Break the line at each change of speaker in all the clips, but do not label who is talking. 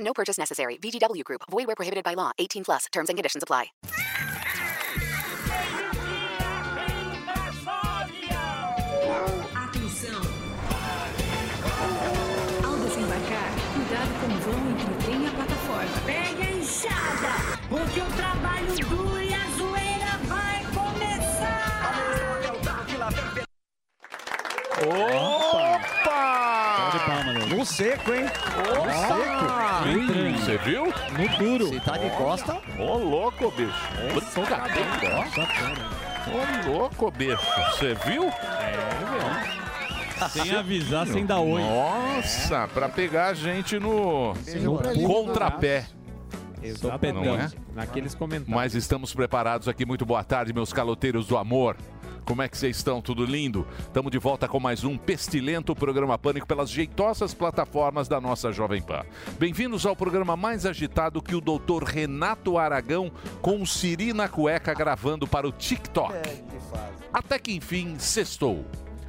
No purchase necessary. VGW Group. Void where prohibited by law. 18 plus. Terms and conditions apply.
Atenção! Ao desembarcar, cuidado com o vão entre o trem e a plataforma.
Pega a enxada, porque o trabalho duro e a zoeira vai começar.
No seco, hein?
Você viu?
No duro.
Se tá de costa,
Ô louco, bicho. Brincadeira. Ô louco, bicho. Você viu? É,
Sem avisar, sem dar oi.
Nossa, pra pegar a gente no, no contrapé.
Exatamente.
Não é?
Naqueles comentários.
Mas estamos preparados aqui. Muito boa tarde, meus caloteiros do amor. Como é que vocês estão? Tudo lindo? Estamos de volta com mais um pestilento programa Pânico pelas jeitosas plataformas da nossa Jovem Pan. Bem-vindos ao programa mais agitado que o doutor Renato Aragão com o Siri na cueca gravando para o TikTok. Até que enfim, sextou.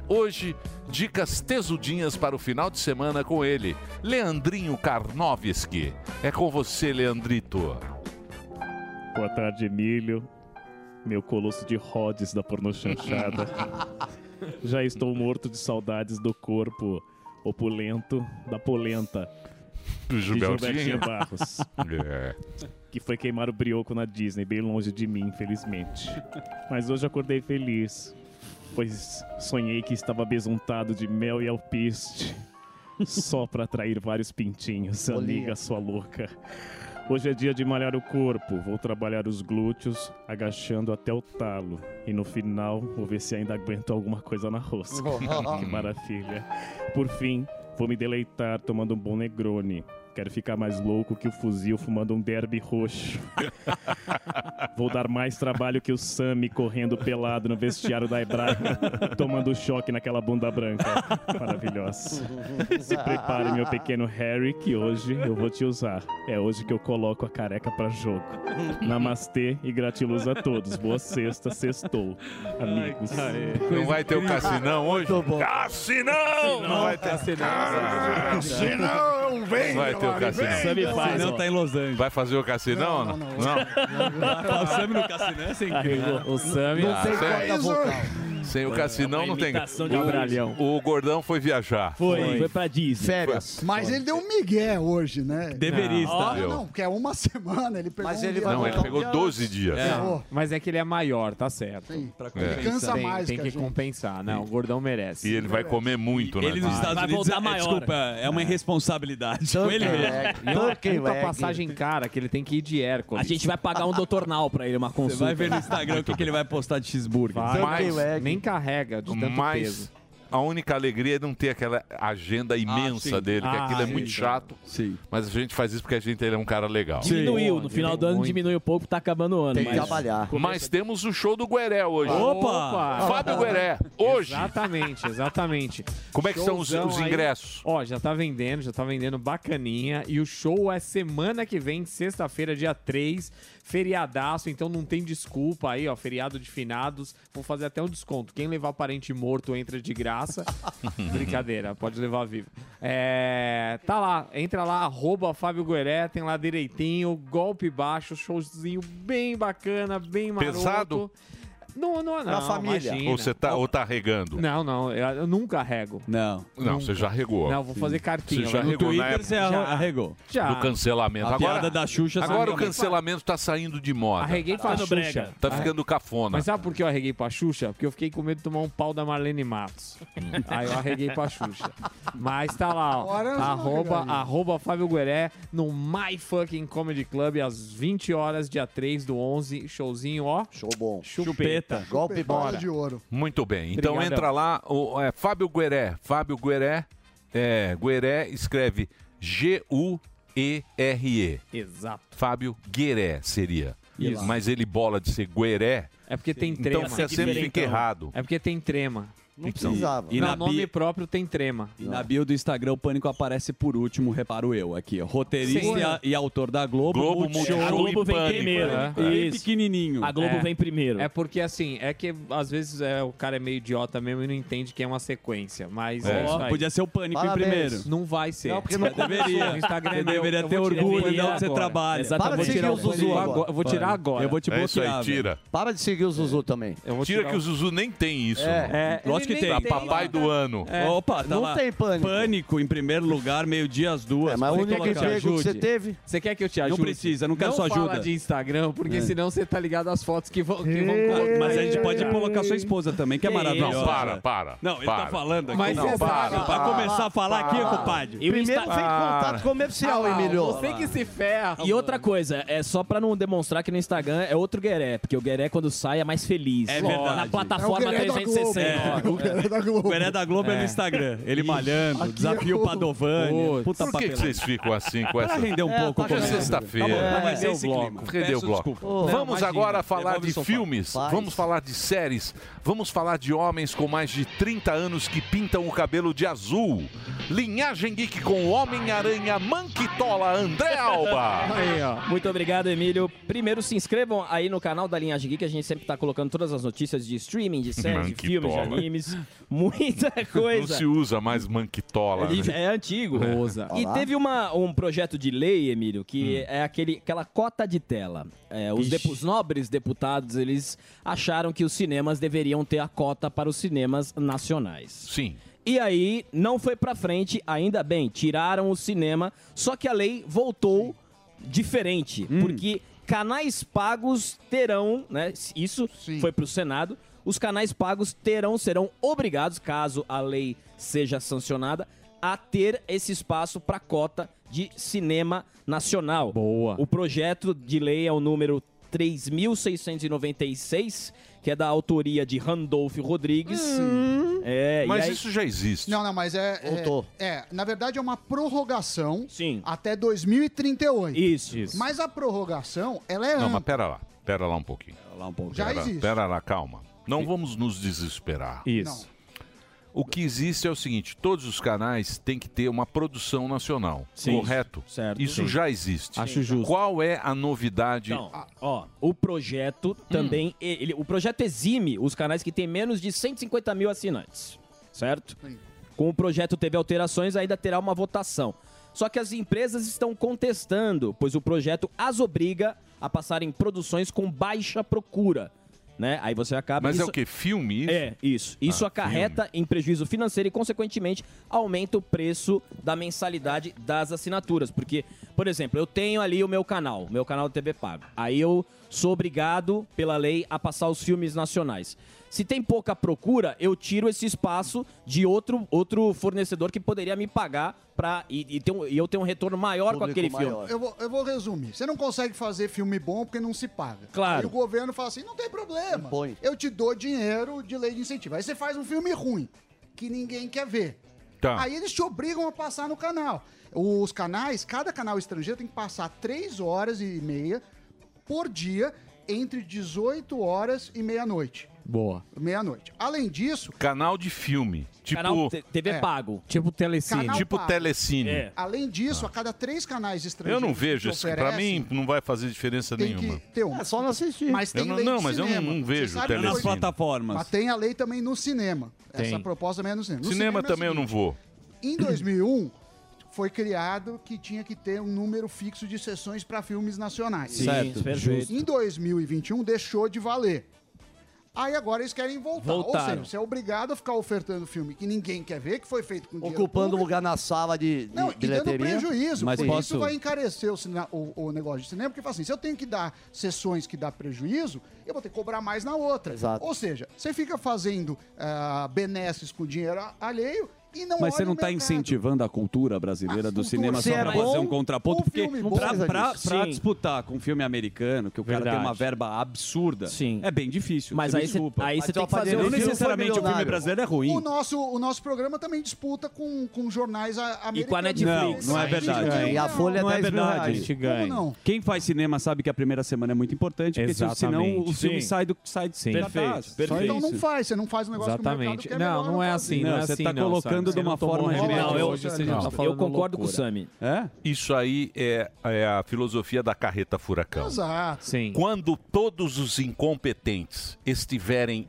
Hoje, dicas tesudinhas para o final de semana com ele, Leandrinho Karnovski. É com você, Leandrito.
Boa tarde, Emílio. Meu colosso de Rhodes da pornochanchada. Já estou morto de saudades do corpo opulento da polenta
Do
de Gilbertinho
Gilbertinho.
Barros,
É.
que foi queimar o brioco na Disney, bem longe de mim, infelizmente. Mas hoje acordei feliz, pois sonhei que estava besuntado de mel e alpiste, só para atrair vários pintinhos, amiga sua louca. Hoje é dia de malhar o corpo. Vou trabalhar os glúteos, agachando até o talo. E no final, vou ver se ainda aguento alguma coisa na rosca. que maravilha. Por fim, vou me deleitar tomando um bom Negroni. Quero ficar mais louco que o fuzil fumando um derby roxo. Vou dar mais trabalho que o Sammy correndo pelado no vestiário da Hebraica, tomando choque naquela bunda branca. Maravilhosa. Se prepare, meu pequeno Harry, que hoje eu vou te usar. É hoje que eu coloco a careca pra jogo. Namastê e gratiluz a todos. Boa sexta, sextou. Amigos.
Não vai ter o cassinão hoje? Tá
bom.
Cassinão! Não vai ter Ah,
Senão, eu venho.
Não vai ter o cassinão.
Sammy faz, não tá em Los Angeles.
Vai fazer o cassinão? Não, não,
o Sammy no Cassinão é sem
o Sam
Ah,
não tem
isso aí.
corda vocal.
Sem o cassinão não tem.
é imitação de um bralhão.
O, o gordão foi viajar.
Foi, foi pra Disney.
Férias.
Mas ele deu um migué hoje, né?
Deveria estar.
Não, não, porque é uma semana, ele pegou
Mas
um
ele
dia
vai
Não,
pra
ele pegou 12 dias.
É. Pô,
Mas é que ele é maior, tá certo.
sim.
É.
Cansa
tem,
mais
tem
que
que,
a gente.
compensar. Não, o gordão merece.
E ele vai comer muito, né?
Ele nos Estados
Vai
Unidos,
voltar
é,
maior.
desculpa, é uma irresponsabilidade com
Turkey
ele mesmo.
leg.
E é uma
Turkey
puta
leg.
passagem cara que ele tem que ir de Hércules.
A gente vai pagar um doutornal pra ele, uma
Você vai ver no Instagram o que, que ele vai postar de cheeseburger.
Vai,
Mas-
mas nem carrega de tanto
Mas
peso.
a única alegria é não ter aquela agenda imensa
Ah, sim.
dele, que
Ah,
aquilo é
sim.
muito chato.
Sim.
Mas a gente faz isso porque a gente ele é um cara legal.
Diminuiu, no final do ano
diminuiu um pouco, tá acabando o ano. Tem que trabalhar.
Mas temos o show do Gueré hoje.
Opa!
Fábio Gueré, hoje.
Exatamente, exatamente.
Como é que são os,
Showzão
os
aí.
ingressos?
Ó, já tá vendendo, já tá vendendo bacaninha. E o show é semana que vem, sexta-feira, dia 3, feriadaço, então não tem desculpa aí, ó. Feriado de finados. Vou fazer até um desconto. Quem levar parente morto entra de graça. Brincadeira, pode levar vivo. É, tá lá, entra lá, arroba Fábio Gueré, tem lá direitinho, golpe baixo, showzinho bem bacana, bem maroto.
Pesado?
Não, não, não.
Pra família.
imagina.
Ou você tá, ou tá regando?
Não, não, eu, eu nunca rego.
Não.
Não, você já regou.
Não, vou fazer cartinha.
Você já
mas-
No
Arregou na
Twitter
época.
você arre- arregou.
Já.
Do cancelamento.
A piada
Agora,
da Xuxa você
agora o
arregou.
cancelamento tá saindo de moda.
Arreguei pra Xuxa.
brega.
Tá ficando cafona.
Mas sabe por que eu arreguei pra Xuxa? Porque eu fiquei com medo de tomar um pau da Marlene Matos.
Hum.
Aí eu arreguei pra Xuxa. Mas tá lá, ó.
Agora eu não
Arroba,
arregaria.
arroba Fábio Gueré no My Fucking Comedy Club às 20 horas, dia 3 do 11. Showzinho, ó.
Show bom.
Chupeta.
Golpe
Bola
bora.
de ouro.
Muito bem. Então
Obrigadão.
entra lá, o, é, Fábio Gueré. Fábio Gueré, é, Gueré escreve G-U E-R-E.
Exato.
Fábio Gueré seria.
Isso.
Mas ele bola de ser Gueré.
É porque tem trema.
Então você sempre fica errado.
É porque tem trema.
Não precisava.
E
E
no
na
nome
bi-
próprio tem trema.
E na bio do Instagram, o Pânico aparece por último, reparo eu aqui. ó.
Sim.
Roteirista e, a- e autor da Globo.
Globo,
Multishow
Multishow A Globo
e
vem
Pânico,
primeiro,
né?
é.
Bem
Isso.
pequenininho.
É. É porque assim, é que às vezes é, o cara é meio idiota mesmo e não entende que é uma sequência. Mas
É.
é isso aí.
Podia ser o Pânico em Parabéns. primeiro.
Não vai ser.
Não, porque não
Você deveria.
começou.
O Instagram
Você
é meu.
deveria
Eu
ter
vou tirar-
orgulho
deveria
de onde você
agora.
trabalha.
Exatamente.
Para de
Eu vou
seguir
tirar
o Zuzu
Zuzu
agora.
agora. Eu vou tirar
Para.
agora.
Eu vou te É isso aí, bloquear, tira. velho.
Para de seguir o Zuzu também.
Tira que o Zuzu nem tem isso.
É.
Ele nem Pra papai do ano.
né? Opa, tá
Não
lá.
tem
pânico. É, em primeiro lugar, meio-dia às duas.
Você
Você
quer
coloca-
eu te ajude? Você quer que eu te
Não
ajude?
precisa, não quero sua
Fala
ajuda.
de Instagram, porque
É.
senão você tá ligado às fotos que vão, que vão
Mas a gente pode colocar sua esposa também, que é
Que isso?
maravilhosa.
Não, para,
para.
Não, ele
Para.
tá falando aqui.
Mas
não,
você sabe-
Vai
Ah,
começar a é falar
para.
aqui, compadre.
E o Primeiro Insta- vem contato
Para.
comercial,
Ah,
Emilio.
você que
se ferra.
E outra coisa, é só pra não demonstrar que no Instagram é outro Gueré, porque o Gueré quando sai é mais feliz.
É verdade.
Na
É o
plataforma
Gueré da
360.
Globo. É, o Gueré da Globo. O Gueré da Globo é no Instagram. Ele malhando, desafio Padovani. Puta
Por que, que
papelada.
vocês ficam assim com
Pra
essa?
render um É, pouco o
Hoje é
programa.
sexta-feira.
Tá bom, então vai ser
Rendeu
esse
o bloco.
clima.
Rendeu o
Peço
bloco.
desculpa. Não,
Vamos
imagina.
agora falar
Devolve
de
o sofá.
filmes,
Faz.
vamos falar de séries, vamos falar de homens com mais de 30 anos que pintam o cabelo de azul. Linhagem Geek com Homem-Aranha, Manquitola, André É, Alba.
Aí, ó. Muito obrigado, Emílio. Primeiro, se inscrevam aí no canal da Linhagem Geek, que a gente sempre tá colocando todas as notícias de streaming, de séries, de filmes, de
Manquitola.
animes. Muita
Não
coisa.
se usa mais Manquitola.
Ele
né?
É antigo.
É.
E teve uma- um projeto de lei, Emílio, que
Hum.
é aquele, aquela cota de tela. É, os, depu- os nobres deputados, eles acharam que os cinemas deveriam ter a cota para os cinemas nacionais.
Sim.
E aí, não foi pra frente, ainda bem, tiraram o cinema, só que a lei voltou diferente,
Hum.
porque canais pagos terão, né, isso foi pro Senado, os canais pagos terão, serão obrigados, caso a lei seja sancionada, a ter esse espaço para cota de cinema nacional. Boa. O projeto de lei é o número 3696, que é da autoria de Randolph Rodrigues. É, e
Hum. Mas
aí-
isso já existe.
Não, não, mas é. é-
Voltou.
É, na verdade é uma prorrogação
Sim.
até 2038.
Isso,
Mas a prorrogação, ela é.
Não, mas
ampla.
pera lá, pera lá um pouquinho.
Já
pera,
existe.
Pera lá, calma. Não vamos nos desesperar.
Isso.
O que existe é o seguinte: todos os canais têm que ter uma produção nacional.
Sim.
Correto?
Certo.
Isso
Sim.
já existe.
Acho justo.
Qual é a novidade?
Então,
Ah.
ó, o projeto também. Ele, o projeto exime os canais que têm menos de 150 mil assinantes, certo? Com o projeto teve alterações, ainda terá uma votação. Só que as empresas estão contestando, pois o projeto as obriga a passarem produções com baixa procura. Né? Aí você acaba.
Mas é
isso-
o que? Filme?
É, isso. Isso acarreta em prejuízo financeiro e, consequentemente, aumenta o preço da mensalidade das assinaturas. Porque, por exemplo, eu tenho ali o meu canal, meu canal de TV Pago. Aí eu sou obrigado, pela lei, a passar os filmes nacionais. Se tem pouca procura, eu tiro esse espaço de outro, outro fornecedor que poderia me pagar pra, e, e ter um- e eu ter um retorno maior com aquele filme.
Eu vou, eu vou resumir. Você não consegue fazer filme bom porque não se paga.
Claro.
E o governo fala assim: não tem problema. Eu te dou dinheiro de lei de incentivo. Aí você faz um filme ruim, que ninguém quer ver.
Tá.
Aí eles te obrigam a passar no canal. Os canais, cada canal estrangeiro tem que passar 3 horas e meia por dia entre 18 horas e meia-noite.
Boa.
Meia-noite. Além disso,
Canal de filme. Tipo.
Canal te- TV É. pago. É.
Tipo telecine.
canal
tipo
pago.
telecine.
É.
Além disso, a cada três canais
Eu
estrangeiros
não vejo
que
isso. Pra
oferecem,
mim não vai fazer diferença
tem
nenhuma.
que ter um. É só não assistir. Mas
Eu
tem
não-
lei
não,
de
mas eu não-
cinema.
não
Você
vejo
sabe que
telecine.
foi-
Nas plataformas.
Mas tem a lei também no cinema. Essa
Tem.
proposta também é no cinema. No
cinema
é
também eu não vou.
Em 2001 foi criado que tinha que ter um número fixo de sessões para filmes nacionais.
Sim,
é
Certo, perfeito.
Em 2021 deixou de valer. Aí agora eles querem voltar. Ou
Voltaram.
seja, você é obrigado a ficar ofertando filme que ninguém quer ver, que foi feito com dinheiro
Ocupando lugar na sala de, de
não, e dando
bilheteria.
prejuízo,
Mas
por
posso-
isso vai encarecer o, cine- o- o negócio de cinema, porque fala assim, se eu tenho que dar sessões que dá prejuízo, eu vou ter que cobrar mais na outra.
Exato.
Ou seja, você fica fazendo ah, benesses com dinheiro a- alheio E não
Mas
olha
você não
o
tá
está
mercado.
incentivando a cultura brasileira do cinema
se
só
é
para
bom,
fazer um contraponto,
um
porque
filme bom precisa disso.
para
Sim.
disputar com um filme americano, que o cara tem
Verdade.
uma verba absurda,
Sim.
é bem difícil.
Mas
você me
aí você-
desculpa.
aí você
Mas
tem
eu
que fazer
falei,
um
Não
filme
necessariamente o filme
milionário.
brasileiro é
O
ruim.
nosso, o nosso programa também disputa com, com jornais a- americanos.
Não, não é verdade. não é verdade.
Como não?
Quem faz cinema sabe que a primeira semana é muito importante, porque se- senão o
Exatamente.
filme
Sim.
sai do sai do
Sim.
cartaz.
Perfeito,
é
Só
perfeito.
isso.
Então não faz, você não faz um negócio
Exatamente.
que é
não,
melhor
não é assim. Não,
Não,
é
você
assim,
tá
não,
colocando
Sami.
de uma
Você não tomou
forma
remédio
geral.
hoje, você
Não,
já tá
eu
falando
concordo com o
loucura.
Sami. É?
Isso aí é, é a filosofia da carreta furacão.
Exato.
Sim.
Quando todos os incompetentes estiverem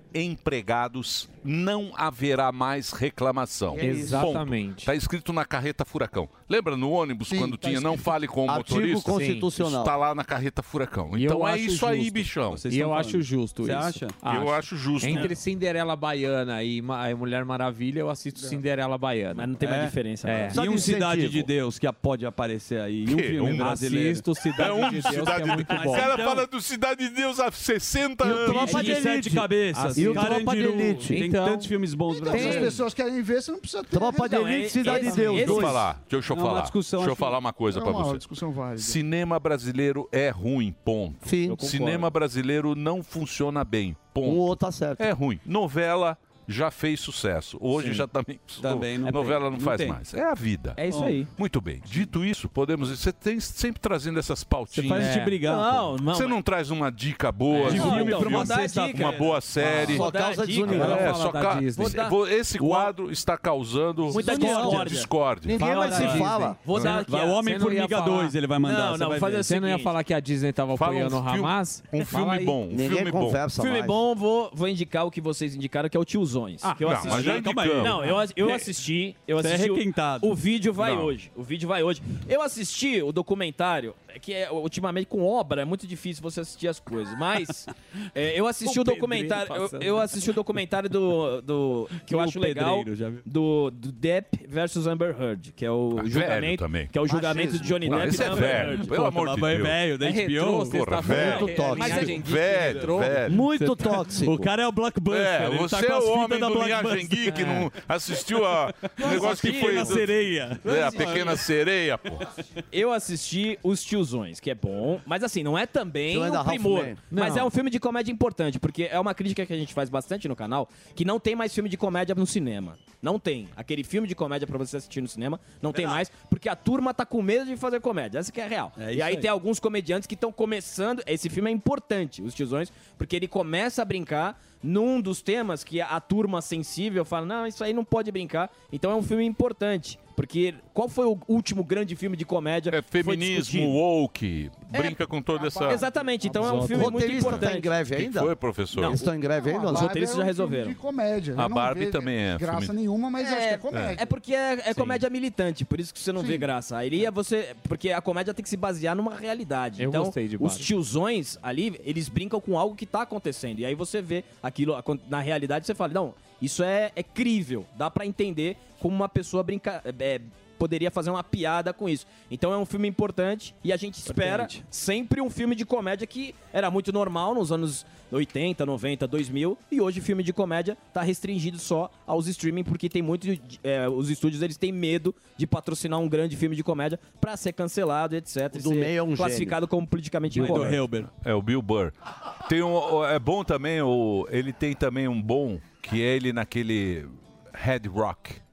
empregados, não haverá mais reclamação.
É isso. Exatamente.
Está escrito na carreta furacão. Lembra no ônibus
Sim,
quando
tá
tinha não
escrito.
fale com o
Artigo
motorista?
constitucional.
Está lá na carreta furacão.
E eu
então é
acho
isso aí,
justo.
bichão.
E eu acho justo isso. É
Eu acho justo.
Entre
né?
Cinderela Baiana e Ma- e Mulher Maravilha, eu assisto
É.
Cinderela Baiana. É. Mas não
tem mais diferença,
né?
não. É, E um Cidade de Deus que pode aparecer aí. E um
Que?
filme
Um
brasileiro.
assisto Cidade
É um
de Deus, que
Cidade
é
de
muito
Deus.
bom.
O cara
Então-
fala do Cidade de Deus há 60
E o
anos.
Tropa de Elite. Assim,
E o
Carandiru.
Tropa de Elite.
Tem
Então-
tantos filmes bons
Então, se as
brasileiros.
pessoas querem ver, você não precisa ter.
Tropa de
razão.
é
Elite, Cidade de
Deixa eu
dois.
falar. Deixa eu
É uma
falar.
discussão,
Deixa eu
acho-
falar uma coisa
é
pra
uma
você.
discussão válida.
Cinema brasileiro é ruim, ponto.
Sim.
Cinema brasileiro não funciona bem, ponto.
Um
O outro tá certo.
É ruim. Novela já fez sucesso. Hoje
Sim.
já também.
Também não
Novela
tem.
não
Não
faz
tem.
mais. É a vida.
É isso aí.
Muito bem. Dito isso, podemos. Você tem sempre trazendo essas pautinhas.
faz a gente É. brigar, Não, pô. não,
Você
mas-
não traz uma dica boa,
É.
de
Não,
filme,
então,
pra uma,
vou dar
sexta-
dica.
uma boa série.
Só causa desunião.
É,
Agora
só
fala da
ca...
Disney.
Você- vou- Esse quadro está causando
Muita discórdia.
discórdia.
Ninguém Fala mais da se Disney. fala. Vou dar aqui a- você não ia falar. Não, não, vou fazer o
Você não ia
seguinte.
falar que a Disney tava
Fala um
apoiando o
filme-
Hamas? Fala
um filme
aí.
bom, um Ninguém filme bom. conversa
filme
mais.
bom, vou, vou indicar o que vocês indicaram, que é o Tiozões.
Ah,
que eu
não,
assisti.
mas já
Calma aí.
indicamos.
Não, eu, as- eu assisti. Eu
Você é
assisti o-
requintado.
O, vídeo vai
Não.
hoje. O vídeo vai hoje. Eu assisti o documentário, que é ultimamente com obra, é muito difícil você assistir as coisas. Mas é, eu assisti
O
o,
pedreiro
documentário. eu- Eu,
passando.
assisti o documentário do. do que eu
O
acho legal.
pedreiro, já viu? Ah,
Do, do Depp versus Amber Heard, que é o
velho
julgamento.
também.
Que é o julgamento de Johnny
Não,
Depp
esse
e
é
da Amber
velho,
Heard.
pelo amor de Deus.
É retrô,
Porra,
sexta-feira.
velho.
Muito tóxico.
Mas,
Linhagem
gente,
Geek,
velho,
retrô.
velho. tá-
Muito tóxico.
O cara é o Blockbuster.
É,
ele
você
tá com
é
as
o
fitas
homem
da
do Linhagem
Blockbuster.
Geek que não assistiu a o
Nossa,
negócio que foi...
Pequena Sereia.
É, a Pequena Sereia, pô.
Eu assisti Os Tiozões, que é bom, mas assim, não é também
Tiozões da
um
Ralph
primor.
May.
Mas
Não.
é um filme de comédia importante, porque é uma crítica que a gente faz bastante no canal, que não tem mais filme de comédia no cinema. Não tem. Aquele filme de comédia pra você assistir no cinema, não tem mais, porque a turma tá com medo de fazer comédia. Essa que é a real.
isso
e aí,
aí.
tem alguns comediantes que estão começando. Esse filme é importante, Os Tiozões, porque ele começa a brincar num dos temas que a turma sensível fala: não, isso aí não pode brincar. Então é um filme importante. Porque qual foi o último grande filme de comédia? É
Feminismo, woke, brinca com toda essa...
Exatamente, então é um filme muito
Roteirista tá
importante.
em greve
O que
ainda?
foi, professor?
Eles estão em greve ainda?
Os roteiristas já resolveram.
De é comédia. eu
A
não
Barbie
vejo
também é
Graça
filme-
nenhuma, mas acho que é comédia.
É, porque é, é comédia militante, por isso que você não vê graça. Aí é você. Porque a comédia tem que se basear numa realidade.
Eu
então,
gostei de
os
Barbie.
tiozões ali, eles brincam com algo que tá acontecendo. E aí você vê aquilo acon- na realidade, você fala, não, isso é, é crível. Dá pra entender como uma pessoa brinca. é, poderia fazer uma piada com isso. Então é um filme importante e a gente espera sempre um filme de comédia que era muito normal nos anos 80, 90, 2000 e hoje filme de comédia tá restringido só aos streaming porque tem muito é, os estúdios eles têm medo de patrocinar um grande filme de comédia pra ser cancelado, etc.
do
ser
meio é um gênio.
classificado como politicamente
Bill
incorreto.
Burr. É o Bill Burr. Tem um, é bom também, o, ele tem também um bom, que é ele naquele Head Rock.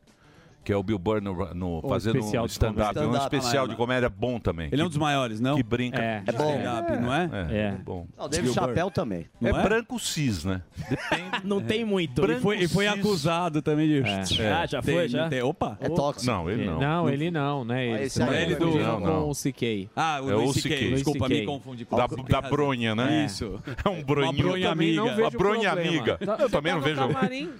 Que é o Bill Burr no, no-
O
fazendo
especial
um
de
stand-up.
comédia.
um
Stand-up,
especial
né?
de comédia bom também.
Ele é um dos maiores, não?
Que brinca.
É, é bom. Stand-up, não é?
É,
É.
bom.
Não, Dave Bill Chappelle Burr. também.
É,
Não é?
branco cis, né? Depende.
Não tem muito.
E foi, e foi acusado também de.
É. Ah, já
Tem-
foi, já?
tem- opa!
É tóxico. Não, ele não.
Não, ele não,
Ah,
né? Ele,
esse aí
Não,
é
ele
do-
do
Não,
com
não.
o CK.
Ah, o
É
Luiz
o
C.K.
CK.
Desculpa,
Luis
me
C.K.
confundi.
Da,
Paulo,
da
tem razão.
bronha, né?
Isso.
É um bronhinho.
Uma bronha
também não
amiga.
vejo
Uma bronha
problema. Tá,
amiga.
Eu também não vejo.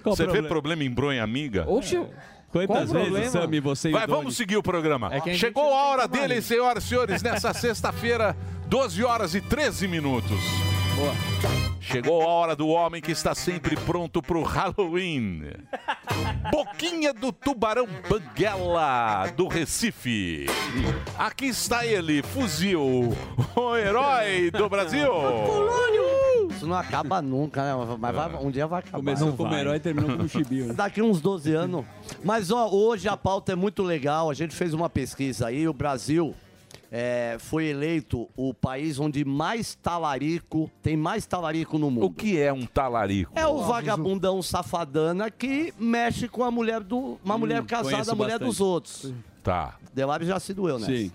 Qual
Você vê
problema?
problema em bronha amiga?
Oxi.
Quantas vezes, Sammy, você e o
Vai,
Doni-
vamos seguir o programa.
É que a gente
Chegou a hora dele,
mais.
senhoras e senhores, nessa sexta-feira, 12 horas e 13 minutos. Chegou a hora do homem que está sempre pronto pro Halloween. Boquinha do Tubarão Banguela, do Recife. Aqui está ele, fuzil, o herói do Brasil.
isso não acaba nunca, né? Mas
É.
vai- um dia vai acabar.
Começou Não como vai. herói e terminou como
chibio. Daqui uns 12 anos. Mas ó, hoje a pauta é muito legal. A gente fez uma pesquisa aí. O Brasil é, foi eleito o país onde mais talarico, tem mais talarico no mundo. O
que é um talarico?
É o vagabundão safadana que mexe com a mulher do.
Hum,
Uma mulher casada, a mulher dos outros.
Tá.
Delari já se doeu, né?
Sim.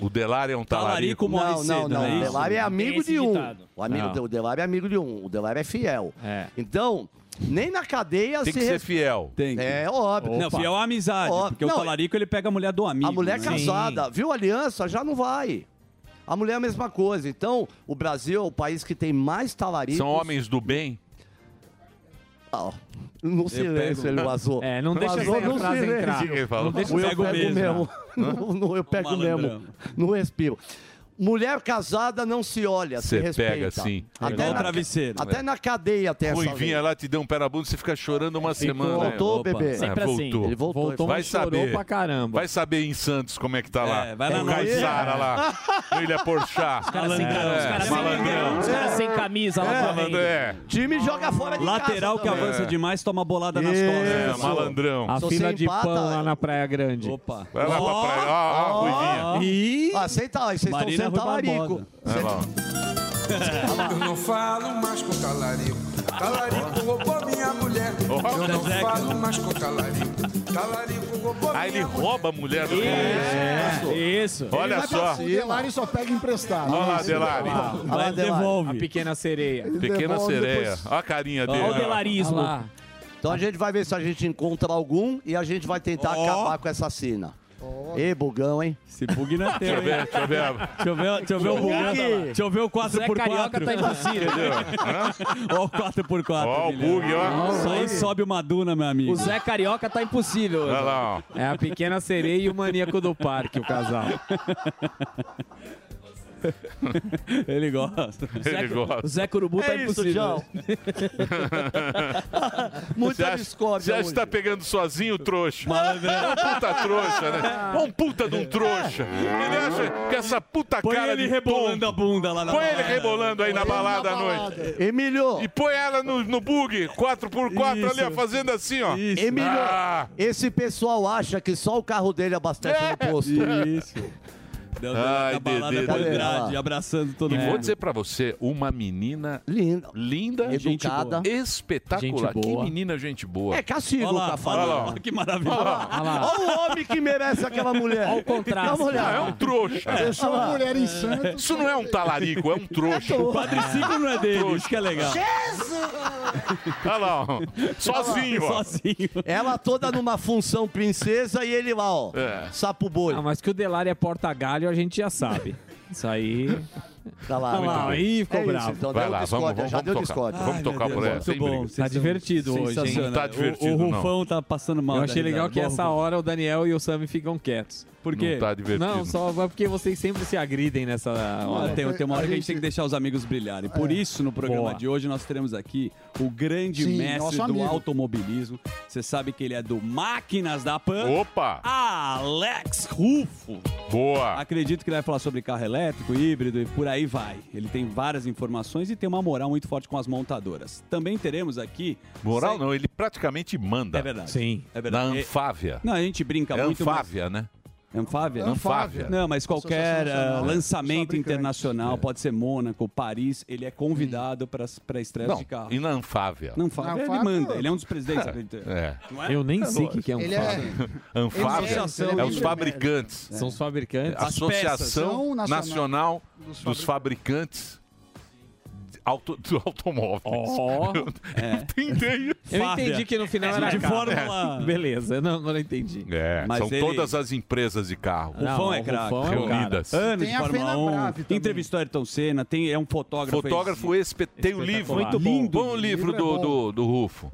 O Delari é
Tá,
um talarico.
não, não, não. O Delari é amigo de um. O, amigo,
Ah.
Não.
o Delari é amigo de um. O Delari é fiel. Então, nem na cadeia
Tem
se
que ser
res-
fiel. Tem que.
É óbvio.
Não,
Opa.
fiel à amizade,
Ó,
porque
não,
o talarico ele pega a mulher do amigo.
A mulher
né?
casada, viu aliança, já não vai. A mulher é a mesma coisa. Então, o Brasil é o país que tem mais talaricos.
São homens do bem.
Ah, no silêncio
pego.
ele vazou.
É, não deixa
vazou
essa
no
frase
silêncio.
entrar. Quem falou?
Não deixa eu,
Eu
pego,
pego
mesmo.
mesmo.
Não, não, eu pego
malandrão.
mesmo. Não respiro. Mulher casada não se olha, se
Você
respeita.
pega, sim.
Até
Igual
na,
o travesseiro.
Até
né?
É.
na cadeia tem essa lei.
Ruivinha lá te deu um pé na bunda, você fica chorando uma
Ficou.
semana.
Voltou,
né?
bebê. Sempre
É,
assim.
voltou.
Ele voltou, Voltou,
vai
mas chorou
saber.
pra
caramba.
Vai saber em Santos como é que tá lá.
É, vai lá
o
na
Caissara
Bahia.
lá. É, no Ilha Porchá. Os
assim,
caras sem camisa, os caras sem camisa, os caras sem camisa lá correndo.
Time joga fora de
Lateral
casa
que
também.
avança
É.
demais toma bolada nas
É,
É,
costas.
Isso. Malandrão.
A
Se
fila
você
de
empata-
né?
pão lá na Praia Grande.
Opa.
Vai lá pra praia.
Ó,
ó,
Ih!
Aceita, vocês estão
Marina
sendo
Rui
talarico.
Barbosa.
Ah,
Eu não falo mais com talarico. Talarico roubou minha mulher. Eu não falo mais com talarico. Talarico roubou
Aí ele
minha mulher.
rouba a mulher do
Isso,
cara.
isso.
Olha
Ele vai
só.
pra
Olha
cima.
O Delari só pega emprestado.
lá, Delari.
Vai, devolve. A pequena sereia.
Pequena
Devolve
sereia.
depois.
Olha a carinha dele. ó.
Então a gente vai ver se a gente encontra algum e a gente vai tentar acabar com essa cena. Ê, bugão, hein?
Esse bug não
tem.
Deixa eu ver,
deixa eu ver.
Tá Deixa eu ver, deixa eu ver o
Bugatti.
bugando. lá. Deixa eu ver o 4x4.
Zé Carioca tá impossível.
Entendeu?
Ó o 4x4. Ó
o bug, ó.
Isso aí sobe uma duna, meu amigo.
O Zé Carioca tá impossível.
Olha lá,
É a pequena sereia e o maníaco do parque, o casal.
Ele gosta.
Ele gosta. o Zé Curubu tá impossível.
Muita
Você acha-
discórdia
Você acha
hoje.
que tá pegando sozinho, trouxa? É um puta trouxa, né? É um puta de um trouxa. Ele acha que essa puta
Põe
cara
ele
de
rebolando a bunda lá na
Põe ele
balada.
rebolando aí na
Põe ele na
balada à
balada.
noite.
Emílio.
E põe ela no, no bug, 4x4 ali,
Isso.
ó, fazendo assim, ó.
Emílio,
Ah, É.
esse pessoal acha que só o carro dele abastece no posto.
Isso. Deu
Ai,
na balada
Dedê,
com o
Dedê.
Andrade,
Ah.
abraçando todo
e
mundo.
vou dizer pra você, uma menina
linda,
linda
Gente boa.
espetacular.
Gente
Que
boa.
menina gente boa.
É castigo,
Olha lá,
Cafaro.
olha lá.
Olha
que maravilha.
Olha lá.
Olha o homem que merece aquela mulher.
Olha o contraste.
Dá uma olhada.
Não, é um trouxa. Deixou
Olha lá.
a mulher em Santos. Isso não é um talarico, é um trouxa.
O quadriciclo não é dele, isso que é legal.
Olha lá, ó. Sozinho, ó.
Ela toda numa função princesa e ele lá, ó.
É.
Sapo boi.
Ah, mas que o Delari é porta-galho, a gente já sabe. Isso aí.
Tá lá,
Olha lá,
muito bem.
aí ficou
É isso,
bravo.
então, Vai deu lá, discórdia, vamos- já vamos deu tocar. discórdia.
Vamos tocar por essa, sem briga.
Tá divertido hoje, hein?
Não tá divertido,
o,
não.
o Rufão tá passando mal.
Eu
da
achei legal
risada.
que
Boa,
essa
Rufão.
hora o Daniel e o Sammy ficam quietos.
Por quê?
Não tá divertido.
Não, só é porque vocês sempre se agridem nessa hora.
Ah, tem, tem uma hora que a gente tem que deixar os amigos brilharem.
É.
Por isso, no programa
Boa.
de hoje, nós teremos aqui o grande
Sim,
mestre
nosso
do
amigo.
automobilismo. Você sabe que ele é do Máquinas da Pan.
Opa!
Alex Rufo.
Boa!
Acredito que ele vai falar sobre carro elétrico, híbrido e por aí vai. Ele tem várias informações e tem uma moral muito forte com as montadoras. Também teremos aqui...
Moral
Sei-
não, ele praticamente manda. É
verdade.
Sim.
É verdade.
Na Anfávia.
Não, a gente brinca
É
muito, mas-
Anfávia, né?
Anfávia?
Anfávia.
Não, mas qualquer
Associação Nacional
ah,
de
lançamento
É.
internacional, pode ser Mônaco, Paris, ele é convidado para para estreia de
Não,
carro.
e na Anfávia?
Não fala. Ele
Anfávia-
manda, ele é um dos presidentes, acredita?
É.
Não é?
Eu nem sei o que que é
Ele
Anfávia.
é- Anfávia
Ele é associação
é os
livre-mercado.
fabricantes.
São os fabricantes.
Associação
As peças.
Nacional dos Fabricantes de auto, do Automóveis.
Ó.
Eu
É.
não entendi. É.
Eu entendi que no final era
de
carro.
fórmula.
Beleza, eu não, eu não entendi.
É,
Mas
são
ele-
todas as empresas de carro.
Rufão é craque.
Reunidas.
Anos de Fórmula 1. Entrevistou Ayrton Senna, tem, é um fotógrafo.
Fotógrafo espe- tem o livro.
Muito bom.
Lindo. Põe o
é
livro do, do, do Rufo.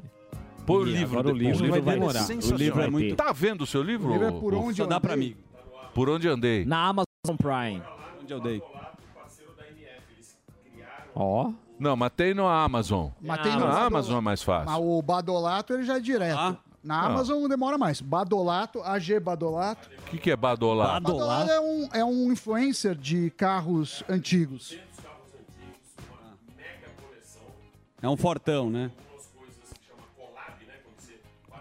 Põe o
Ih,
livro
agora o
depois.
livro vai
é
demorar.
sensacional.
O livro é muito-
Tá vendo o seu livro?
O livro é por
Rufo?
onde Só dá eu pra andei. mim.
Por onde andei?
Na Amazon Prime.
Onde eu dei?
Ó.
Não, mas tem no Amazon.
Mas tem
na
no
Amazon.
Amazon.
é mais fácil.
Mas o Badolato ele já é direto. Na
Ah.
Amazon não demora mais. Badolato, AG Badolato.
O que, que é Badolá?
Badolato é um, é um influencer de carros antigos.
É um fortão, né?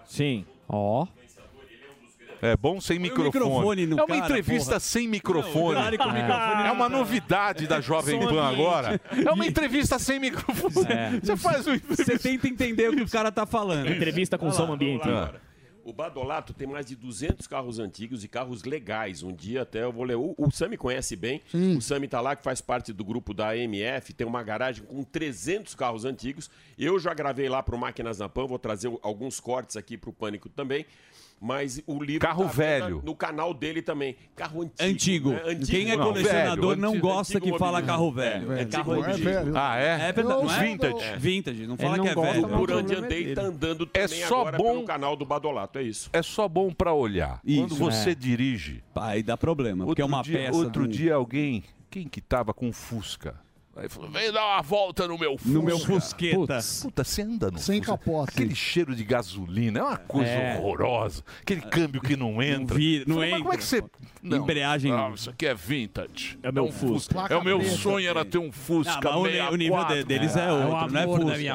Sim.
Ó.
É bom sem
Põe o
microfone.
microfone no
é uma
cara,
entrevista
porra.
sem microfone.
Não, claro, com o
é.
microfone
É uma novidade da Jovem
Som
Pan
ambiente.
agora. É uma entrevista sem microfone.
É.
Você faz um...
Você tenta entender o que o cara tá falando.
Entrevista com
Olha lá,
som ambiente.
Ah.
olha lá.
O Badolato tem mais de 200 carros antigos e carros legais. Um dia até eu vou ler. O, o Sami conhece bem. O Sami tá lá, que faz parte do grupo da AMF. Tem uma garagem com 300 carros antigos. Eu já gravei lá pro Máquinas na Pan. Vou trazer o- alguns cortes aqui pro Pânico também. Mas o livro.
Carro
tá à venda
velho.
No canal dele também. Carro antigo.
Antigo.
né?
Quem é
Não,
colecionador
velho,
não
antigo,
gosta
antigo
que fala
objeto.
carro velho.
É,
É
antigo
carro
objeto.
velho.
Ah, é?
É verdade, não é?
Vintage.
Vintage, não fala Ele não que é gosta, velho. mas o
Por onde
problema é
andei,
dele.
tá andando
É
também
só
agora
bom-
pelo canal do Badolato. É isso.
É só bom pra olhar. Quando
Isso,
você
é.
dirige...
Aí dá problema, porque é uma
dia,
peça
Outro
do-
dia alguém... Quem que tava com Fusca? Aí falou, vem dar uma volta no meu Fusca.
No meu Fusqueta.
Putz, puta, você anda no
Sem capota.
Aquele cheiro de gasolina é uma coisa
É.
horrorosa. Aquele câmbio que não entra.
vira, não
Falei, mas como é que você...
entra. Embreagem-
Ah, isso aqui é vintage.
É meu
um
Fusca.
É o meu
Placa
sonho era ter um Fusca
Ah, mas o, ni- o nível de-
64.
deles é, outro,
um
não é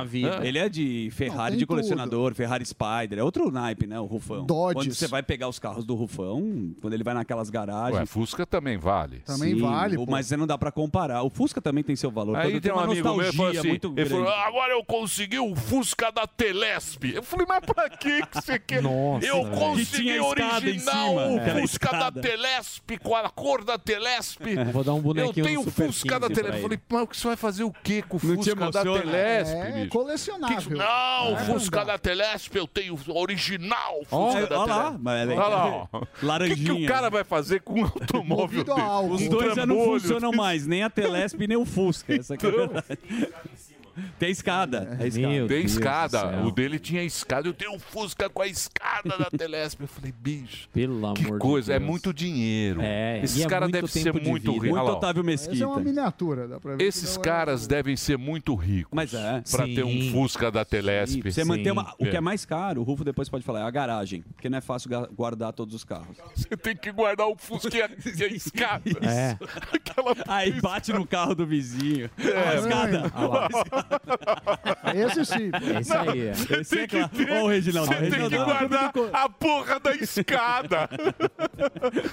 Fusca.
É.
Ele é de Ferrari
tem
de colecionador, Ferrari Spider, é outro naipe, né, o Rufão.
Dodges.
Quando você vai pegar os carros do Rufão, quando ele vai naquelas garagens...
Ué, Fusca também vale.
Sim, o- Mas você não dá pra comparar. O Fusca também tem seu valor.
Aí
todo,
tem um
uma
amigo meu
nostalgia
que falou assim,
muito
ele
grande.
falou, "Ah, agora eu consegui o Fusca da Telesp. Eu falei, mas pra que que você quer?
Nossa,
eu
velho. Que
consegui
tinha escada em
original
cima,
o
aquela
Fusca
escada.
da Telesp, com a cor da Telesp.
Vou dar um bonequinho
Eu tenho
do
o
Super
Fusca da
15 pra
Telesp. Eu
ele.
falei, mas o que você vai fazer o quê com o
Não te
Fusca da
emociona?
Telesp,
É,
bicho?
colecionável.
Que que- Ah, Não,
É, não
Fusca da Telesp, eu tenho o original Fusca
Ó,
da
ó lá,
Telesp.
mas é-
"Ah, tá. Olha lá, ó. O que que,
Laranjinha.
o cara vai fazer com um automóvel dele?
Os
Um
dois já não
trambolho.
funcionam mais, nem a Telesp nem o Fusca. Essa aqui é a
Então.
verdade. Tem escada. É escada.
Tem escada. O dele tinha escada. Eu tenho um Fusca com a escada da Telesp. Eu falei, bicho.
Pelo amor
Que coisa, é muito dinheiro.
É, e
Esses
é
caras
muito
devem ser
tempo de
muito
vida.
ricos.
Muito
Olha lá, ó.
Otávio
Essa é uma miniatura, dá pra ver. que
Esses
não é-
caras devem ser muito ricos. Mas
é.
Pra ter um
Sim.
Fusca da Telesp.
Você manter uma, o que é mais caro, o Rufo depois pode falar, é a garagem, porque não é fácil ga- guardar todos os carros.
Você tem que guardar o Fusca e a, e a escada.
É. Aí bate no carro do vizinho. Ó a escada.
Ah lá.
Esse sim.
É isso aí, é.
Você
Esse é
tem
claro.
que ter-
Ó o Reginaldo,
você
o
tem que
Reginaldo.
guardar a porra da escada.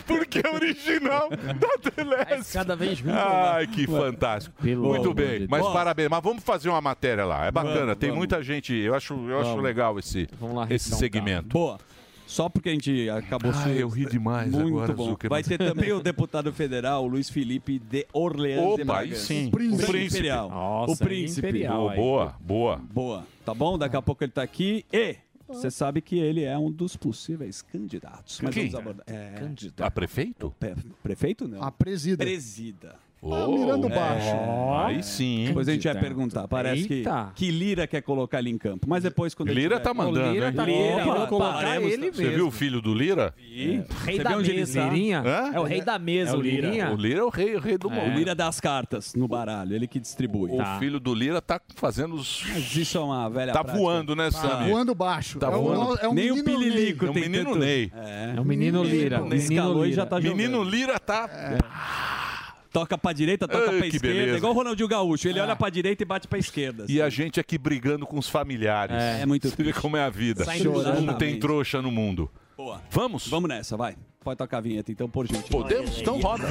Porque é original da Ah. Telesp.
Cada vez
né?
Ai, que fantástico. Muito
amor
bem,
de
mas
Deus.
parabéns. Mas vamos fazer uma matéria lá. É bacana.
Vamos,
Tem
vamos.
muita gente. Eu acho, eu acho
Vamos.
legal esse, esse
Então tá.
segmento.
Boa. Só porque a gente acabou...
Ah,
se-
eu ri demais
Muito
agora,
bom.
Zuckerman.
Vai ter também o deputado federal, Luiz Felipe de Orleans de
Opa, aí
Bragança.
sim.
O príncipe. Imperial.
Nossa, é
o príncipe.
imperial
Boa,
aí.
boa,
boa.
Boa. Tá bom? Daqui a pouco ele tá aqui. E você sabe que ele é um dos possíveis candidatos. Mas
Quem?
vamos abordar. É...
A prefeito?
Prefeito não.
A presida.
Presida.
Oh,
Mirando baixo.
Aí sim, hein?
Depois a gente vai perguntar. Parece que,
Eita.
que Lira quer colocar ele em campo. Mas depois quando ele
Lira
tiver-
tá mandando. hein?
Opa, é pararemos também.
Você viu o filho do Lira?
É, Rei Você da viu onde ele mesa, tá? Lirinha? É o rei da mesa, o Lirinha.
O Lira é o rei, o rei do mundo.
O Lira das cartas no baralho, ele que distribui.
O filho do Lira tá fazendo os.
Mas isso é uma velha
Tá
prática.
voando, né,
Tá
Sammy?
voando baixo.
Tá
é um
voando.
no- é um
Nem o
menino
Pililico
Ney.
tem É um menino tanto- Ney.
É.
É o menino Lira.
Menino Escalou e já tá jogando.
Menino Lira tá.
É.
Toca pra direita, toca
Ai,
pra
que
esquerda.
beleza.
Igual o Ronaldinho Gaúcho. Ele olha pra direita É. e bate pra esquerda.
E a gente aqui brigando com os familiares.
É, é muito
Você vê como é a vida.
Saindo Chorando.
Como
da
tem
mesa.
trouxa no mundo.
Boa.
Vamos?
Vamos nessa, vai. Pode tocar a vinheta então, por gente.
Podemos? Então roda.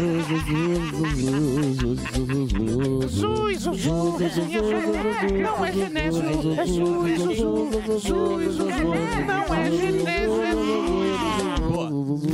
Não é Genésio, é Não é Genésio, é
Boa.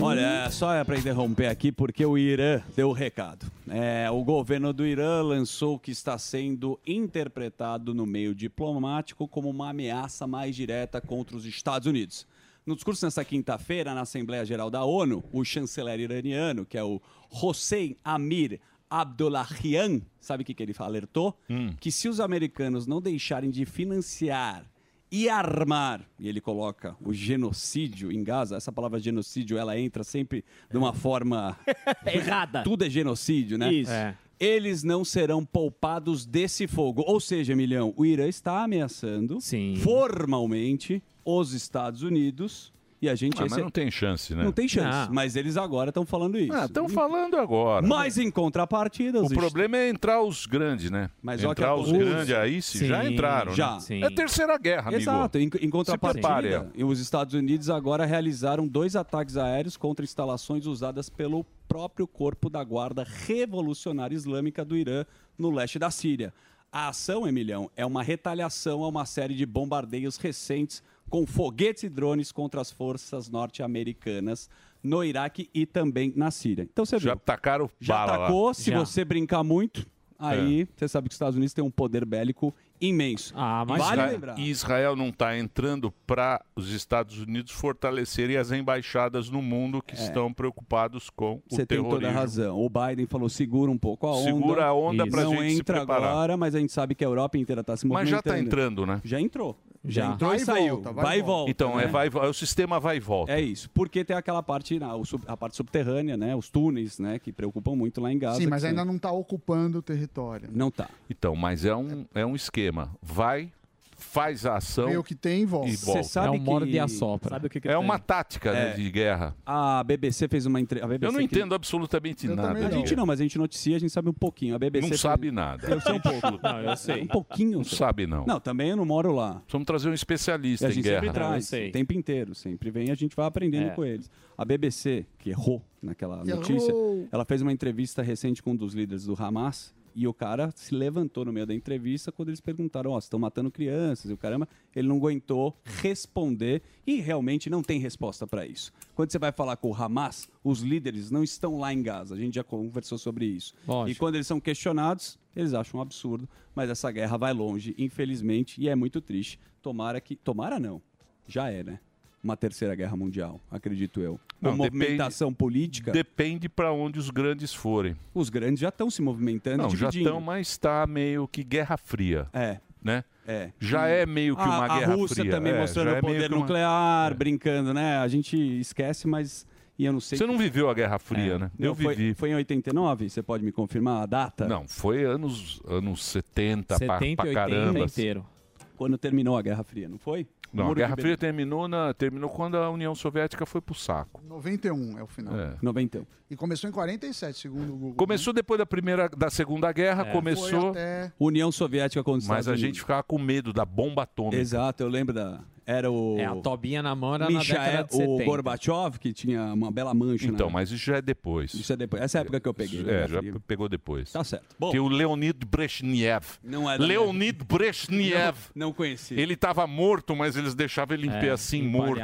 Olha, é só é para interromper aqui porque o Irã deu o recado. É, o governo do Irã lançou o que está sendo interpretado no meio diplomático como uma ameaça mais direta contra os Estados Unidos. No discurso nesta quinta-feira, na Assembleia Geral da ONU, o chanceler iraniano, que é o Hossein Amir Abdullahian, sabe o que, que ele alertou? Que se os americanos não deixarem de financiar e armar. E ele coloca o genocídio em Gaza. Essa palavra genocídio, ela entra sempre de uma forma errada. Tudo é genocídio, né?
Isso. É.
Eles não serão poupados desse fogo. Ou seja, Emilhão, o Irã está ameaçando formalmente os Estados Unidos E a gente.
Ah, mas não tem chance, né?
Não tem chance.
Não.
Mas eles agora estão falando isso.
Ah, estão falando agora. né?
Mas em contrapartida,
O problema é entrar os grandes, né?
Mas olha que
entrar
a-
os
os-
grandes aí, se já
Sim,
entraram.
já.
Né?
Sim.
É a terceira guerra, amigo.
Exato. Em, em
Se prepare.
contrapartida, e os Estados Unidos agora realizaram dois ataques aéreos contra instalações usadas pelo próprio corpo da Guarda Revolucionária Islâmica do Irã no leste da Síria. A ação, Emilhão, é uma retaliação a uma série de bombardeios recentes com foguetes e drones contra as forças norte-americanas no Iraque e também na Síria. Então você
Já
viu.
atacaram
Já
bala lá. É.
atacou, se
Já.
você brincar muito, aí você sabe que os Estados Unidos têm um poder bélico imenso. Ah, vale
Isra-
lembrar.
Israel não está entrando para os Estados Unidos fortalecerem as embaixadas no mundo que estão preocupados com
É. Você
o
tem
terrorismo.
toda a razão. O Biden falou: segura um pouco a onda.
Segura a onda pra
Não
gente se
entra
preparar.
agora, mas a gente sabe que a Europa inteira está se
Mas
movimentando.
já está entrando, né?
Já entrou. Já,
Já.
entrou
Vai
e
e
saiu.
volta,
vai, e volta.
Então,
né?
é, vai, e vo- é o sistema vai e volta.
É isso. Porque tem aquela parte, na- o sub- a parte subterrânea, né? Os túneis, né? Que preocupam muito lá em Gaza.
Sim, mas é
que-
ainda não está ocupando o território.
Não tá.
Então, mas é um, é um esquema. Vai, faz a ação.
Vê o que tem e volta.
Então, E
Você
volta.
sabe É um que- morde e assopra. sabe o que que
é
tem?
uma tática né,
É.
de guerra.
A BBC fez uma entrevista.
Eu não entendo absolutamente nada.
A gente não, mas a gente noticia, a gente sabe um pouquinho. A BBC
Não
fez-
sabe nada.
Eu sei um pouco.
Não, eu sei.
Um pouquinho.
Não sabe, não.
Não, também eu não moro lá.
Vamos trazer um especialista
a
em
gente
guerra.
sempre traz, o tempo inteiro, sempre vem e a gente vai aprendendo
É.
com eles. A BBC, que errou naquela
Errou!
notícia, ela fez uma entrevista recente com um dos líderes do Hamas e o cara se levantou no meio da entrevista quando eles perguntaram, ó, estão matando crianças e o caramba, ele não aguentou responder e realmente não tem resposta para isso. Quando você vai falar com o Hamas, os líderes não estão lá em Gaza, a gente já conversou sobre isso. E quando eles são questionados, eles acham um absurdo, mas essa guerra vai longe, infelizmente, e é muito triste. Tomara que. Tomara não. Já é, né? Uma terceira guerra mundial, acredito eu. Uma
Não, depende-
movimentação política.
Depende para onde os grandes forem.
Os grandes já estão se movimentando.
Não,
e
já
dividindo.
estão, mas está meio que Guerra Fria.
É.
Né?
É.
Já é meio que
A-
uma guerra
A Rússia
fria.
também
É,
mostrando
já
o
é meio
poder
que uma- É.
nuclear, brincando, né? A gente esquece, mas. E eu não sei. É,
Você não viveu a Guerra Fria, né? Eu
Não, foi,
vivi.
Foi em 89? Você pode me confirmar a data?
Não, foi anos, anos 70, pra- pra, caramba.
Quando terminou a Guerra Fria, não foi?
Não, a
Muro de
Guerra
Berlim.
Fria terminou, na, terminou quando a União Soviética foi pro saco.
91 é o final.
É.
91.
E começou em 47, segundo o Google.
Começou depois da primeira, da Segunda Guerra,
É. Foi
começou.
até-
União Soviética contra os
Mas
Estados
a
Unidos.
gente ficava com medo da bomba atômica.
Exato, eu lembro da. Era o.
É, a
tobinha na mão
era na década de
é O
70.
Gorbachev, que tinha uma bela mancha.
Então,
né?
mas isso já é depois.
Isso é depois. Essa é a época que eu peguei. né?
É, já pe- pegou depois.
Tá certo.
Porque o Leonid Brezhnev.
Não é da
Leonid Brezhnev.
Não, não conheci.
Ele estava morto, mas eles deixavam
É,
ele em pé assim, morto.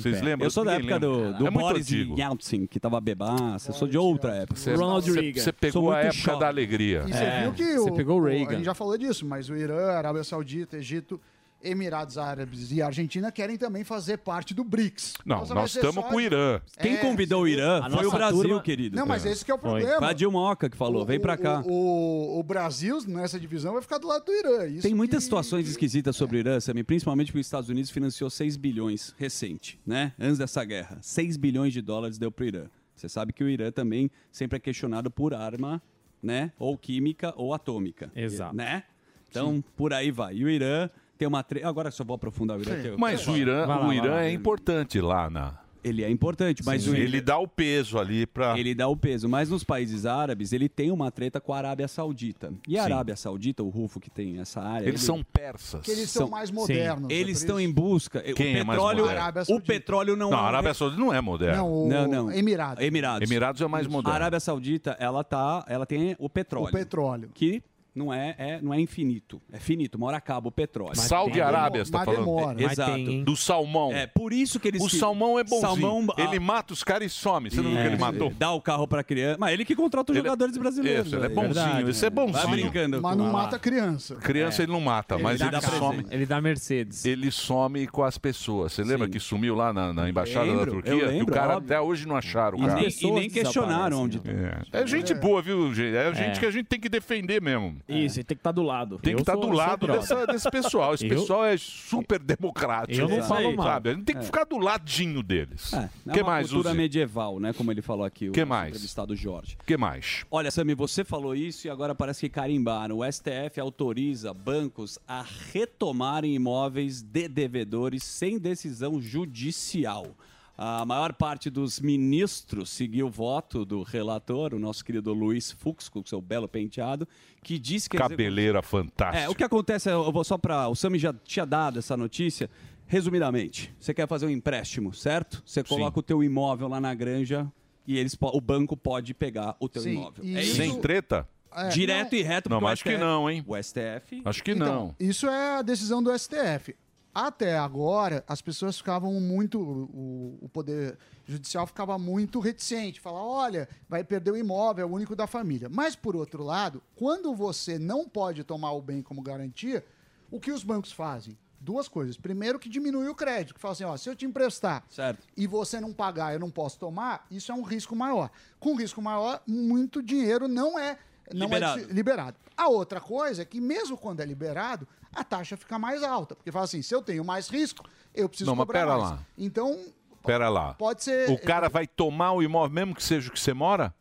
Vocês lembram?
Eu sou da
Ninguém
época do,
lembra.
do
é muito
Boris
antigo.
Yeltsin, que tava bebaça. Eu sou de outra época.
Você- você- Você
Sou
pegou
muito
a época
jovem.
da alegria.
E você viu que o,
pegou o
A
Reagan.
gente já falou disso, mas o Irã, Arábia Saudita, Egito, Emirados Árabes e Argentina querem também fazer parte do BRICS.
Não,
Nossa, vai
nós
ser
estamos
só-
com o Irã.
Quem
É,
convidou o Irã
A
foi o
nossa
Brasil,
turma-
querido.
Não, mas esse que é o
Foi.
problema.
Foi a Dilma Oca que falou, vem pra cá.
O, o- o Brasil, nessa divisão, vai ficar do lado do Irã. Isso
Tem muitas situações esquisitas sobre o Irã, Sammy, principalmente porque os Estados Unidos financiou 6 bilhões recente, né? Antes dessa guerra. 6 bilhões de dólares deu pro Irã. Você sabe que o Irã também sempre é questionado por arma, né? Ou química ou atômica. Exato. Né? Então, por aí vai. E o Irã tem uma treta. Agora eu só vou aprofundar o Irã. que eu-
Mas o Irã,
Vai lá,
o
vai
Irã
lá.
é importante lá na.
Ele é importante, mas o Irã-
ele dá o peso ali para.
Ele dá o peso, mas nos países árabes ele tem uma treta com a Arábia Saudita. E a
Sim.
Arábia Saudita, o Rufo que tem essa área.
Eles
ele-
são persas.
Que eles são mais modernos, é por
Eles
isso.
estão em busca.
Quem é
o
mais
petróleo,
moderno? Arábia
o petróleo não,
Não, a
é-
Arábia Saudita não é moderna.
não, não.
Emirados.
Emirados.
Emirados é mais moderno.
A Arábia Saudita, ela tá, ela tem o petróleo.
O petróleo.
Que não é, é- não é infinito, é finito, mora acaba o petróleo.
Mas Saudi tem- Arábia, você tá
Mas
falando?
demora.
Mas
Exato.
tem, hein? Do salmão.
É, por isso que eles
O
que-
salmão é bonzinho.
Salmão, ah,
Ele mata os caras e some. Você não viu que ele
é,
matou?
Dá o carro pra criança. Mas ele que contrata os
Ele-
jogadores brasileiros.
Isso, ele é
velho. né?
bonzinho, esse é bonzinho.
Vai brincando.
Mas
com-
não
vai lá.
mata criança.
Criança
É.
ele não mata,
Ele
mas
dá
ele
presente.
some.
Ele dá Mercedes.
Ele some com as pessoas. Você lembra que sumiu lá na, na embaixada
Lembro,
da
eu
Turquia? Que
lembro,
o cara
óbvio.
até hoje não acharam o
E
cara.
nem- e nem questionaram onde tá.
É gente boa, viu, gente? É gente
É.
que a gente tem que defender mesmo.
Isso, e tem que
tá
estar do lado.
Tem
Eu
que estar
sou-
do
sou
lado
brother.
dessa- desse pessoal. Esse
Eu-
pessoal é super democrático.
Eu não falo mal.
Sabe? A gente tem que
É.
ficar do ladinho deles. O
É
que
uma
mais,
cultura
Uzi?
medieval, né? Como ele falou aqui, o
Que
nosso
mais?
entrevistado Jorge.
que mais?
Olha, Sami, você falou isso e agora parece que carimbaram. O STF autoriza bancos a retomarem imóveis de devedores sem decisão judicial. A maior parte dos ministros seguiu o voto do relator, o nosso querido Luiz Fux, com seu belo penteado, que disse que... a execução-
Cabeleira fantástica.
é, o que acontece, é, eu vou só para. O Sami já tinha dado essa notícia. Resumidamente, você quer fazer um empréstimo, certo? Você coloca o teu imóvel lá na granja e eles, po- o banco pode pegar o teu
Sim,
imóvel.
e
É
isso-
Sem treta?
É,
Direto
não-
e reto
Não,
pro
mas acho que
STF.
não, hein?
O STF.
Acho que não.
Isso é a decisão do STF. Até agora, as pessoas ficavam muito. O, o Poder Judicial ficava muito reticente, falar: olha, vai perder o imóvel, é o único da família. Mas, por outro lado, quando você não pode tomar o bem como garantia, o que os bancos fazem? Duas coisas. Primeiro, que diminui o crédito, que fala assim: ó, se eu te emprestar e você não pagar, eu não posso tomar, isso é um risco maior. Com risco maior, muito dinheiro não é. Não
Liberado.
É, dis- liberado. A outra coisa é que mesmo quando é liberado, a taxa fica mais alta. Porque fala assim, se eu tenho mais risco, eu preciso
Não, mas
cobrar
pera
mais.
lá.
Então,
Pera lá.
Pode ser-
O cara vai tomar o imóvel, mesmo que seja o que você mora?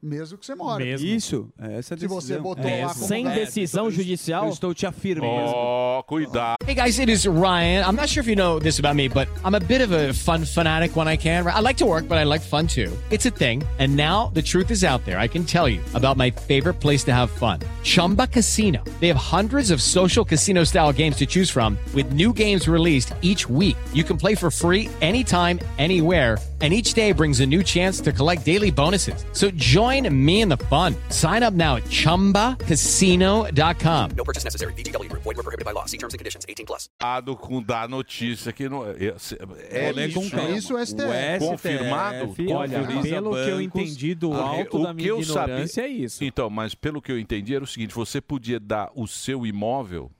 mesmo que você mora.
Isso, é essa
Se você botou
É,
lá como garantia-
judicial? Eu estou te afirmando.
Oh, cuidado.
Hey guys, it is Ryan. I'm not sure if you know this about me, but I'm a bit of a fun fanatic when I can. I like to work, but I like fun too. It's a thing. And now the truth is out there. I can tell you about my favorite place to have fun Chumba Casino. They have hundreds of social casino style games to choose from, with new games released each week. You can play for free anytime, anywhere. And each day brings a new chance to collect daily bonuses. So join me in the fun. Sign up now at chumbacasino.com.
No purchase necessary. VGW Group. Void were prohibited by law. See terms and conditions. 18 plus.
Dado com da notícia que não. É, é
Vou ler com
isso,
calma.
isso
O STF.
Confirmado?
É, olha,
Confirmado.
pelo que eu entendi do
Ah,
alto
o
da minha
que eu
ignorância
sabia-
é isso.
Então, mas pelo que eu entendi era o seguinte: você podia dar o seu imóvel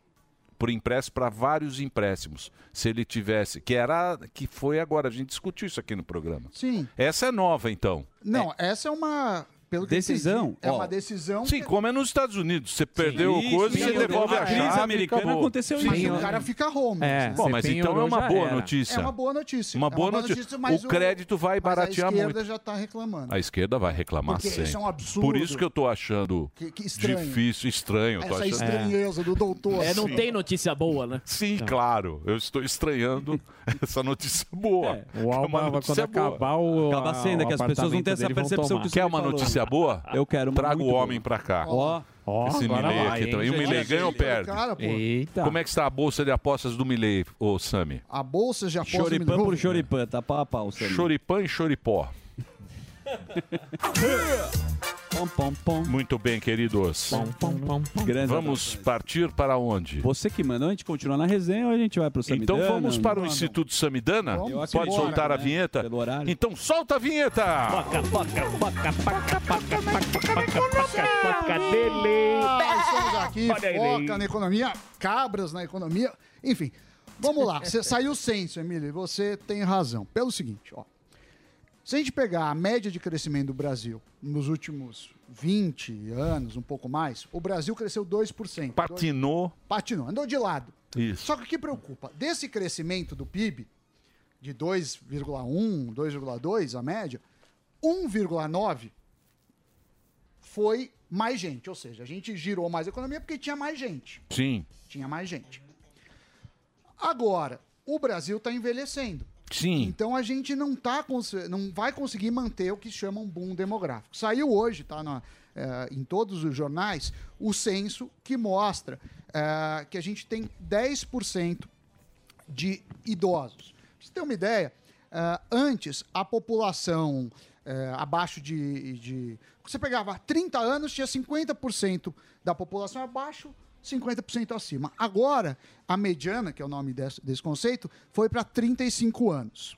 por empréstimo para vários empréstimos, se ele tivesse, que era que foi agora a gente discutiu isso aqui no programa.
Sim.
Essa é nova então.
Não, essa é uma... Pelo que eu
Decisão,
entendi, é
ó.
uma decisão...
Sim, como é nos Estados Unidos, você perdeu
Isso,
coisa,
isso,
você devolve
a
a
crise
chave. e
americana
acabou.
aconteceu Sim, isso. o cara fica homeless, É, né?
Bom,
você
mas então é
penhorou,
uma
já
boa
era.
notícia.
É uma boa notícia.
Uma
É
boa notícia.
mas
O crédito vai
mas
baratear
A esquerda
muito.
já está reclamando.
A esquerda vai reclamar
Porque isso
sempre.
é um absurdo.
Por isso que eu tô achando
Que- que estranho.
difícil, estranho. tô
Essa
achando-
estranheza do doutor. assim.
É, não
Sim.
tem
notícia boa, né?
Sim,
Então.
claro. Eu estou estranhando essa notícia boa. é
O Alba, quando acabar o.
Acaba
sendo que as pessoas não têm essa percepção que
Quer uma notícia boa? Eu quero Trago o homem pra cá.
Ó. Ó,
Esse
agora
Milley
vai,
aqui
hein,
também. E o
gente?
Milley ganha ou perde?
Cara, pô.
Eita.
Como é que está a bolsa de apostas do Milley, ô Sami?
A bolsa já aposta...
Choripan por
choripan, tá pau a pau.
Choripan e choripó. Muito bem, queridos.
Grandes
Vamos partir para onde?
Você que manda, a gente continua na resenha ou a gente vai pro Samidana?
Então vamos para o
Não, não.
Instituto Samidana?
Vamos
Pode
embora,
soltar a
né?
vinheta? Então solta a vinheta!
Nós Estamos aqui,
Olha ele aí.
foca na economia, cabras na economia, enfim. Vamos lá, você saiu o censo, Emílio, e você tem razão. Pelo seguinte, ó. Se a gente pegar a média de crescimento do Brasil nos últimos 20 anos, um pouco mais, o Brasil cresceu 2%.
Patinou.
Patinou, andou de lado.
Isso.
Só que o que preocupa? Desse crescimento do PIB, de 2,1, 2,2 a média, 1,9 foi mais gente. Ou seja, a gente girou mais a economia porque tinha mais gente.
Sim,
Tinha mais gente. Agora, o Brasil está envelhecendo.
sim.
Então a gente não, tá cons- não vai conseguir manter o que chamam boom demográfico. Saiu hoje, tá na- eh, em todos os jornais, o censo que mostra eh, que a gente tem 10% de idosos. Pra você ter uma ideia, eh, antes a população eh, abaixo de, de- Você pegava 30 anos, tinha 50% da população abaixo, 50% acima. Agora, a mediana, que é o nome desse, desse conceito, foi para 35 anos.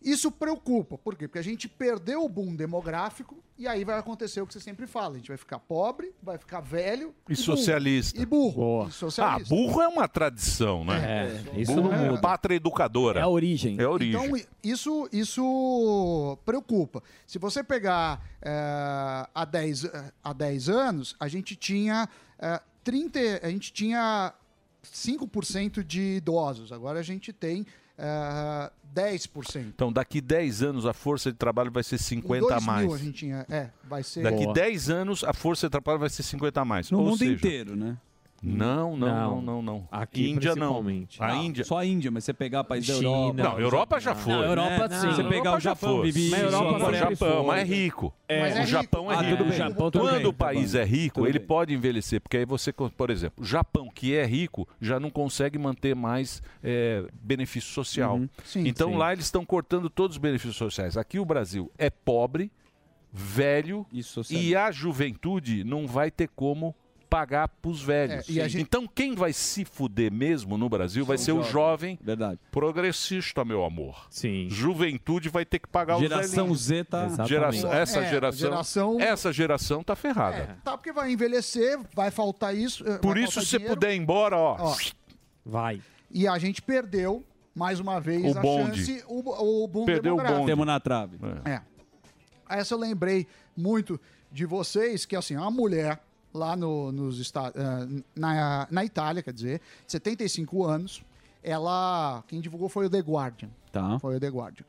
Isso preocupa, por quê? Porque a gente perdeu o boom demográfico e aí vai acontecer o que você sempre fala: a gente vai ficar pobre, vai ficar velho.
E
burro.
socialista.
E burro. E socialista.
Ah, burro é uma tradição, né?
É, isso não
é
muda.
pátria educadora. É a
origem.
É a origem.
Então, i- isso, isso preocupa. Se você pegar eh, há, 10, eh, há 10 anos, a gente tinha eh, 30, a gente tinha 5% de idosos. Agora a gente tem eh, 10%.
Então, daqui 10 anos a força de trabalho vai ser
Em
50 a
2000
mais.
a gente tinha, é, vai ser
Daqui 10 anos a força de trabalho vai ser 50 a mais.
No
Ou
mundo
seja,
inteiro, né?
Não, não, não, não. não.
Aqui,
Índia não.
principalmente.
A
Não,
Índia.
Só a Índia, mas você pegar país da
China,
Europa.
Não, Europa já foi.
Não, Europa
Né?
sim. Você pegar
Europa
o Japão,
foi.
Bibi.
Mas
isso,
Europa
a Coreia
já
do
foi,
Sul.
mas é rico.
É. Mas é
o
rico.
Japão é
Ah,
rico.
tudo bem. Japão tudo
Quando
bem,
o país
tudo
é
bem.
rico,
Tudo
ele
bem.
pode envelhecer, porque aí você, con- por exemplo, o Japão, que é rico, já não consegue manter mais é, benefício social.
Uhum. Sim.
então
Sim.
lá eles estão cortando todos os benefícios sociais. Aqui o Brasil é pobre, velho e a juventude não vai ter como pagar pros velhos.
É, e a gente-
Então quem vai se fuder mesmo no Brasil vai
São
ser o
jovens.
jovem
Verdade.
progressista, meu amor.
Sim.
Juventude vai ter que pagar os
Geração
velhinhos.
Z tá- Exatamente.
Geração, essa
É,
geração,
geração-
essa geração tá ferrada.
Tá, porque vai envelhecer, vai faltar isso. eh,
Por
vai
isso,
faltar
se você
dinheiro.
puder ir embora, ó.
Ó.
Vai.
E a gente perdeu, mais uma vez,
O
a
bonde.
chance, o, o boom
Perdeu o
demográfico.
bonde.
Temos na trave.
É. Essa eu lembrei muito de vocês, que assim, uma mulher lá no, nos esta- ah, na, na Itália, quer dizer, de 75 anos, ela. Quem divulgou foi o The Guardian.
Tá.
Foi o The Guardian.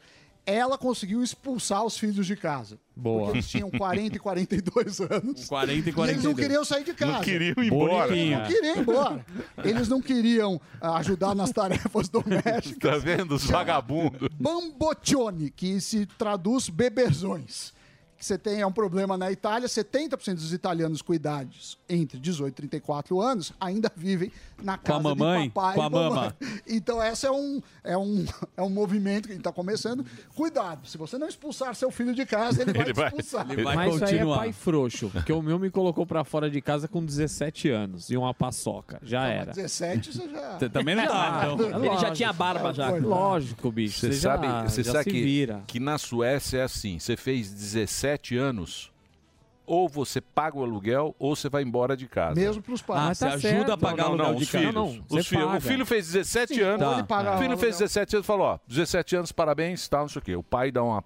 Ela conseguiu expulsar os filhos de casa.
Boa.
Porque eles tinham 40 e 42 anos.
40 Um e
E eles
42.
não queriam sair de casa.
Não queriam ir embora.
Eles não queriam ir embora. Eles não queriam ah, ajudar nas tarefas domésticas.
Tá vendo? Os vagabundos.
Bamboccione, que se traduz bebezões. Que Você tem é um problema na Itália, 70% dos italianos com idades entre 18 e 34 anos ainda vivem na
Com a
casa
mamãe,
de papai
com
e
a
mamãe.
mama.
Então esse é um, é um, é um movimento que está começando. Cuidado, se você não expulsar seu filho de casa, ele, vai, te expulsar.
Mas isso aí é pai frouxo, porque o meu me colocou pra fora de casa com 17 anos e uma paçoca. Já era.
17 você já...
Você também não tá, então.
É
Ele já tinha barba já. Lógico, bicho.
Você
você já-
sabe, você
já
sabe
se
que,
vira.
que na Suécia é assim: você fez 17 anos, ou você paga o aluguel, ou você vai embora de casa.
Mesmo pros pais. tá
Ah, você ajuda a pagar
não,
o
não,
aluguel
os
de casa.
filhos.
Não, não,
os
você
filhos. O
paga.
filho fez 17
Sim,
É
anos.
tá.
Tá,
ou ele paga
é.
O
o
filho
aluguel.
fez 17 anos e falou: ó, 17 anos, parabéns, tal, não sei o quê. O pai dá uma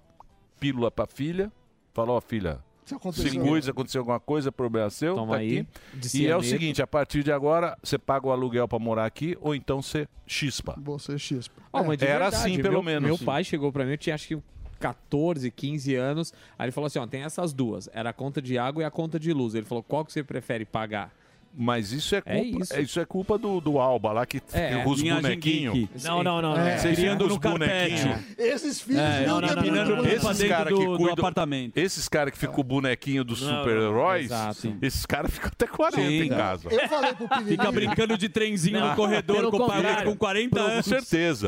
pílula pra filha, falou: ó, filha.
Se
Se
aconteceu.
cuida, aconteceu alguma coisa, problema seu,
Toma
tá
aí,
aqui.
de
E é o
cianeto.
seguinte, a partir de agora, você paga o aluguel pra morar aqui, ou então você chispa.
Você chispa.
Ó, mas de
Era
verdade,
assim,
meu-
pelo menos.
Meu pai chegou pra mim, eu tinha acho que 14, 15 anos. Aí ele falou assim: ó, tem essas duas. Era a conta de água e a conta de luz. Ele falou: qual que você prefere pagar?
Mas isso é
É
culpa,
isso.
é- isso é culpa do, do Alba lá que
É,
que os
linhagem
bonequinhos.
geek. Não, não, não, não.
É.
Vocês
Criando
ficam com
no
os
carpete.
bonequinhos.
Esses filhos
É, não,
não,
não,
não,
não, não, não. Pra
Esses
dentro
caras
do-
que
do
cuidam
apartamento.
Esses caras que ficam o bonequinho dos
Não, não,
super-heróis,
exato.
esses caras ficam até 40 em
Sim.
casa.
Eu falei pro Pirineiro.
né?
Fica brincando de trenzinho
Não,
no corredor
pelo
comparado
contrário.
com 40
Pro-
anos.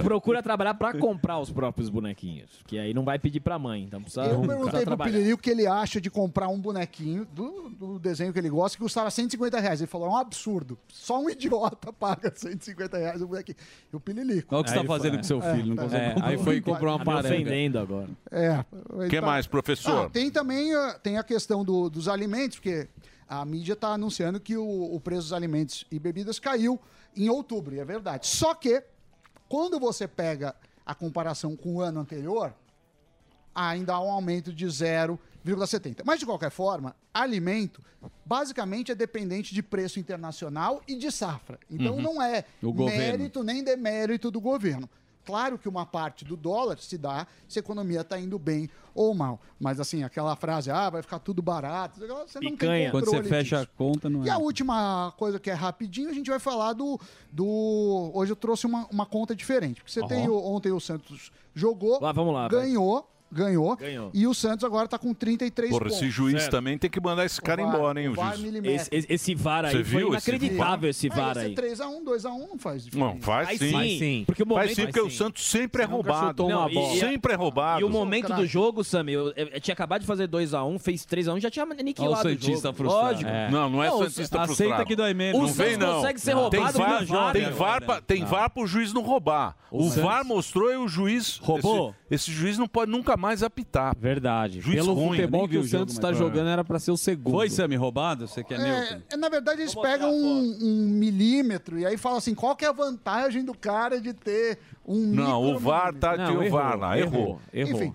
Procura trabalhar pra comprar os próprios bonequinhos. Que aí não vai pedir pra mãe. Então precisa,
Eu
precisa
perguntei pro
trabalhar.
Piriri o que ele acha de comprar um bonequinho do, do desenho que ele gosta, que custava 150 reais. Ele falou, é um absurdo. Só um idiota paga 1cinquenta reais o bonequinho. E o Pirilico.
Olha o que você
Aí
tá fazendo
foi-
com seu filho. não consegue
é,
comprar.
aí foi e comprou uma Tá me paranga. ofendendo
agora.
É.
O que mais, professor?
Ah, tem também ah, tem a questão do- dos alimentos, porque a mídia está anunciando que o, o preço dos alimentos e bebidas caiu em outubro, e é verdade. Só que, quando você pega a comparação com o ano anterior, ainda há um aumento de 0,70. Mas, de qualquer forma, alimento basicamente é dependente de preço internacional e de safra. Então,
Uhum.
não é
O governo.
mérito nem demérito do governo. Claro que uma parte do dólar se dá se a economia está indo bem ou mal. Mas, assim, aquela frase, ah, vai ficar tudo barato, você não tem
Quando
controle
você fecha
disso.
a conta, não é.
E a última coisa que é rapidinho, a gente vai falar do. do... Hoje eu trouxe uma, uma conta diferente. Porque você
Tá
Aham.
tem o- ontem o Santos jogou.
Lá, vamos lá, vai.
Ganhou, ganhou.
Ganhou.
E o Santos agora tá com 33
Porra,
pontos.
esse juiz também tem que mandar esse cara
VAR,
embora, hein,
o
o
VAR
juiz.
milimétrico.
Esse, esse- esse VAR aí
Você
foi
viu esse VAR?
inacreditável esse VAR aí.
3x1, 2x1 não faz diferença.
Não, faz
Faz
sim.
sim. Faz sim. Porque o
faz
momento-
sim, porque
faz
o
sim.
Santos sempre é
Nunca
roubado.
chutou uma bola.
Sempre é roubado.
E o momento do jogo, Sammy, eu, eu- eu tinha acabado de fazer 2x1, fez 3x1, já tinha aniquilado
Olha o Santista
jogo.
frustrado.
Lógico.
É. Não, não é Santista
o-
frustrado. Aceita que dói menos.
O
Não
Santos
vem, não.
consegue ser
Não.
roubado
Tem
pelo
VAR,
VAR.
tem
agora.
VAr, pra, tem
Não.
VAR pro juiz não roubar. O,
O
VAR
Santos-
mostrou e o juiz
Roubou?
Esse, esse juiz não pode nunca mais apitar.
Verdade.
Juiz
Pelo
ruim, né?
futebol
nem
que
vi
o
o jogo,
Santos
mas-
tá
É.
jogando era pra ser o segundo.
Foi, Sammy, roubado? Você quer Newton?
É, é, na verdade, eles pegam um, um milímetro e aí falam assim: qual que é a vantagem do cara de ter um
Não, o
micro-
VAR tá
Não,
tem o
errou,
VAR lá, errou.
Enfim.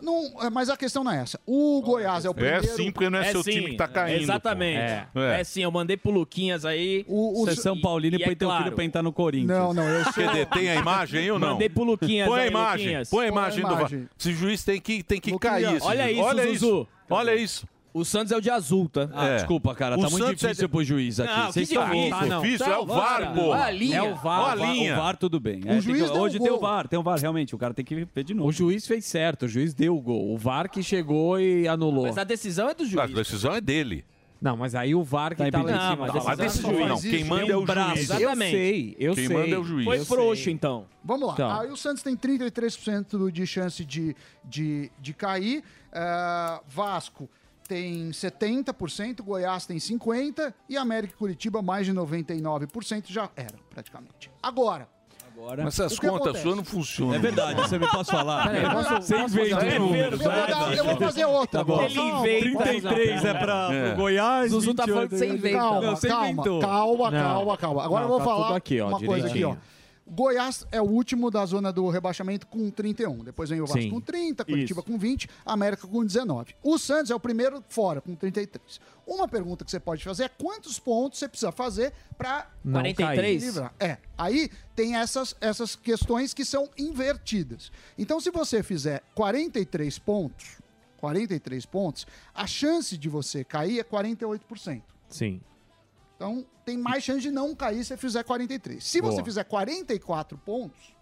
Não, é, mas a questão não é essa. O Goiás é o primeiro.
sim, porque não é seu time que tá caindo, pô.
Exatamente.
É.
É.
É.
sim, eu mandei pro Luquinhas aí.
O,
Você é São Paulino e põe teu filho pra entrar no Corinthians.
Não, não, eu
Quer dizer, tem a imagem aí ou não?
Mandei pro Luquinhas
Põe a
aí,
imagem,
Luquinhas.
põe a
Põe a
imagem do VAR.
imagem.
Esse juiz tem que, tem que cair. esse
olha
juiz.
isso,
olha
Zuzu.
Isso. Olha isso.
O Santos é o de azul, tá?
Ah, desculpa, cara, tá muito difícil pro juiz aqui.
Não,
Vocês
que
estão
difícil,
loucos.
tá não. Difícil, é o
Tá louco,
VAR,
cara.
pô.
Olha a linha.
É o VAR,
Olha a
o VAR,
linha.
o VAR, tudo bem. É,
O
tem
juiz
que-
deu um
hoje tem
gol.
o VAR, tem o VAR, realmente, o cara tem que ver de novo.
O juiz fez certo, o juiz deu o gol. O VAR que chegou e anulou.
Mas a decisão é do juiz.
A decisão é dele.
Não, mas aí o VAR que tá, lá em cima.
a decisão não. Quem manda é o juiz.
Eu sei, eu
Quem
sei.
manda é o juiz.
um Foi frouxo, então.
Vamos lá.
Então.
Aí o Santos tem 33% de chance de, de, de cair. Ah, Vasco tem 70%, Goiás tem 50% e América e Curitiba mais de 99% já era, praticamente. Agora.
Agora.
Mas essas
o que
contas
acontece?
suas não funcionam.
É verdade, você me posso falar?
Peraí, posso-
você
posso
inventa
fazer?
os números.
Eu vou dar- eu vou fazer outra
Tá bom.
agora. Ele inventa.
33 é pra,
É.
pro Goiás.
Zuzu tá
28
falando que você
é-
inventa. Calma,
Não, você
calma,
inventou.
calma, calma, calma. Agora eu vou falar uma coisa aqui, ó. Goiás é o último da zona do rebaixamento com 31. Depois vem o Vasco
Sim.
com 30, Curitiba com 20, América com 19. O Santos é o primeiro fora com 33. Uma pergunta que você pode fazer é quantos pontos você precisa fazer para
Não 43?
É. Aí tem essas, essas questões que são invertidas. Então se você fizer 43 pontos, 43 pontos, a chance de você cair é 48%.
Sim.
Então, tem mais chance de não cair se você fizer 43. Se você
Boa.
fizer 44 pontos,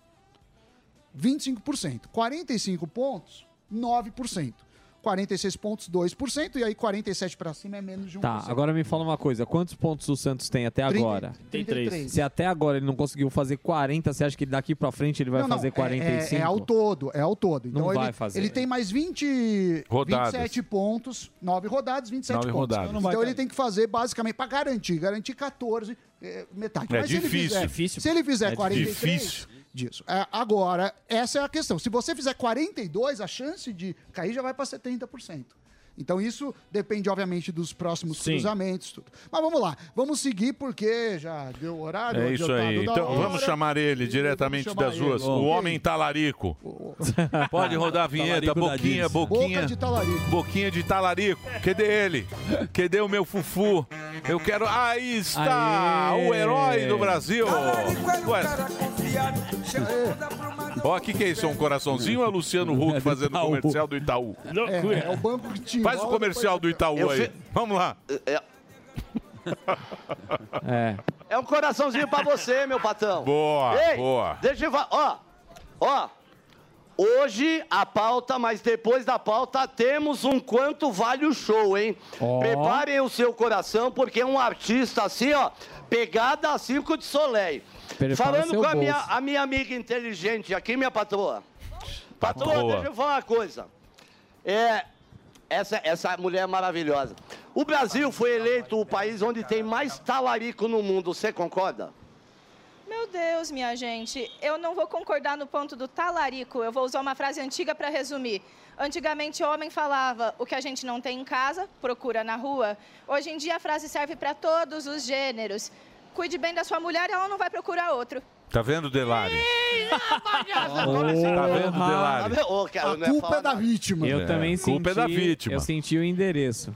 25%. 45 pontos, 9%. 46 pontos, 2%. E aí, 47 para cima é menos de 1%.
Tá, agora me fala uma coisa. Quantos pontos o Santos tem até
Trinta-
agora?
33.
Se até agora ele não conseguiu fazer 40, você acha que daqui pra frente ele vai
Não, não,
fazer
é-
45?
É, é, ao todo, é ao todo. Então,
Não
ele,
vai fazer.
Ele tem mais 20,
Rodadas.
27 pontos, 9 rodadas, 27
Nove
pontos.
rodadas. Então
Então,
não vai
ele
cair.
tem que fazer, basicamente, para garantir, garantir 14, é, metade.
É
Mas se ele
difícil.
fizer-
Difícil.
Se ele fizer
É
43...
difícil.
Disso. É, agora, essa é a questão. Se você fizer 42, a chance de cair já vai para 70%. Então isso depende, obviamente, dos próximos
Sim.
cruzamentos, tudo. Mas vamos lá, vamos seguir porque já deu o horário.
É isso
adiantado
aí.
da
Então
hora.
vamos chamar ele diretamente
chamar
das
ele.
ruas. O
Ok.
homem talarico. Pode rodar a vinheta,
Talarico da
boquinha,
Disney.
boquinha.
Boca de talarico.
Boquinha de talarico. Cadê ele? Cadê o meu fufu? Eu quero. Aí está!
Aê.
O herói
É.
do Brasil!
é
Ué, É. Ó, o que, que é isso? É um coraçãozinho ou é Luciano Huck fazendo o comercial do Itaú?
É, é o banco que te
Faz o
enrola,
comercial do Itaú
Eu
aí.
fi-
Vamos lá.
É.
É um coraçãozinho pra você, meu patrão.
Boa,
Ei,
boa.
Deixa eu falar. Ó, ó. Hoje a pauta, mas depois da pauta temos um quanto vale o show, hein?
Ó.
Preparem o seu coração, porque é um artista assim, ó, pegada a Circo de Soleil.
Prepara
Falando
seu
com a minha,
bolso.
a minha amiga inteligente aqui, minha patroa. Patroa,
Patroa.
deixa eu falar uma coisa. É, essa, essa mulher é maravilhosa. O Brasil foi eleito o país onde tem mais talarico no mundo, você concorda?
Meu Deus, minha gente, eu não vou concordar no ponto do talarico. Eu vou usar uma frase antiga para resumir. Antigamente, o homem falava: o que a gente não tem em casa, procura na rua. Hoje em dia, a frase serve para todos os gêneros. Cuide bem da sua mulher, ela não vai procurar outro.
Tá vendo, Delari?
Tá
vendo, Delari?
A culpa é da vítima.
Eu
É,
também
a
senti.
culpa é da vítima.
Eu senti o endereço.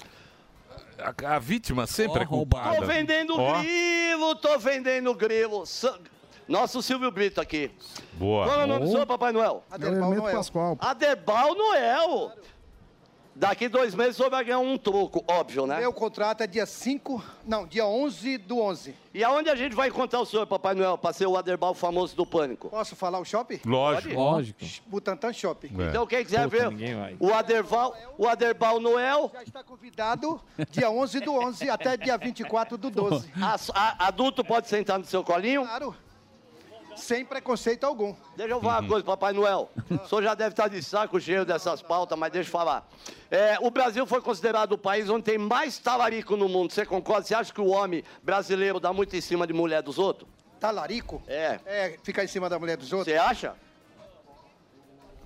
A, a vítima sempre é culpada.
Tô vendendo
Ó,
grilo, tô vendendo grilo. Sa- Nosso Silvio Brito aqui.
Boa.
Qual é o nome do seu, Papai Noel?
Aderbal
é
Hermeto Noel. Pascoal.
Aderbal Noel. Daqui dois meses o senhor vai ganhar um troco, óbvio, né?
Meu contrato é dia 5, não, dia 11 do 11.
E aonde a gente vai encontrar o senhor, Papai Noel, pra ser o Aderbal famoso do Pânico?
Posso falar o shopping?
Lógico. Lógico.
Butantan Shopping.
Então quem quiser
Puta, ninguém vai.
ver o Aderbal, o Aderbal Noel...
Convidado dia 11 do 11 até dia 24 do 12.
A- a- adulto pode sentar no seu colinho?
Claro. Sem preconceito algum.
Deixa eu falar uma coisa, Papai Noel. O senhor já deve estar de saco cheio dessas pautas, mas deixa eu falar. É, o Brasil foi considerado o país onde tem mais talarico no mundo. Você concorda? Você acha que o homem brasileiro dá muito em cima de mulher dos outros?
Talarico?
É.
É, ficar em cima da mulher dos outros. Você
acha?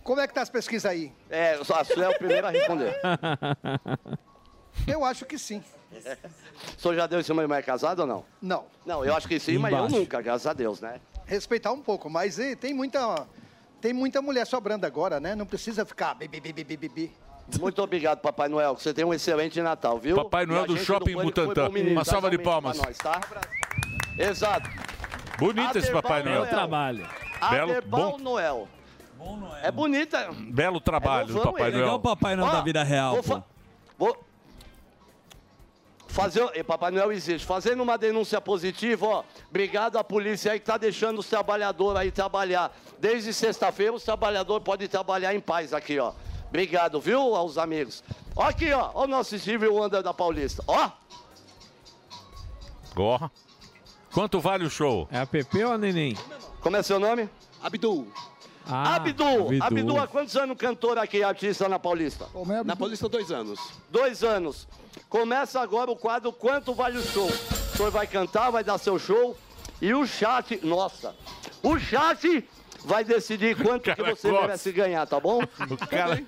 Como é que tá as pesquisas aí?
É, eu sou- a senhora é o primeiro a responder.
Eu acho que sim.
O senhor já deu em cima de mulher casada ou não?
Não.
Não, eu acho que sim, mas eu
Embaixo.
nunca, graças a Deus, né?
Respeitar um pouco, mas eh, tem muita tem muita mulher sobrando agora, né? Não precisa ficar bi, bi, bi, bi, bi, bi, bi.
Muito obrigado, Papai Noel, que você tem um excelente Natal, viu?
Papai Noel
E a
do
gente
Shopping
Pânico foi
Butantã.
bom menino,
Uma
tá?
salva de
Realmente
palmas.
pra nós, tá? Exato.
Bonito esse
Aderbal é um
Papai Noel. Belo,
Aderbal
bom,
Noel. É bonita.
belo trabalho do
vamos
Papai
É ele.
Noel.
Legal o Papai Noel Ó, da vida
real,
vou fa- Vou, Fazer, e Papai Noel existe. Fazendo uma denúncia positiva, ó, obrigado à polícia aí que tá deixando os trabalhadores aí trabalhar. Desde sexta-feira os trabalhadores podem trabalhar em paz aqui, ó. Obrigado, viu, aos amigos. Ó aqui, ó, ó o nosso Steve Wonder da Paulista. Ó,
Ó. Quanto vale o show?
É a PP ou a Neném? Ah,
como é seu nome? Abdul.
Ah,
Abdul, Abdul, há quantos anos cantor aqui, artista na Paulista?
Na Paulista, dois anos.
Dois anos. Começa agora o quadro Quanto Vale o Show. O senhor vai cantar, vai dar seu show. E o chat, nossa, o chat vai decidir quanto que você
gosta.
merece ganhar, tá bom?
O cara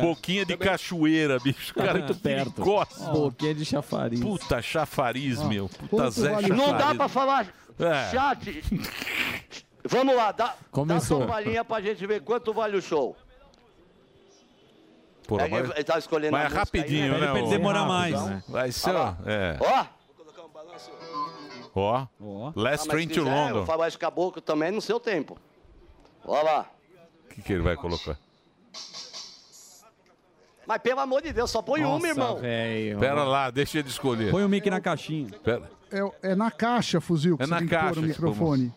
Boquinha de cachoeira, bicho. O
Tá
cara
muito
que
perto.
Gosta.
Boquinha de chafariz.
Puta chafariz, meu. Puta
Quanto
Zé
vale-
chafariz.
Não dá pra falar
É.
chat. Vamos lá, dá, dá
Começou.
sua palhinha pra gente ver quanto vale o show.
Pô,
É que
mas-
ele tá escolhendo
mas
a
é
música aí,
rapidinho,
né?
né?
Ele pra ele
ô?
demorar
Rápido,
mais.
né? Vai ser,
Olha
ó.
lá.
É.
Ó!
Ó.
Ah,
Last
mas
Train
se
to
quiser, O
London. O
Faroeste Caboclo também no seu tempo. Ó lá.
que, que ele vai colocar?
Mas pelo amor de Deus, só põe uma, um, irmão.
Pera lá, deixa ele escolher.
Põe o mic na caixinha.
Pera.
É, é na caixa, fuzil, que
É
você
na
tem que
caixa,
pôr o microfone.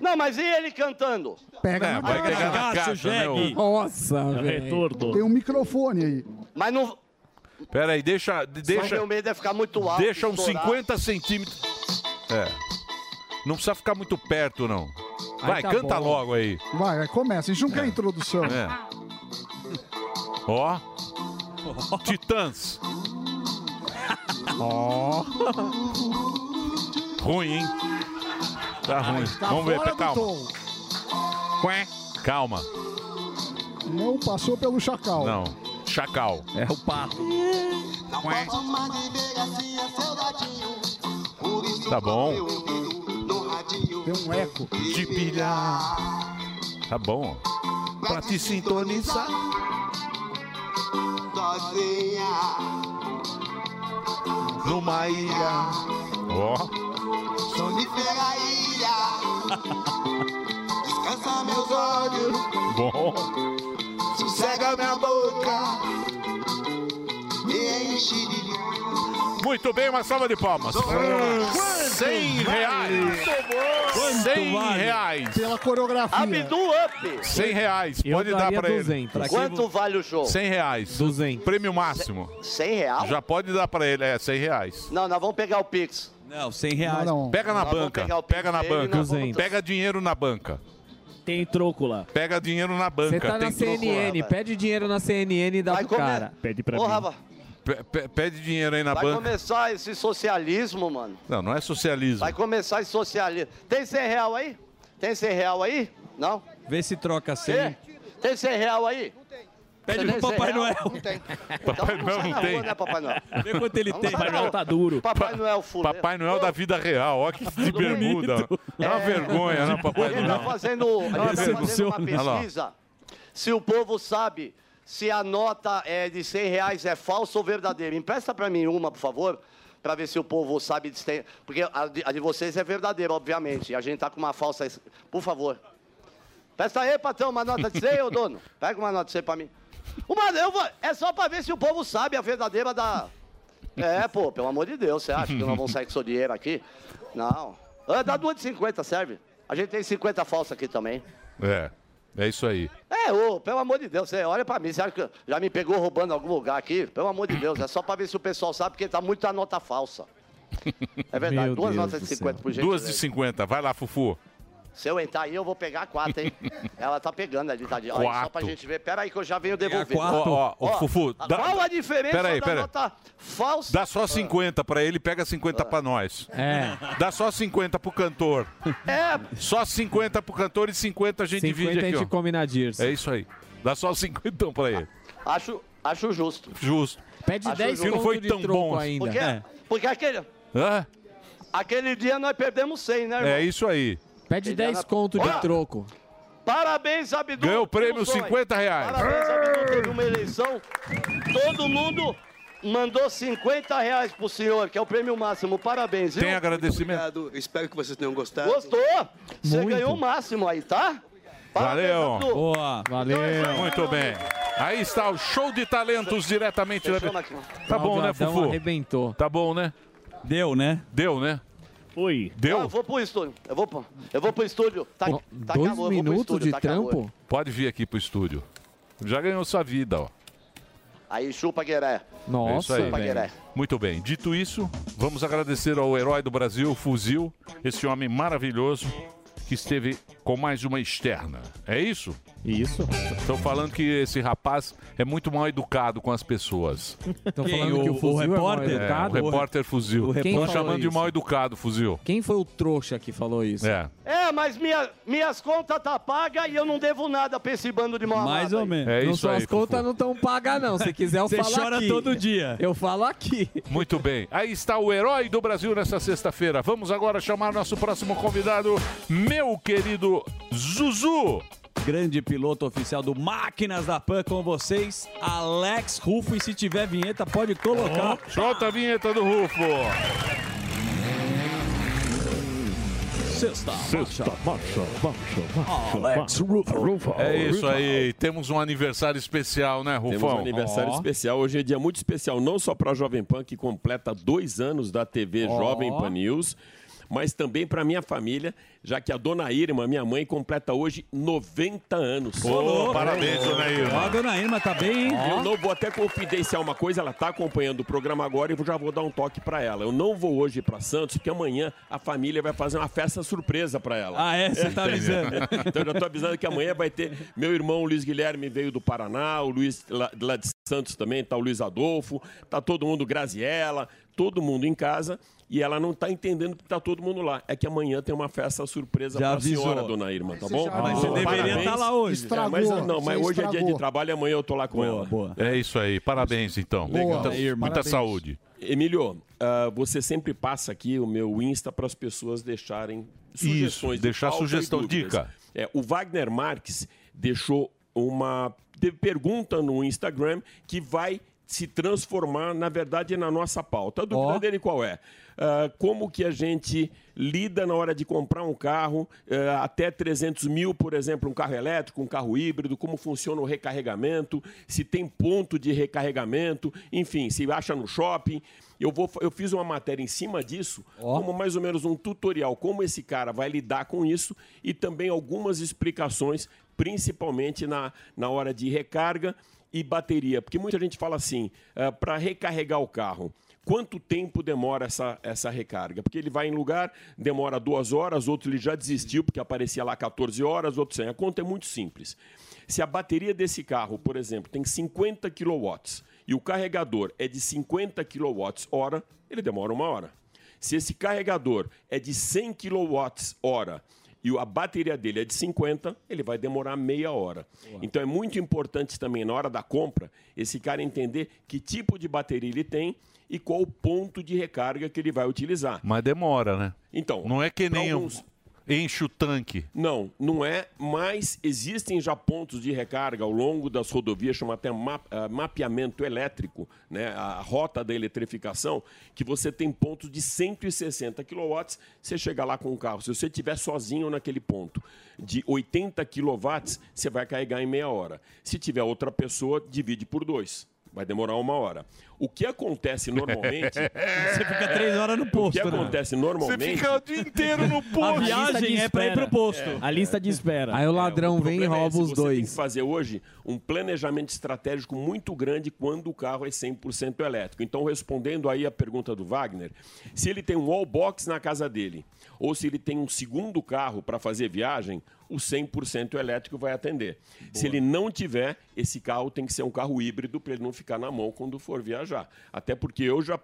Não, mas e ele cantando?
Pega
É,
na
vai
caixa.
pegar na Cássio caixa, né, Jegue. ô?
Nossa,
É o
velho.
retorno.
Tem um microfone aí.
Mas não...
Pera aí, deixa...
Só
deixa
meu medo é ficar muito alto.
deixa uns
estourar.
50 centímetros. É. Não precisa ficar muito perto, não.
Aí
Vai,
tá
canta
bom.
logo aí.
Vai, vai, começa. A gente não quer introdução.
É. Ó. Titãs. Ó. Ruim, hein?
Ah,
Tá ruim.
Tá
Vamos ver,
fora do
calma.
tom.
Quém. Calma.
Não passou pelo chacal.
Não. Chacal. É o pato. Tá bom.
Tem um eco.
De pilha. Tá bom. Pra te sintonizar.
Numa ilha.
Ó.
Só me pega a ilha. Descansa meus olhos.
Bom.
Sossega minha boca. Me enche de
Muito bem, uma salva de palmas. 100 reais. 100 reais.
Pela coreografia.
Abdu Up.
100 reais.
Eu
Pode dar
daria
pra ele.
200. Pra quem Quanto vo- vale o show?
100 reais. 200. Prêmio máximo.
100 real?
Já pode dar pra ele. É, 100 reais.
Não, nós vamos pegar o Pix.
Não, 100 reais.
Pega na
Nós vamos
banca.
pegar o
Pega na
Pix dele e
banca.
nós vamos-
Pega dinheiro na banca.
Tem troco lá.
Pega dinheiro na banca.
Você tá na
Tem troco lá.
CNN, pede dinheiro na CNN e dá pro cara.
Pede
pra Ô, mim. Rafa.
Pe- pe- Pede dinheiro aí na
Vai
banca.
começar esse socialismo, mano.
Não, não é socialismo.
Vai começar esse socialismo. Tem 100 real aí? Tem 100 real aí? Não?
Vê se troca 100.
Tem? Tem 100 real aí?
Pede
Você
pro
tem 100
Papai
real?
Noel.
Não tem.
Papai Noel
sai então
não
na
tem.
rua, né, Papai Noel?
Vê quanto ele tem.
Papai Noel
tá duro.
Papai Noel é fulano.
Papai Noel da vida real, ó que de bermuda. É uma vergonha, né, Papai
Ele tá
Noel?
fazendo, ele tá fazendo uma
Olha lá.
pesquisa se o povo sabe se a nota é de 100 reais é falsa ou verdadeira. Empresta para mim uma, por favor, para ver se o povo sabe. De 100, porque a de, a de vocês é verdadeira, obviamente. E a gente tá com uma falsa. es- Por favor. Presta aí, patrão, uma nota de 100, ô dono. Pega uma nota de 100 para mim. Uma, eu vou, é só para ver se o povo sabe a verdadeira da... É, pô, pelo amor de Deus, você acha que nós vamos sair com seu dinheiro aqui? Não. Ah, Dá duas de 50, serve? A gente tem 50 falsa aqui também.
É, é isso aí.
É, ô, pelo amor de Deus, você olha pra mim, você acha que já me pegou roubando em algum lugar aqui? Pelo amor de Deus, é só pra ver se o pessoal sabe, porque tá muita nota falsa. É verdade, duas notas de 50 por gente. né?
Duas de 50, vai lá, Fufu.
Se eu entrar aí, eu vou pegar quatro, hein? Ela tá pegando ali, tá de... Olha, só pra
Quatro.
gente ver. Pera aí que eu já venho devolver.
quatro. Ó, ó, É ô, Fufu,
a-
dá-
qual a diferença
pera aí,
da
pera aí.
nota falsa?
Dá só 50 pra ele, pega 50
Ah.
pra nós.
É.
Dá só 50 pro cantor.
É.
Só 50 pro cantor e 50 a gente
50
divide
a
aqui,
gente
ó.
come na Dirce.
É isso aí. Dá só 50 pra ele.
Acho, acho justo.
Justo.
Pede
Acho
10
justo.
não foi tão bom assim.
Porque,
né?
É.
porque aquele,
Hã?
aquele dia nós perdemos 100, né, irmão?
É isso aí.
Pede
Ele
10
era-
conto de
Olha!
troco.
Parabéns, Abdu.
Ganhou o prêmio,
Ilusões.
50 reais.
Parabéns, Abdu. Teve uma eleição. Todo mundo mandou 50 reais pro senhor, que é o prêmio máximo. Parabéns, viu?
Tem agradecimento?
Obrigado, espero que vocês tenham gostado.
Gostou? Você
Muito.
ganhou o máximo aí, tá?
Valeu.
Abdu.
Boa.
Valeu.
Muito bem. Aí está o show de talentos diretamente da...
Fechou, Maquinha?
Tá bom, né,
Malgadão
Fufu?
arrebentou.
Tá bom, né?
Deu, né?
Deu, né?
Oi.
Deu?
Ah, eu vou pro estúdio. Eu vou pro, eu vou pro estúdio. Tá, tá
Dois
calor, eu vou pro estúdio, tá calor.
Pode vir aqui pro estúdio. Já ganhou sua vida, ó.
Aí chupa Gueré.
É isso aí.
chupa Gueré.
Muito bem. Dito isso, vamos agradecer ao herói do Brasil, Fuzil, esse homem maravilhoso que esteve com mais uma externa. É isso?
Isso.
Estão falando que esse rapaz é muito mal educado com as pessoas.
Estão falando que o fuzil é mal educado?
É, o repórter Fuzil.
O repórter-
Estão
Quem
chamando
falou
de
isso?
mal educado, Fuzil.
Quem foi o trouxa que falou isso?
É.
É, mas minha, minhas contas tá paga e eu não devo nada pra esse bando de mal
Mais
amado
ou
aí.
menos. É Não isso são aí, as contas Fufu. não estão pagas, não. Se quiser, eu
Você
falo
chora
aqui.
todo
dia.
Eu falo aqui.
Muito bem. Aí está o herói do Brasil nessa sexta-feira. Vamos agora chamar nosso próximo convidado, meu querido Zuzu.
Grande piloto oficial do Máquinas da Pan com vocês, Alex Rufo. E se tiver vinheta, pode colocar.
solta a vinheta do Rufo.
Sexta.
Sexta,
marcha, marcha, Alex Rufo.
É isso aí. Temos um aniversário especial, né, Rufão?
Temos um aniversário especial. Hoje é dia muito especial, não só para a Jovem Pan, que completa dois anos da TV
Ó.
Jovem Pan News, mas também para minha família, já que a dona Irma, minha mãe, completa hoje 90 anos.
Ô, louco. parabéns, dona Irma. Ó,
dona Irma tá bem, hein?
Eu não vou até confidenciar uma coisa, ela tá acompanhando o programa agora e eu já vou dar um toque para ela. Eu não vou hoje para Santos, porque amanhã a família vai fazer uma festa surpresa para ela.
Ah, é? Você tá avisando.
então eu já tô avisando que amanhã vai ter. Meu irmão Luiz Guilherme veio do Paraná, o Luiz lá, lá de Santos também, tá o Luiz Adolfo, tá todo mundo, Graziella, todo mundo em casa. E ela não tá entendendo que tá todo mundo lá. É que amanhã tem uma festa surpresa
Já
pra
avisou.
senhora, dona Irmã, tá
Você
bom?
já Mas você avisou. deveria tá lá hoje.
É, mas,
Estragou,
não, mas
você
hoje é dia
estragou.
de trabalho e amanhã eu tô lá com ela.
É isso aí. Parabéns, então. Muita, muita saúde.
Emílio, ah, você sempre passa aqui o meu Insta para as pessoas deixarem
Isso,
sugestões. de
deixar
pauta e
sugestão,
dúvidas.
dica.
É, o Wagner Marques deixou uma de- pergunta no Instagram que vai se transformar, na verdade, na nossa pauta. A dúvida dele qual é? Ah, como que a gente lida na hora de comprar um carro, ah, até 300 mil, por exemplo, um carro elétrico, um carro híbrido, como funciona o recarregamento, se tem ponto de recarregamento, enfim, se acha no shopping. Eu, vou, fa- eu fiz uma matéria em cima disso, como mais ou menos um tutorial, como esse cara vai lidar com isso e também algumas explicações, principalmente na, na hora de recarga e bateria. Porque muita gente fala assim, para recarregar o carro, quanto tempo demora essa, essa recarga? Porque ele vai em lugar, demora duas horas, outro ele já desistiu porque aparecia lá 14 horas, outro sem. A conta é muito simples. Se a bateria desse carro, por exemplo, tem 50 quilowatts e o carregador é de 50 quilowatts hora, ele demora uma hora. Se esse carregador é de 100 quilowatts hora e o- a bateria dele é de 50, ele vai demorar meia hora. Então é muito importante também na hora da compra esse cara entender que tipo de bateria ele tem e qual o ponto de recarga que ele vai utilizar.
Mas demora, né?
Então,
Não é que
pra
nem
alguns-
um- enche o tanque.
não, não é, mas existem já pontos de recarga ao longo das rodovias, chama até ma- ah, mapeamento elétrico, né? a rota da eletrificação, que você tem pontos de 160 kW, você chega lá com o carro. Se você estiver sozinho naquele ponto de 80 kW, você vai carregar em meia hora. Se tiver outra pessoa, divide por dois. Vai demorar uma hora. O que acontece normalmente.
Você fica três horas no posto,
O que
né?
acontece normalmente.
Você fica o dia inteiro no posto.
A viagem é pra ir pro posto.
A lista de espera.
Aí o ladrão vem e
problema é
rouba
esse,
os
você
dois.
Tem que fazer hoje um planejamento estratégico muito grande quando o carro é 100% elétrico. Então, respondendo aí a pergunta do Wagner, se ele tem um wall box na casa dele ou se ele tem um segundo carro para fazer viagem, o 100% elétrico vai atender. Se ele não tiver, esse carro tem que ser um carro híbrido para ele não ficar na mão quando for viajar. Até porque eu já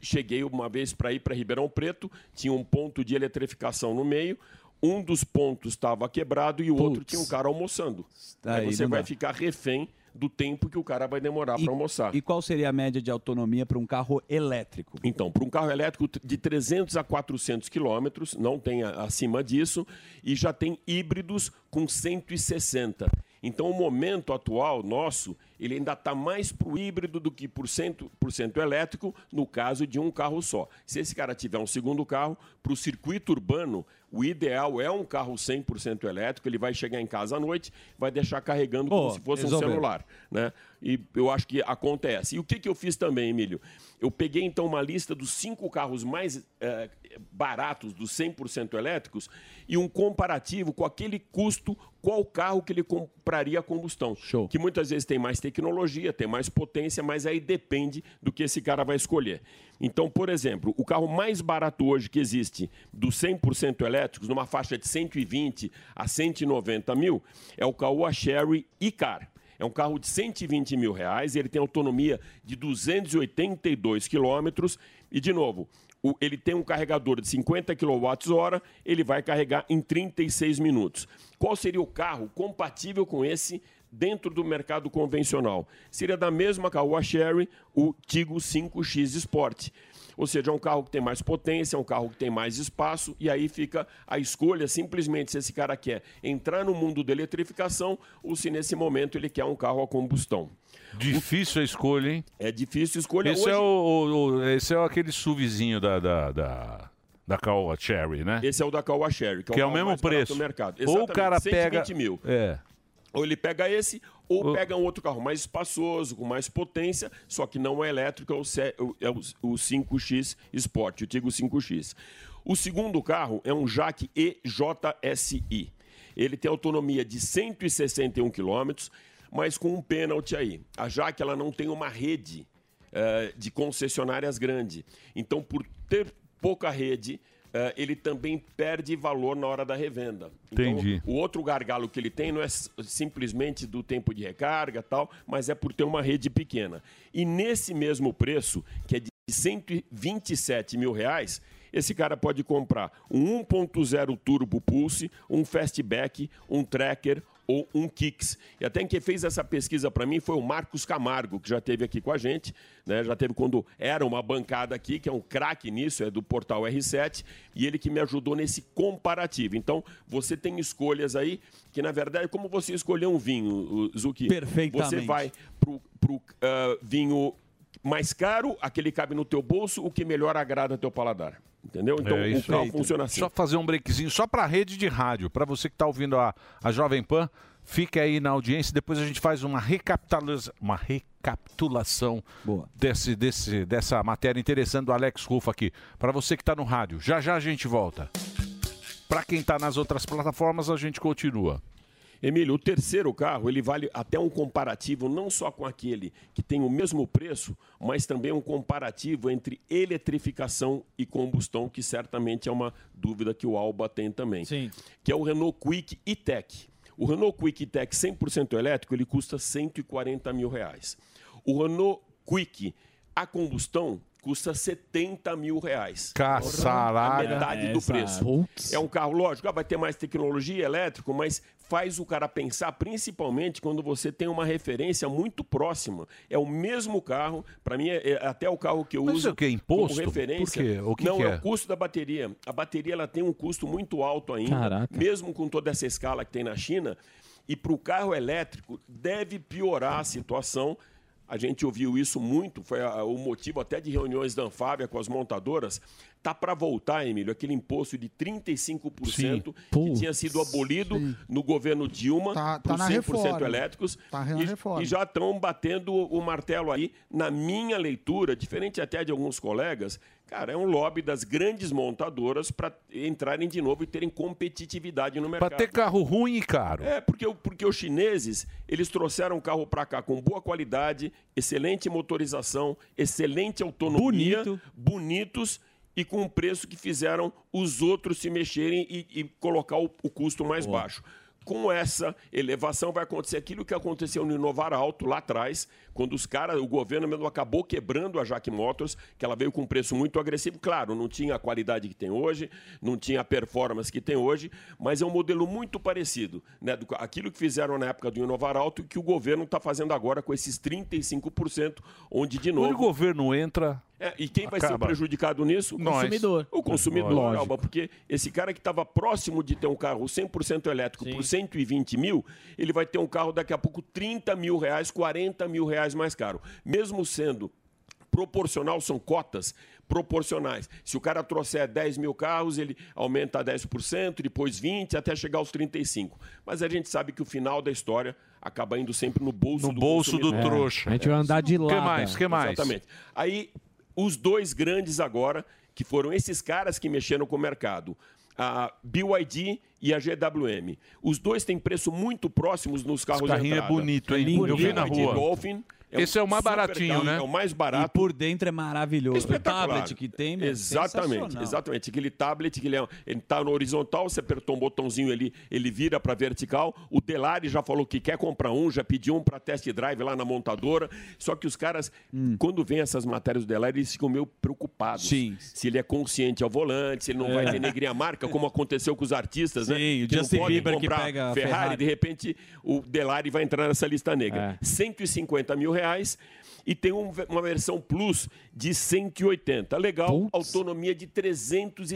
cheguei uma vez para ir para Ribeirão Preto, tinha um ponto de eletrificação no meio, um dos pontos estava quebrado e o outro tinha um cara almoçando. Aí,
Tá aí
você
não
vai
dá.
ficar refém do tempo que o cara vai demorar
E-
para almoçar.
E qual seria a média de autonomia para um carro elétrico?
Então, para um carro elétrico de 300 a 400 quilômetros, não tem a- acima disso, e já tem híbridos com 160. Então, o momento atual nosso ele ainda está mais para o híbrido do que por cento, por cento elétrico, no caso de um carro só. Se esse cara tiver um segundo carro, para o circuito urbano, o ideal é um carro 100% elétrico, ele vai chegar em casa à noite, vai deixar carregando
Ô,
como se fosse
resolveu.
um celular né? E eu acho que acontece. E o que, que eu fiz também, Emílio? Eu peguei então uma lista dos cinco carros mais eh, baratos, dos 100% elétricos, e um comparativo com aquele custo, qual carro que ele compraria a combustão. Show. Que muitas vezes tem mais tecnologia, tem mais potência, mas aí depende do que esse cara vai escolher. Então, por exemplo, o carro mais barato hoje que existe dos 100% elétricos, numa faixa de 120 a 190 mil, é o Caoa Sherry e-Car. É um carro de 120 mil reais, ele tem autonomia de 282 quilômetros e, de novo, o- ele tem um carregador de 50 kWh, ele vai carregar em 36 minutos. Qual seria o carro compatível com esse dentro do mercado convencional? Seria da mesma Caoa Sherry, o Tigo 5X Sport. Ou seja, é um carro que tem mais potência, é um carro que tem mais espaço, e aí fica a escolha simplesmente se esse cara quer entrar no mundo da eletrificação ou se nesse momento ele quer um carro a combustão.
Difícil a escolha, hein?
É difícil escolha
Esse
hoje.
é, o, o- o- esse é aquele SUVzinho da, da, da, da Caoa Cherry, né?
Esse é o da Caoa Sherry, que é o,
Que é o
carro
mesmo
mais barato
preço.
do mercado.
Ou o
Exatamente,
cara pega...
120 mil.
É.
Ou ele pega esse, ou pega um outro carro mais espaçoso, com mais potência, só que não é elétrico, é o, se- é o- é o- o 5X Sport, o Tigo 5X. O segundo carro é um Jack EJSI. Ele tem autonomia de 161 quilômetros, mas com um pênalti aí. A Jaque ela não tem uma rede eh, de concessionárias grande. Então, por ter pouca rede, eh, ele também perde valor na hora da revenda. Então,
Entendi.
o outro gargalo que ele tem não é s- simplesmente do tempo de recarga tal, mas é por ter uma rede pequena. E nesse mesmo preço, que é de 127 mil reais, esse cara pode comprar um 1.0 Turbo Pulse, um Fastback, um Tracker ou um Kicks. E até quem fez essa pesquisa para mim foi o Marcos Camargo, que já esteve aqui com a gente, né? já teve quando era uma bancada aqui, que é um craque nisso, é do portal R7, e ele que me ajudou nesse comparativo. Então, você tem escolhas aí, que na verdade é como você escolher um vinho, o- Zuki.
Perfeitamente.
Você vai pro, pro ah, vinho mais caro, aquele que cabe no teu bolso, o que melhor agrada teu paladar. Entendeu? Então,
É
o
isso
carro
aí.
funciona assim.
Só fazer um breakzinho, só para rede de rádio, para você que está ouvindo a, a Jovem Pan, fique aí na audiência, depois a gente faz uma, recapitaliza, uma recapitulação desse, desse, dessa matéria interessante do Alex Rufo aqui. Para você que está no rádio, já já a gente volta. Para quem está nas outras plataformas, a gente continua.
Emílio, o terceiro carro, ele vale até um comparativo não só com aquele que tem o mesmo preço, mas também um comparativo entre eletrificação e combustão, que certamente é uma dúvida que o Alba tem também. Sim. Que é o Renault Quick E-Tech. O Renault Quick E-Tech 100% elétrico, ele custa 140 mil reais. O Renault Quick a combustão custa 70 mil reais.
Caçarada.
A metade do
É, Essa.
preço.
Putz.
É um carro, lógico, ah, vai ter mais tecnologia elétrico, mas faz o cara pensar, principalmente quando você tem uma referência muito próxima. É o mesmo carro, para mim é é até o carro que eu
Mas
uso
é o quê? Imposto?
como referência.
Por quê? O que
Não,
que
é
é?
o custo da bateria. A bateria ela tem um custo muito alto ainda,
Caraca.
mesmo com toda essa escala que tem na China. E para o carro elétrico deve piorar a situação. A gente ouviu isso muito, foi a- o motivo até de reuniões da Anfávia com as montadoras. Tá para voltar, Emílio, aquele imposto de 35% que tinha sido abolido no governo Dilma
Tá- tá
para
na
100%
reforma.
elétricos.
Tá na
e,
reforma.
e já estão batendo o martelo aí, na minha leitura, diferente até de alguns colegas, cara, é um lobby das grandes montadoras para entrarem de novo e terem competitividade no mercado.
Para ter carro ruim e caro.
É, porque, o- porque os chineses, eles trouxeram o carro para cá com boa qualidade, excelente motorização, excelente autonomia, bonitos e com um preço que fizeram os outros se mexerem e, e colocar o, o custo mais baixo. Com essa elevação vai acontecer aquilo que aconteceu no Inovar Alto lá atrás, quando os caras, o governo mesmo acabou quebrando a Jack Motors, que ela veio com um preço muito agressivo. Claro, não tinha a qualidade que tem hoje, não tinha a performance que tem hoje, mas é um modelo muito parecido, né? Do, aquilo que fizeram na época do Inovar Alto e que o governo está fazendo agora com esses 35%, onde de novo.
Quando o governo entra,
É, e quem vai ser
Acaba.
o prejudicado nisso? O
Nós.
consumidor. O consumidor,
Lógico.
Alba, porque esse cara que estava próximo de ter um carro 100% elétrico por 100 120 mil, ele vai ter um carro daqui a pouco 30 mil reais, 40 mil reais mais caro. Mesmo sendo proporcional são cotas proporcionais. Se o cara trouxer 10 mil carros, ele aumenta 10%, depois 20%, até chegar aos 35%. Mas a gente sabe que o final da história acaba indo sempre no bolso
No
do
bolso do
consumidor.
É.
trouxa.
a gente vai andar de
Que
lado.
mais? Que mais?
Exatamente. Aí, os dois grandes agora, que foram esses caras que mexeram com o mercado, a BYD e a GWM. Os dois têm preço muito próximos nos carros de
carrinho é
entrada.
bonito, hein? Eu vi na
BYD
rua.
Dolphin
Esse é o mais
um super
baratinho,
carro,
né?
É o mais barato.
Por dentro é maravilhoso. O
Espetacular.
tablet que tem, meu,
Exatamente,
sensacional.
exatamente. Aquele tablet que ele, é, ele tá no horizontal, você apertou um botãozinho ali, ele vira para vertical. O Delari já falou que quer comprar um, já pediu um para test drive lá na montadora. Só que os caras,
Hum.
quando vêm essas matérias do Delari, eles ficam meio preocupados. Sim. Se ele é consciente ao volante, se ele não
É.
vai denegrir a marca, como aconteceu com os artistas, né?
Sim, o
Que não
Justin
podem
Bieber que
comprar
pega a
Ferrari,
Ferrari.
de repente o Delari vai entrar nessa lista
É.
negra. 150 mil reais e tem um- uma versão Plus de 180. Legal, autonomia de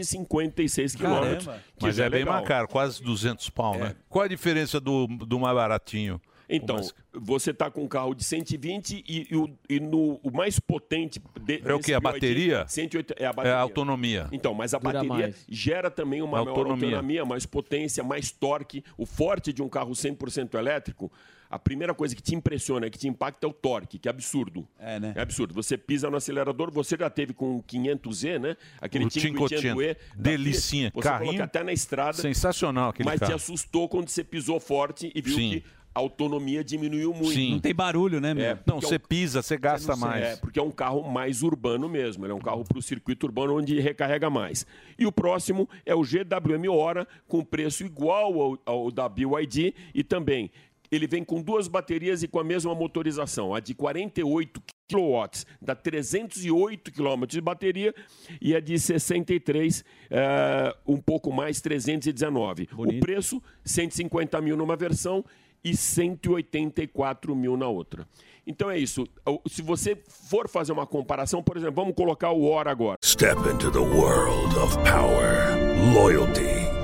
356 quilômetros. que
Mas
já
é bem
legal.
mais caro, quase 200 pau, né? Qual a diferença do, do mais baratinho?
Então, você está com um carro de 120 e, e o, e no, o mais potente... de-
É o
desse
quê? A
BYD,
bateria?
180, é a
É
bateria.
a autonomia.
Então, mas a
Dura
bateria
mais.
gera também uma
A
maior
autonomia.
autonomia, mais potência, mais torque. O forte de um carro 100% elétrico, a primeira coisa que te impressiona, que te impacta é o torque, que é absurdo. É, né? É absurdo. Você pisa no acelerador, você já teve com o 500E, né? Aquele
O 500E.
500E.
Delicinha.
Você
Carrinho
coloca até na estrada.
sensacional aquele
Mas te
carro.
assustou quando você pisou forte e viu
Sim.
que a autonomia diminuiu muito.
Sim. Não tem
barulho, né,
meu? Não, você pisa, você gasta mais.
É, porque é um carro mais urbano mesmo. Ele é um carro para o circuito urbano onde recarrega mais. E o próximo é o GWM Hora, com preço igual ao, ao da BYD e também. Ele vem com duas baterias e com a mesma motorização, a de 48 kW, dá 308 km de bateria e a de 63, eh, um pouco mais, 319. O preço, 150 mil numa versão e 184 mil na outra. Então é isso. O- Se você for fazer uma comparação, por exemplo, vamos colocar o Hora agora.
Step into the world of power, loyalty,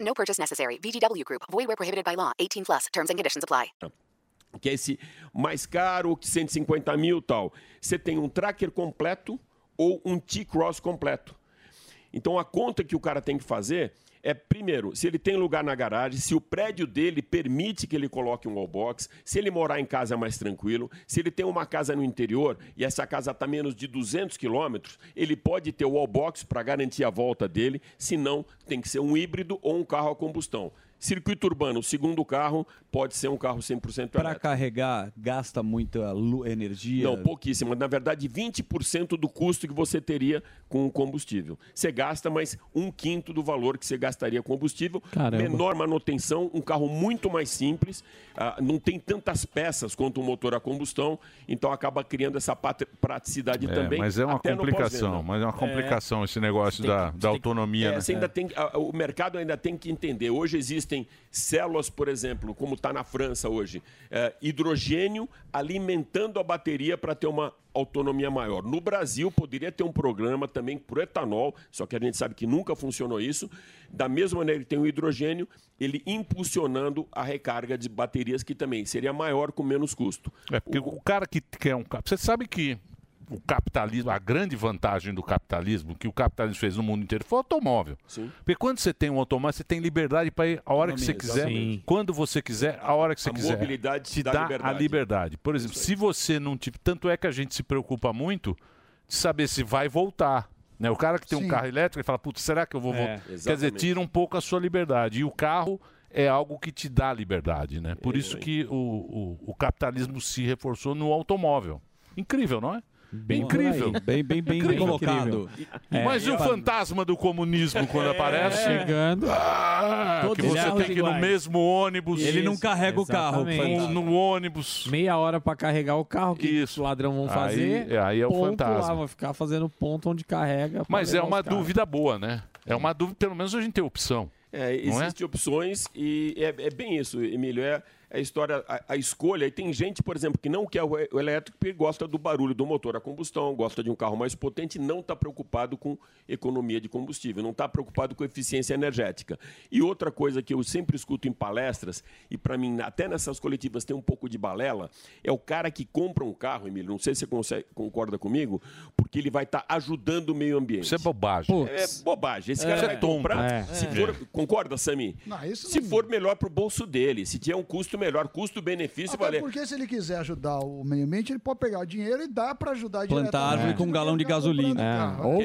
No purchase necessary. VGW Group. Void where prohibited by law. 18 plus. Terms and conditions apply.
que é esse mais caro, que 150 mil e tal. Você tem um tracker completo ou um T-Cross completo. Então a conta que o cara tem que fazer é, primeiro, se ele tem lugar na garagem, se o prédio dele permite que ele coloque um wallbox, se ele morar em casa mais tranquilo, se ele tem uma casa no interior e essa casa está menos de 200 quilômetros, ele pode ter o wallbox para garantir a volta dele, se não, tem que ser um híbrido ou um carro a combustão. Circuito urbano, o segundo carro, pode ser um carro 100%
Pra carregar, gasta muita lu- energia.
não, pouquíssimo. Na verdade, 20% do custo que você teria com o combustível. Você gasta mais um quinto do valor que você gastaria com combustível.
Caramba.
Menor manutenção, um carro muito mais simples. ah, não tem tantas peças quanto um motor a combustão. Então, acaba criando essa pat- praticidade
É,
também.
mas é uma
até no
complicação,
pós-venda.
mas é uma complicação esse negócio
Você tem que-
da,
você
da
tem que-
autonomia,
é,
né?
você ainda tem, a- o mercado ainda tem que entender. Hoje existem células, por exemplo, como está na França hoje, é, hidrogênio alimentando a bateria para ter uma autonomia maior. No Brasil, poderia ter um programa também para etanol, só que a gente sabe que nunca funcionou isso. Da mesma maneira que tem o hidrogênio, ele impulsionando a recarga de baterias, que também seria maior com menos custo.
É porque o cara que quer um carro. Você sabe que o capitalismo, a grande vantagem do capitalismo, que o capitalismo fez no mundo inteiro, foi o automóvel. Porque quando você tem um automóvel, você tem liberdade para ir a hora que você
Autonomia,
quiser,
exatamente.
quando você quiser, a hora que você
A
quiser.
mobilidade
te
te dá
dá a
liberdade.
liberdade. Por exemplo, se você não tiver. Tanto é que a gente se preocupa muito de saber se vai voltar. Né? O cara que tem
Sim.
um carro elétrico, ele fala, putz, será que eu vou
É,
voltar? Quer dizer,
exatamente.
tira um pouco a sua liberdade. E o carro é algo que te dá liberdade,
é.
né? Por isso que o, o, o capitalismo se reforçou no automóvel. Incrível, não é? Bem incrível.
por aí. Bem, bem, bem
Incrível.
colocado.
É, Mas e o fantasma do comunismo quando
É.
aparece?
Chegando.
Ah, que
Todos
você
carros
tem que ir no
iguais.
mesmo ônibus.
Ele não carrega o carro,
No,
fantasma.
no ônibus.
Meia hora pra carregar o carro que os ladrão vão
Aí-
fazer.
aí é o
ponto
fantasma.
Lá, vão ficar fazendo ponto onde carrega. pra
Mas é
levar
uma
os carros.
dúvida boa, né? É uma dúvida, pelo menos a gente tem opção.
É,
Não é?
existem opções e é, é bem isso, Emílio. É a história, a, a escolha. E tem gente, por exemplo, que não quer o, e- o elétrico porque gosta do barulho do motor a combustão, gosta de um carro mais potente e não está preocupado com economia de combustível, não está preocupado com eficiência energética. E outra coisa que eu sempre escuto em palestras, e para mim, até nessas coletivas tem um pouco de balela, é o cara que compra um carro, Emílio, não sei se você consegue- concorda comigo, porque ele vai estar ajudando o meio ambiente. Isso é
bobagem.
É, bobagem. Esse cara
Isso é
vai
tonto.
comprar,
É.
se
É.
for Concorda, Sami? se for melhor pro bolso dele, se tiver um custo melhor, custo-benefício,
Até
valer.
É porque se ele quiser ajudar o meio ambiente, ele pode pegar o dinheiro e dá para ajudar direto. É.
Plantar árvore com um galão de gasolina.
Que é diferente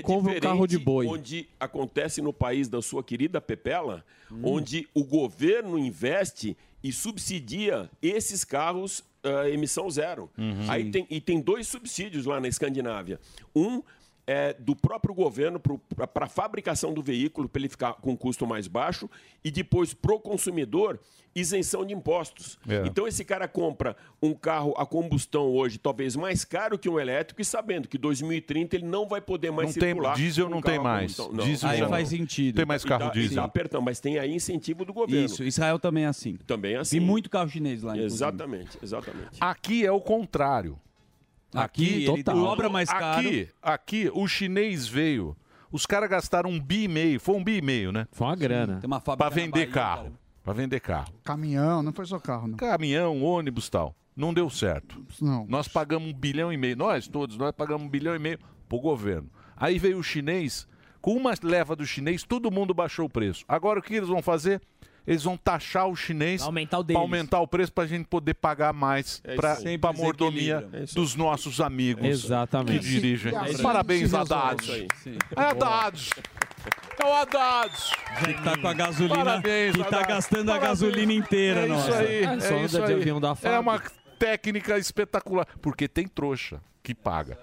Onde acontece no país da sua querida Pepela,
Hum.
onde o governo investe e subsidia esses carros ah, emissão zero.
Uhum.
Aí tem, e tem dois subsídios lá na Escandinávia. Um é do próprio governo para a fabricação do veículo, para ele ficar com um custo mais baixo, e depois para o consumidor, isenção de impostos.
É.
Então esse cara compra um carro a combustão hoje, talvez mais caro que um elétrico, e sabendo que 2030 ele não vai poder mais
Não tem-
circular.
diesel
com
não
carro
tem
a
mais.
combustão.
Diesel Aí já não. faz
sentido.
Tem mais
E
carro
tá- e
diesel.
tá apertando, mas tem aí incentivo do governo.
Isso, Israel também é assim.
Também assim.
E muito carro chinês lá. inclusive.
Exatamente, exatamente.
Aqui é o contrário.
Aqui, ele
o-
dobra mais caro.
Aqui, aqui o chinês veio. Os caras gastaram um bi e meio. Foi um bi e meio, né?
Foi uma grana.
Tem uma
pra vender carro. Pra vender carro.
Caminhão, não foi só carro, não.
Caminhão, ônibus tal. Não deu certo.
Não.
Nós pagamos um bilhão e meio. Nós todos, nós pagamos um bilhão e meio pro governo. Aí veio o chinês. Com uma leva do chinês, todo mundo baixou o preço. Agora o que eles vão fazer? Eles vão taxar o chinês
Pra aumentar o
pra
deles.
aumentar o preço pra gente poder pagar mais
É isso
pra,
aí. Sempre
pra mordomia
desequilibra. É isso aí.
dos nossos amigos
Exatamente.
que dirigem.
É isso aí.
Parabéns,
Sim,
Haddad.
isso aí. Sim.
É Haddad. É o Haddad.
Que tá com a gasolina.
Parabéns,
que tá
Haddad.
gastando a
Parabéns.
gasolina inteira,
É
nossa.
isso aí.
Ah, só
é,
anda
isso
de
aí.
avião da
é
fábrica.
uma técnica espetacular. Porque tem trouxa que paga.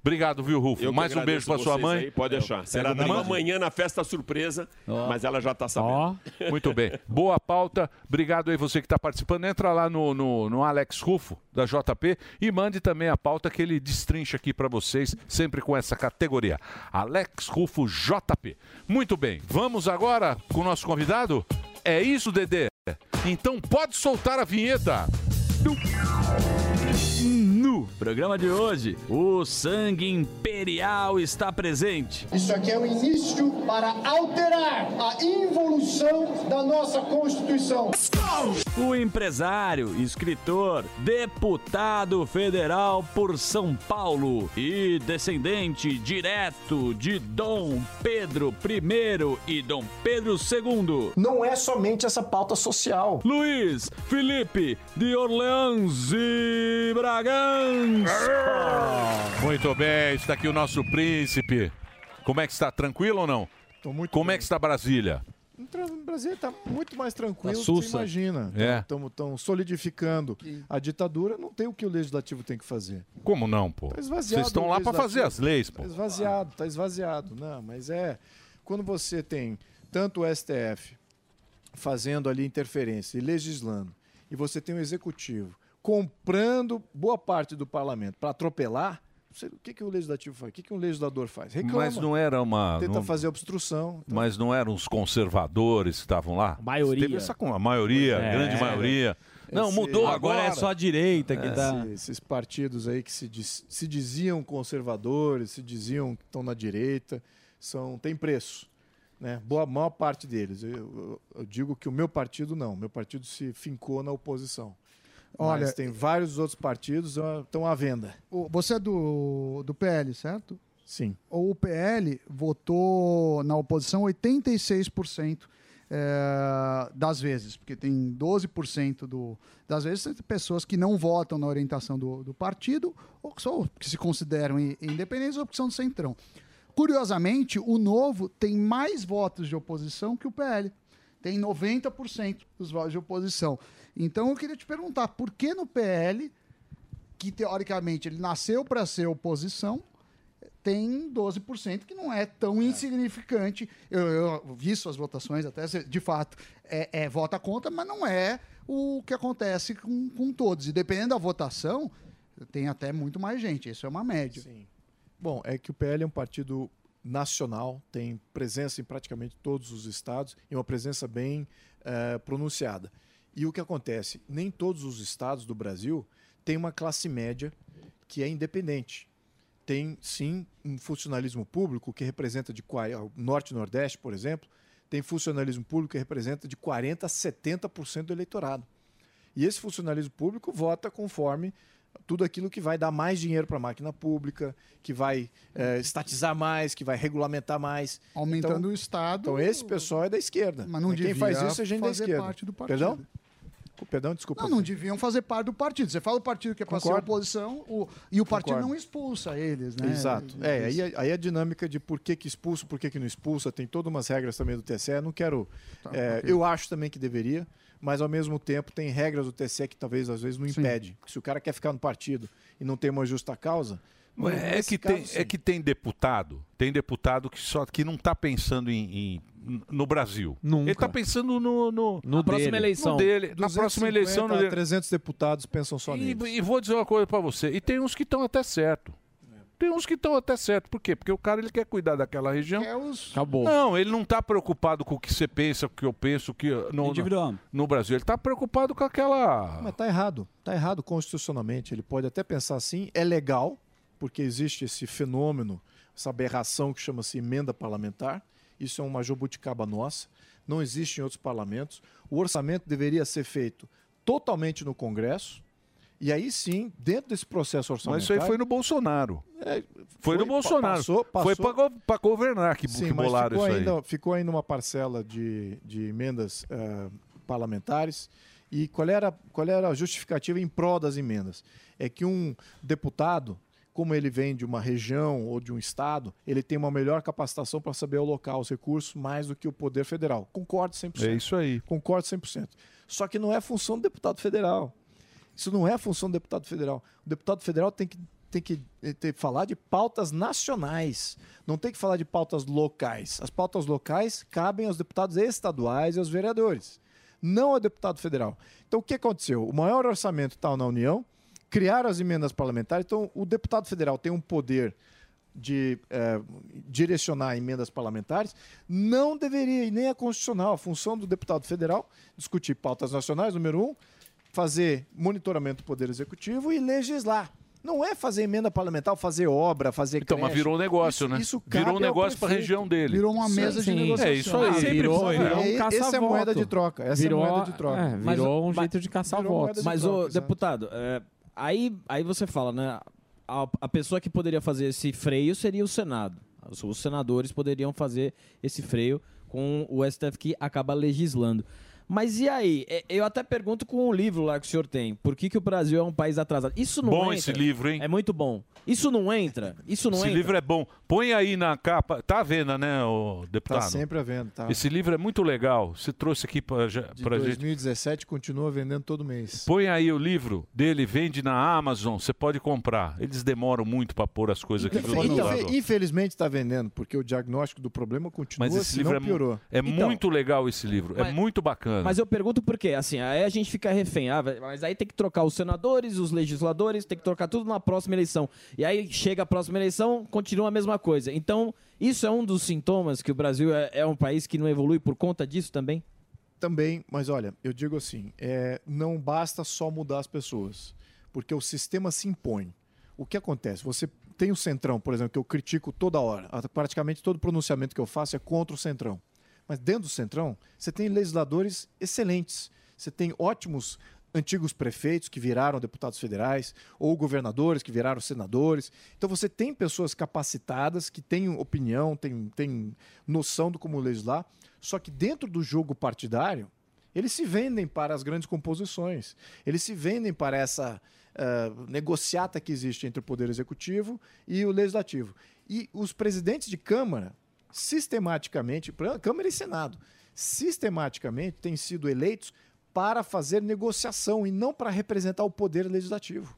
Obrigado, viu, Rufo?
Eu que
Mais um beijo
agradeço
pra sua
vocês
mãe. É,
aí,
É,
pode achar. Será dado
Manda-
amanhã na festa surpresa, mas ela já está sabendo.
Muito bem. Boa pauta. Obrigado aí você que está participando. Entra lá no, no, no Alex Rufo, da JP, e mande também a pauta que ele destrincha aqui para vocês, sempre com essa categoria. Alex Rufo JP. Muito bem. Vamos agora com o nosso convidado? É isso, Dedê? Então pode soltar a vinheta.
No programa de hoje, o sangue imperial está presente.
Isso aqui é o início para alterar a involução da nossa Constituição.
O empresário, escritor, deputado federal por São Paulo e descendente direto de Dom Pedro I e Dom Pedro II.
Não é somente essa pauta social.
Luiz Felipe de Orleans e Bragança.
Muito bem. Está aqui o nosso príncipe. Como é que está? Tranquilo ou não?
Tô muito
Como é que está Brasília?
O Brasil está muito mais tranquilo
Tá
do que você
sussa.
imagina.
É.
Estamos tão solidificando a ditadura, não tem o que o legislativo tem que fazer.
Como não, pô?
Tá esvaziado.
Vocês estão
o
lá para fazer
legislativo.
as leis, pô.
Tá esvaziado, tá esvaziado. Não, mas é. Quando você tem tanto o STF fazendo ali interferência e legislando, e você tem o executivo comprando boa parte do parlamento para atropelar, você- o que, que o legislativo faz? O que, que um legislador faz? Reclama.
Mas não é era uma-
Tenta
não-
fazer um obstrução.
Mas não eram os conservadores que estavam lá? A
maioria.
Teve essa, com- a maioria,
É,
grande
é.
maioria. Não,
Esse-
mudou agora. é
direita
que tá-
É, Esse- Esses partidos aí que se, diz- se diziam conservadores, se diziam que estão na direita, são tem preço. Né? Boa maior parte deles. Eu, eu- eu digo que o meu partido não. Meu partido se fincou na oposição.
Olha-
Mas tem vários outros partidos ah, estão à venda.
O- Você é do, do PL, certo?
Sim.
O PL votou na oposição 86% eh, das vezes, porque tem 12% do, das vezes tem pessoas que não votam na orientação do, do partido, ou que, são- que se consideram i- independentes ou que são do centrão. Curiosamente, o Novo tem mais votos de oposição que o PL. Tem 90% dos votos de oposição. Então eu queria te perguntar, por que no PL que teoricamente ele nasceu para ser oposição, tem 12% que não é tão insignificante. Eu, eu vi suas votações até, cê, de fato, é, é vota contra, mas não é o que acontece com, com todos. E dependendo da votação, tem até muito mais gente. Isso é uma média.
Bom, é que o PL é um partido nacional, tem presença em praticamente todos os estados e uma presença bem eh, pronunciada. E o que acontece? Nem todos os estados do Brasil têm uma classe média que é independente. Tem, sim, um funcionalismo público que representa de qua- o Norte e Nordeste, por exemplo, tem funcionalismo público que representa de 40% a 70% do eleitorado. E esse funcionalismo público vota conforme tudo aquilo que vai dar mais dinheiro para a máquina pública, que vai eh, estatizar mais, que vai regulamentar mais.
Aumentando
Então-
o Estado.
Então esse pessoal é da esquerda.
Mas não
Quem faz
devia
isso é gente da
fazer
esquerda.
parte do partido.
Perdão? Perdão, desculpa.
Não, não deviam fazer parte do partido. Você fala o partido que é para ser
Concordo.
oposição o, e o partido
Concordo.
não expulsa eles, né?
Exato. É, aí, aí a dinâmica de por que, que expulsa, por que, que não expulsa, tem todas umas regras também do TSE. Não quero. é,
ok.
Eu acho também que deveria, mas ao mesmo tempo tem regras do TSE que talvez às vezes não impede. Se o cara quer ficar no partido e não tem uma justa causa.
Ué, é,
nesse
que
caso,
tem,
sim.
é que tem deputado, tem deputado que só que não está pensando em, em- no Brasil. Ele está pensando no, no,
Na
dele. No dele, na próxima eleição.
250
No
a
dele.
300 deputados pensam só
E,
nisso.
e vou dizer uma coisa pra você. E tem uns que estão até certo. Tem uns que estão Então até certo. Por quê? Porque o cara ele quer cuidar daquela região.
É Acabou.
Não, ele não está preocupado com o que você pensa, com o que eu penso, que uh, no, no, no Brasil. Ele está preocupado com aquela.
Mas tá errado. Tá errado constitucionalmente. Ele pode até pensar assim, é legal, porque existe esse fenômeno, essa aberração que chama-se emenda parlamentar. Isso é uma jabuticaba nossa. Não existe em outros parlamentos. O orçamento deveria ser feito totalmente no Congresso. E aí sim, dentro desse processo
Mas
orçamentário.
isso aí foi no Bolsonaro.
É,
foi, no
pa-
Bolsonaro.
passou-
Foi
passou-
pra, go- pra governar que,
Sim,
que
mas
bolaram
ficou
isso aí.
ainda, ficou ainda uma parcela de, de emendas eh, parlamentares. E qual era, qual era a justificativa em prol das emendas? É que um deputado, como ele vem de uma região ou de um estado, ele tem uma melhor capacitação para saber alocar os recursos mais do que o poder federal. Concordo 100%.
É isso aí.
Concordo 100%. Só que não é função do deputado federal. Isso não é função do deputado federal. O deputado federal tem que, tem que eh, ter- falar de pautas nacionais. Não tem que falar de pautas locais. As pautas locais cabem aos deputados estaduais e aos vereadores, não ao deputado federal. Então, o que aconteceu? O maior orçamento está na União, criaram as emendas parlamentares. Então, o deputado federal tem um poder de eh, direcionar emendas parlamentares, não deveria, e nem é constitucional, a função do deputado federal discutir pautas nacionais, número um, fazer monitoramento do Poder Executivo e legislar. Não é fazer emenda parlamentar, fazer obra, fazer
Então, mas
creche.
virou um negócio,
Isso-
né?
Isso
virou um negócio pra
para
região dele. Sim. É isso
Ah,
aí.
virou, virou
né?
um Essa é a moeda de troca. Essa
virou,
é a moeda de troca.
é, virou um jeito de caçar
virou moeda
votos.
de
Mas
Mas,
o-
ô, deputado, é, aí, aí você fala, né? A, a pessoa que poderia fazer esse freio seria o Senado. Os, os senadores poderiam fazer esse freio com o STF que acaba legislando. Mas e aí? É, Eu até pergunto com o livro lá que o senhor tem. Por que, que o Brasil é um país atrasado? Isso não
Bom
entra.
esse livro, hein?
É muito bom. Isso não entra. Isso não
Esse
entra.
livro é bom. Põe aí na capa. Tá à venda, né, o deputado?
Tá sempre à venda, tá.
Esse livro é muito legal. Você trouxe aqui pra, ja-
De
pra gente.
2017 continua vendendo todo mês.
Põe aí o livro dele, vende na Amazon, você pode comprar. Eles demoram muito pra pôr as coisas aqui
Então,
Infe-
do lado.
infe- Então, Infelizmente está vendendo, porque o diagnóstico do problema continua,
Mas esse
se não
livro é, mu-
piorou. Então,
é
Então,
muito legal esse livro, é
Mas-
muito bacana.
Mas eu pergunto por quê? Assim, aí a gente fica refém. Ah, vai- mas aí tem que trocar os senadores, os legisladores, tem que trocar tudo na próxima eleição. E aí chega a próxima eleição, continua a mesma coisa. Então, isso é um dos sintomas que o Brasil é, é um país que não evolui por conta disso também?
Também, mas olha, eu digo assim, é, não basta só mudar as pessoas, porque o sistema se impõe. O que acontece? Você tem o Centrão, por exemplo, que eu critico toda hora. a- Praticamente todo pronunciamento que eu faço é contra o Centrão. Mas dentro do Centrão, você tem legisladores excelentes. Você tem ótimos antigos prefeitos que viraram deputados federais, ou governadores que viraram senadores. Então você tem pessoas capacitadas que têm opinião, têm, têm noção do como legislar, só que dentro do jogo partidário, eles se vendem para as grandes composições, eles se vendem para essa eh, negociata que existe entre o Poder Executivo e o Legislativo. E os presidentes de Câmara, sistematicamente, pra- Câmara e Senado, sistematicamente têm sido eleitos para fazer negociação e não para representar o Poder Legislativo.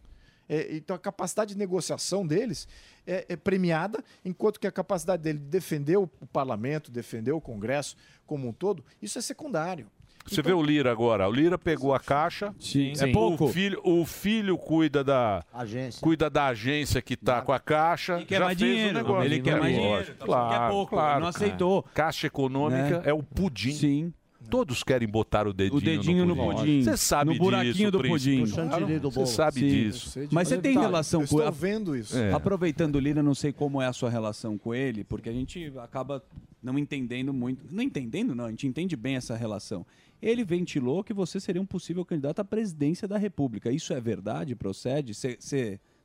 É, então a capacidade de negociação deles é, é premiada, enquanto que a capacidade dele de defender o parlamento, defender o Congresso como um todo, isso é secundário. Então,
Você vê o Lira agora. O Lira pegou a caixa.
Sim.
É
Sim.
pouco.
pouco.
O filho, o filho cuida da
agência.
Cuida da agência que tá com a caixa.
quer
já
mais
fez
dinheiro.
O negócio. né?
Ele quer mais dinheiro. Tá falando que é
Claro,
pouco,
claro.
não aceitou.
Caixa econômica
Né?
é o pudim. Sim. Todos querem botar o dedinho,
dedinho no pudim.
Você sabe
No
disso,
buraquinho do
príncipe.
pudim. Puxando
Claro.
direito do
Você
bolo.
sabe
Sim.
disso.
Mas você tem relação com
estou vendo isso.
É.
É.
Aproveitando o Lira, não sei como é a sua relação com ele, porque a gente acaba não entendendo muito. Não entendendo, não, a gente entende bem essa relação. Ele ventilou que você seria um possível candidato à presidência da República. Isso é verdade? Procede? Você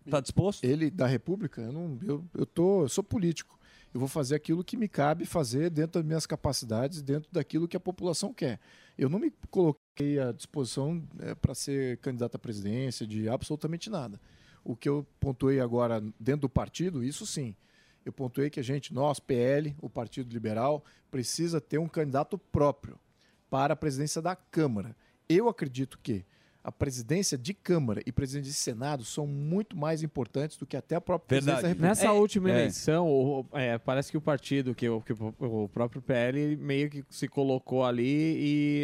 está disposto?
Ele, da República? Eu, não, eu, eu, tô, eu sou político. Eu vou fazer aquilo que me cabe fazer dentro das minhas capacidades, dentro daquilo que a população quer. Eu não me coloquei à disposição para ser candidato à presidência de absolutamente nada. O que eu pontuei agora dentro do partido, isso sim. Eu pontuei que a gente, nós, PL, o Partido Liberal, precisa ter um candidato próprio para a presidência da Câmara. Eu acredito que a presidência de Câmara e presidência de Senado são muito mais importantes do que até a própria presidência da República.
Nessa última
É.
eleição, o- o- é, parece que o partido, que, o- que o- o próprio PL, ele meio que se colocou ali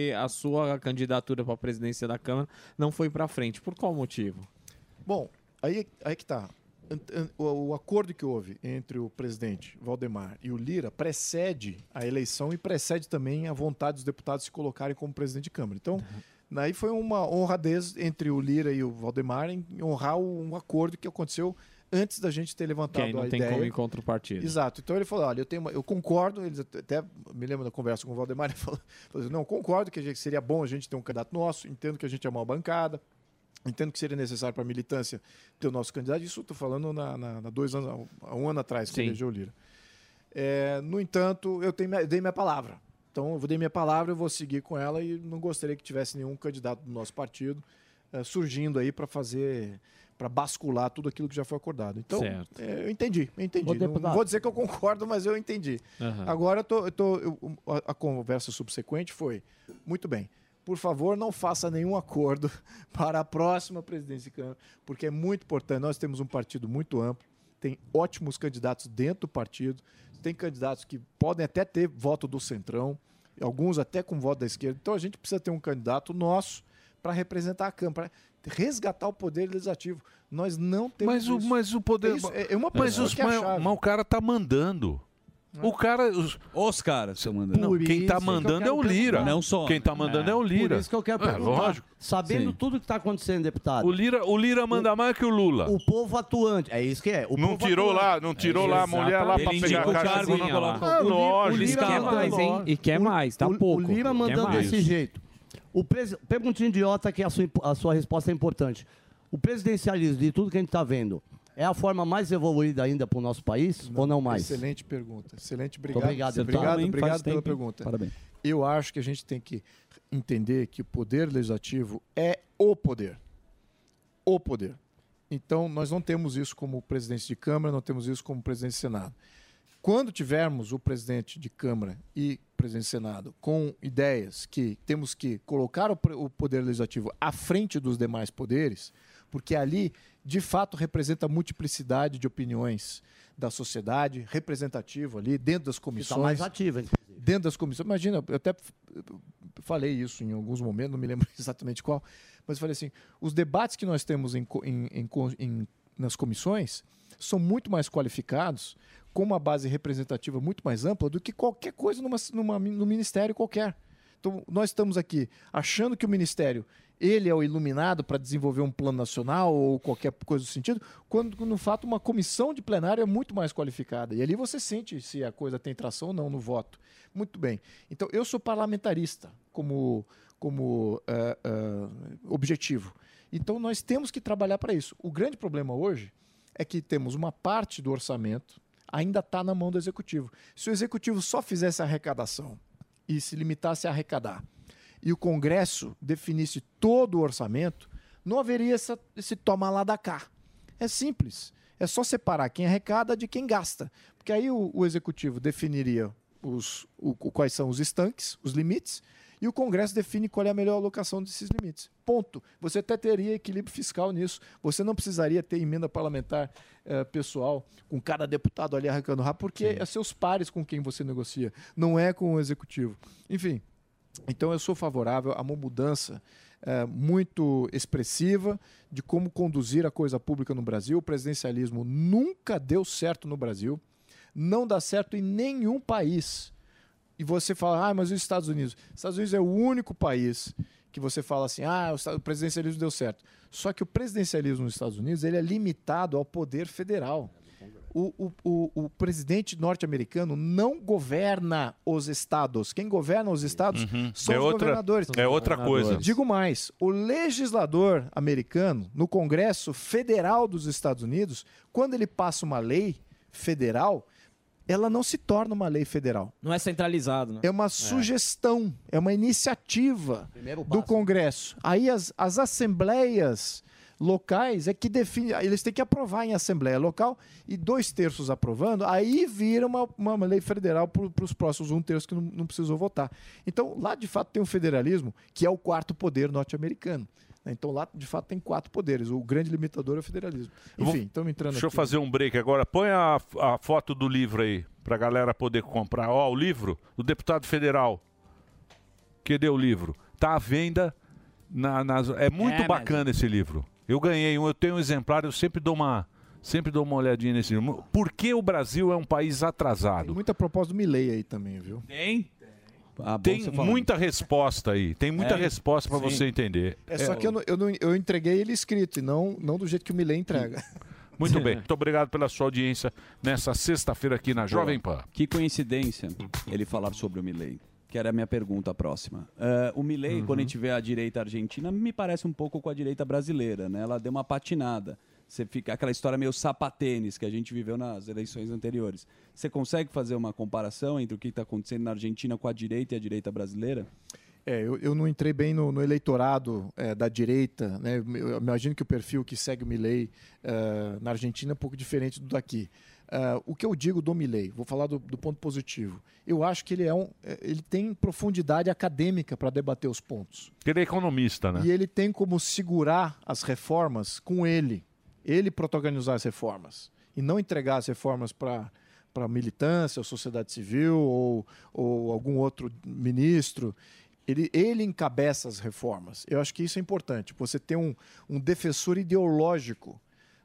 e a sua candidatura para a presidência da Câmara não foi para frente. Por qual motivo?
Bom, aí, aí que tá. Ant- an- O, o acordo que houve entre o presidente Valdemar e o Lira precede a eleição e precede também a vontade dos deputados se colocarem como presidente de Câmara. Então,
Uhum.
daí foi uma honradez entre o Lira e o Valdemar em honrar o- um acordo que aconteceu antes da gente ter
Que
Tá
levantado
aí não
a
é.
tem
ideia.
como ir contra o partido.
Exato. Então ele falou: olha, eu, tenho uma- eu concordo. Eles até- até me lembro da conversa com o Valdemar. Ele falou: falou assim, não, concordo que a gente- seria bom a gente ter um candidato nosso. Entendo que a gente é uma bancada. Entendo que seria necessário para a militância ter o nosso candidato. Isso eu estou falando na, na- na dois anos, há um ano atrás, que
Sim.
elegeu o Lira. É, no entanto, eu, tenho, minha- eu dei minha palavra. Então, eu vou- dei minha palavra, eu vou seguir com ela e não gostaria que tivesse nenhum candidato do nosso partido eh, surgindo aí para fazer, para bascular tudo aquilo que já foi acordado. Então,
Certo.
eh, eu entendi, eu entendi.
Ô,
Não- não,
deputado.
vou dizer que eu concordo, mas eu entendi.
Aham.
Ah.
Agora, eu tô, eu tô- eu- um, a- a conversa subsequente foi, muito bem, por favor, não faça nenhum acordo para a próxima presidência de Câmara, porque é muito importante. Nós temos um partido muito amplo, tem ótimos candidatos dentro do partido, tem candidatos que podem até ter voto do Centrão, alguns até com voto da esquerda. Então, a gente precisa ter um candidato nosso para representar a Câmara, para resgatar o poder legislativo. Nós não temos
Mas o,
isso.
mas o poder.
É isso, é- é uma
mas,
pessoa
os,
que é a
mas-
chave. É.
mas o cara tá mandando. O cara. Os,
caras estão mandando.
Não, quem tá mandando é o Lira.
Não só.
Quem tá mandando é, o Lira.
Por isso que eu quero
É,
perguntar.
lógico.
Sabendo
Sim.
tudo que está acontecendo, deputado.
O Lira, o Lira manda mais que o Lula.
O povo atuante. É isso que é. O
Não
povo
tirou
atuante. É
lá, não tirou lá a mulher lá pra pegar a caixa.
cargo,
não, não, não.
coloca.
É
O Lira-
lógico.
Ah, o Lira
Isso que é
mandou-
mais, hein?
E quer mais, tá
o,
pouco.
O Lira
Quer
mandando
mais.
desse jeito. O presi- Perguntinha idiota que a sua, impo- a sua resposta é importante. O presidencialismo de tudo que a gente está vendo é a forma mais evoluída ainda para o nosso país ou não mais?
Excelente pergunta. Excelente,
Muito
obrigado.
obrigado,
obrigado,
deputado.
obrigado,
Também faz
pela
tempo, hein?
pergunta.
Parabéns.
Eu acho que a gente tem que entender que o poder legislativo é o poder. O poder. Então, nós não temos isso como presidente de Câmara, não temos isso como presidente de Senado. Quando tivermos o presidente de Câmara e presidente de Senado com ideias que temos que colocar o pre- o poder legislativo à frente dos demais poderes, porque ali, de fato, representa a multiplicidade de opiniões da sociedade, representativo ali, dentro das comissões.
tá mais ativa,
Dentro das comissões. Imagina, eu até f- falei isso em alguns momentos, não me lembro exatamente qual, mas eu falei assim: os debates que nós temos em co- em- em co- em- nas comissões são muito mais qualificados, com uma base representativa muito mais ampla do que qualquer coisa numa, numa, num ministério qualquer. Então, nós estamos aqui achando que o ministério ele é o iluminado para desenvolver um plano nacional ou qualquer coisa do sentido, quando, no fato, uma comissão de plenário é muito mais qualificada. E ali você sente se a coisa tem tração ou não no voto. Muito bem. Então, eu sou parlamentarista como, como eh, eh, objetivo. Então, nós temos que trabalhar para isso. O grande problema hoje é que temos uma parte do orçamento ainda está na mão do executivo. Se o executivo só fizesse a arrecadação e se limitasse a arrecadar, e o Congresso definisse todo o orçamento, não haveria essa, esse toma lá da cá. É simples. É só separar quem arrecada de quem gasta. Porque aí o, o executivo definiria os, o- o- quais são os estanques, os limites, e o Congresso define qual é a melhor alocação desses limites. Ponto. Você até teria equilíbrio fiscal nisso. Você não precisaria ter emenda parlamentar eh, pessoal com cada deputado ali arrancando o rabo, porque é seus pares com quem você negocia, não é com o executivo. Enfim, então eu sou favorável a uma mudança eh, muito expressiva de como conduzir a coisa pública no Brasil. O presidencialismo nunca deu certo no Brasil, não dá certo em nenhum país. E você fala, ah, mas os Estados Unidos. Os Estados Unidos é o único país que você fala assim, ah, o esta- o presidencialismo deu certo. Só que o presidencialismo nos Estados Unidos ele é limitado ao poder federal. O, o, o, o presidente norte-americano não governa os estados. Quem governa os estados
Uhum.
são
É
os
outra-
governadores.
é outra coisa.
Digo mais, o legislador americano, no Congresso Federal dos Estados Unidos, quando ele passa uma lei federal, ela não se torna uma lei federal.
Não é centralizado, né?
É uma sugestão, é uma iniciativa do Congresso. Aí as, as assembleias locais é que definem, eles têm que aprovar em assembleia local e dois terços aprovando, aí vira uma, uma lei federal para os próximos um terço que não, não precisou votar. Então lá de fato tem um federalismo que é o quarto poder norte-americano. né? Então lá de fato tem quatro poderes. O grande limitador é o federalismo.
Vamos-
Enfim, estamos entrando
Deixa eu
aqui.
fazer um break agora. Põe a, a foto do livro aí, pra galera poder comprar. Ó, o livro do deputado federal. Que deu o livro. Tá à venda. Na, nas- É
É,
muito
mas-
bacana esse livro. Eu ganhei um, eu tenho um exemplar, eu sempre dou uma, sempre dou uma olhadinha nesse livro. Por que o Brasil é um país atrasado?
Muita proposta do Milley aí também, viu?
Tem?
Ah,
Tem muita resposta aí. Tem muita
É,
resposta pra
sim.
você entender.
É, só que eu, não- eu, não- eu entreguei ele escrito e não, não do jeito que o Milley entrega.
Muito bem. Muito obrigado pela sua audiência nessa sexta-feira aqui na Jovem Pan.
Que coincidência ele falar sobre o Milley. Que era a minha pergunta próxima. Ah, o Milley,
Uhum.
quando a gente vê a direita argentina, me parece um pouco com a direita brasileira, né? Ela deu uma patinada. Você fica aquela história meio sapatênis que a gente viveu nas eleições anteriores. Você consegue fazer uma comparação entre o que está acontecendo na Argentina com a direita e a direita brasileira?
É, eu, eu não entrei bem no, no eleitorado é, da direita, né? Eu eu imagino que o perfil que segue o Milley eh, na Argentina é um pouco diferente do daqui. Ah, o que eu digo do Milley, vou falar do, do ponto positivo. Eu acho que ele é um, eh, ele tem profundidade acadêmica para debater os pontos.
Ele é economista, né?
E ele tem como segurar as reformas com ele. Ele protagonizar as reformas. E não entregar as reformas para para militância, ou sociedade civil, ou, ou algum outro ministro. Ele, ele encabeça as reformas. Eu acho que isso é importante. Você ter um, um defensor ideológico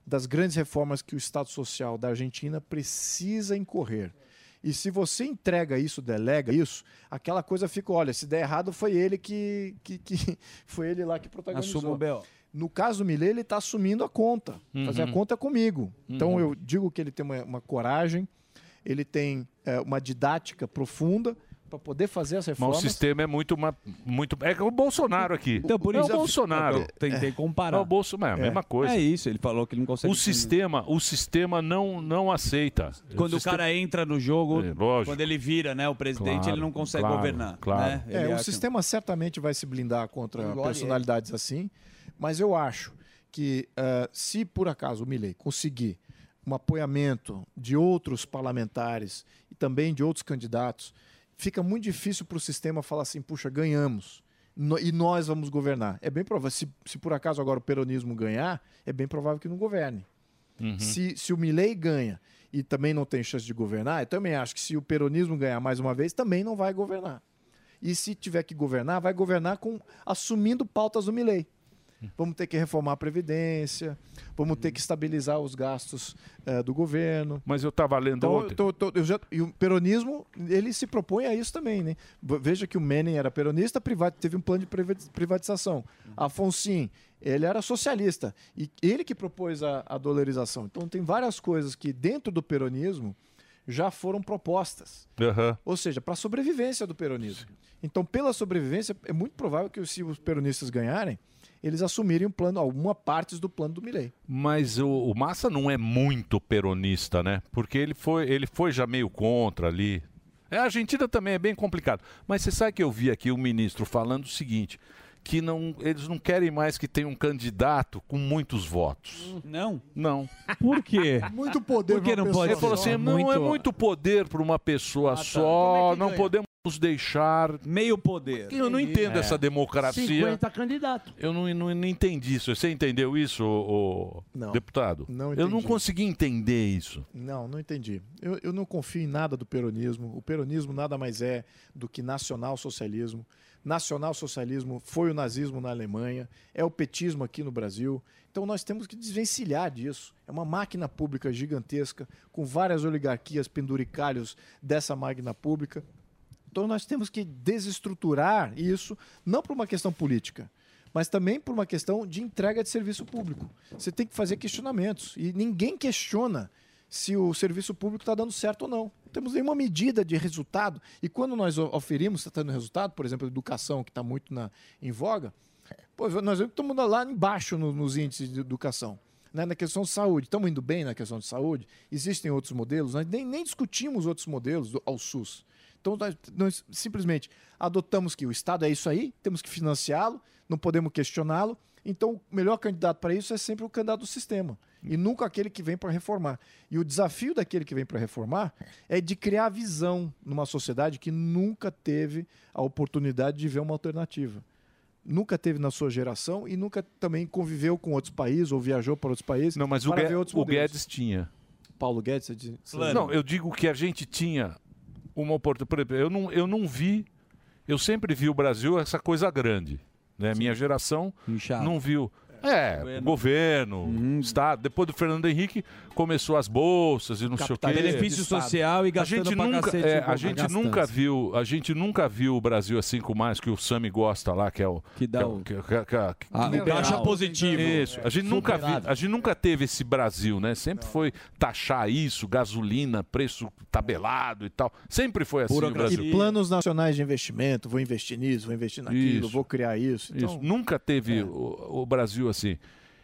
das grandes reformas que o Estado Social da Argentina precisa incorrer. E se você entrega isso, delega isso, aquela coisa fica, olha, se der errado foi ele que, que, que- foi ele lá que protagonizou.
Assuma o B.O..
No caso do Milei, ele está assumindo a conta. Fazer a
Uhum.
conta comigo. Então
Uhum.
eu digo que ele tem uma, uma coragem, ele tem é, uma didática profunda para poder fazer as
Mas o
reformas.
sistema é muito, ma- muito. É o Bolsonaro aqui.
Então, por isso-
é o Bolsonaro.
Eu tentei
comparar.
É o Bolsonaro, é a mesma coisa.
É isso, ele falou que ele não consegue.
O sistema, o sistema não, não aceita.
Quando o
sistema-
cara entra no jogo,
É, lógico.
quando ele vira né, o presidente,
Claro,
ele não consegue
claro,
governar.
claro.
né?
É,
Ele
o
acha-
sistema certamente vai se blindar contra
Engole
personalidades assim, mas eu acho que eh, se por acaso o Milley conseguir um apoiamento de outros parlamentares e também de outros candidatos, fica muito difícil para o sistema falar assim, puxa, ganhamos. no- e nós vamos governar. É bem provável. Se, se por acaso agora o peronismo ganhar, é bem provável que não governe.
Uhum.
Se, se o Milley ganha e também não tem chance de governar, eu também acho que se o peronismo ganhar mais uma vez, também não vai governar. E se tiver que governar, vai governar com assumindo pautas do Milley. Vamos ter que reformar a Previdência, vamos ter que estabilizar os gastos eh, do governo.
Mas eu estava lendo
então,
ontem.
eu tô- tô- eu já- e o peronismo, ele se propõe a isso também, né? V- Veja que o Menem era peronista, priva- teve um plano de priva- privatização. Afonsin, ele era socialista. E ele que propôs a, a dolarização. Então tem várias coisas que dentro do peronismo já foram propostas.
Aham.
Ou seja, para a sobrevivência do peronismo. Então, pela sobrevivência, é muito provável que se os peronistas ganharem, eles assumirem um plano, alguma parte do plano do Milei.
Mas o, o Massa não é muito peronista, né? Porque ele foi, ele foi já meio contra ali. É, A Argentina também é bem complicado. Mas você sabe que eu vi aqui o ministro falando o seguinte: que não, eles não querem mais que tenha um candidato com muitos votos.
Não?
Não.
Por quê?
Muito poder.
Por que não pode
é
Ah, tá.
Ele falou assim: não é muito poder para uma pessoa só, não podemos nos deixar.
é Meio poder.
Eu não entendo
É.
essa democracia.
50 candidatos.
Eu não, não, não entendi isso. Você entendeu isso, ô, ô,
Não.
deputado?
Não
Eu não
entendi.
consegui entender isso.
Não, não entendi. Eu, eu não confio em nada do peronismo. O peronismo nada mais é do que nacional-socialismo. Nacional-socialismo foi o nazismo na Alemanha, é o petismo aqui no Brasil. Então nós temos que desvencilhar disso. É uma máquina pública gigantesca, com várias oligarquias penduricalhos dessa máquina pública. Então nós temos que desestruturar isso, não por uma questão política, mas também por uma questão de entrega de serviço público. Você tem que fazer questionamentos. E ninguém questiona se o serviço público está dando certo ou não. Não temos nenhuma medida de resultado. E quando nós o- oferimos, está dando resultado, por exemplo, a educação, que está muito na, em voga, pô, nós vemos que estamos lá embaixo no- nos índices de educação. né? Na questão de saúde, estamos indo bem na questão de saúde, existem outros modelos, nós nem, nem discutimos outros modelos do- ao SUS. Então, nós, nós simplesmente adotamos que o Estado é isso aí, temos que financiá-lo, não podemos questioná-lo. Então, o melhor candidato para isso é sempre o candidato do sistema e nunca aquele que vem para reformar. E o desafio daquele que vem para reformar é de criar visão numa sociedade que nunca teve a oportunidade de ver uma alternativa. Nunca teve na sua geração e nunca também conviveu com outros países ou viajou para outros países.
Não, mas o,
para
Gue-
ver outros
o
modelos.
Guedes tinha.
Paulo Guedes, você diz.
Plano. Não, eu digo que a gente tinha uma oportunidade. Por exemplo, eu não, eu não vi. Eu sempre vi o Brasil essa coisa grande. Né? Minha geração não viu. É, governo, Estado. Depois do Fernando Henrique, começou as bolsas e não sei o quê.
Capital- Benefício
Estado.
social e gastando
a gente
pra
nunca,
cacete
é,
com
a gente
gastança.
nunca viu A gente nunca viu o Brasil assim com mais que o Sami gosta lá, que é o. Que dá o.
Ah, o caixa positivo.
Isso. A gente, nunca vi- a gente nunca teve esse Brasil, né? Sempre foi taxar isso, gasolina, preço tabelado e tal. Sempre foi assim o Brasil.
E planos nacionais de investimento, vou investir nisso, vou investir naquilo,
Isso.
vou criar isso. Então,
Isso. Nunca teve o, o Brasil assim.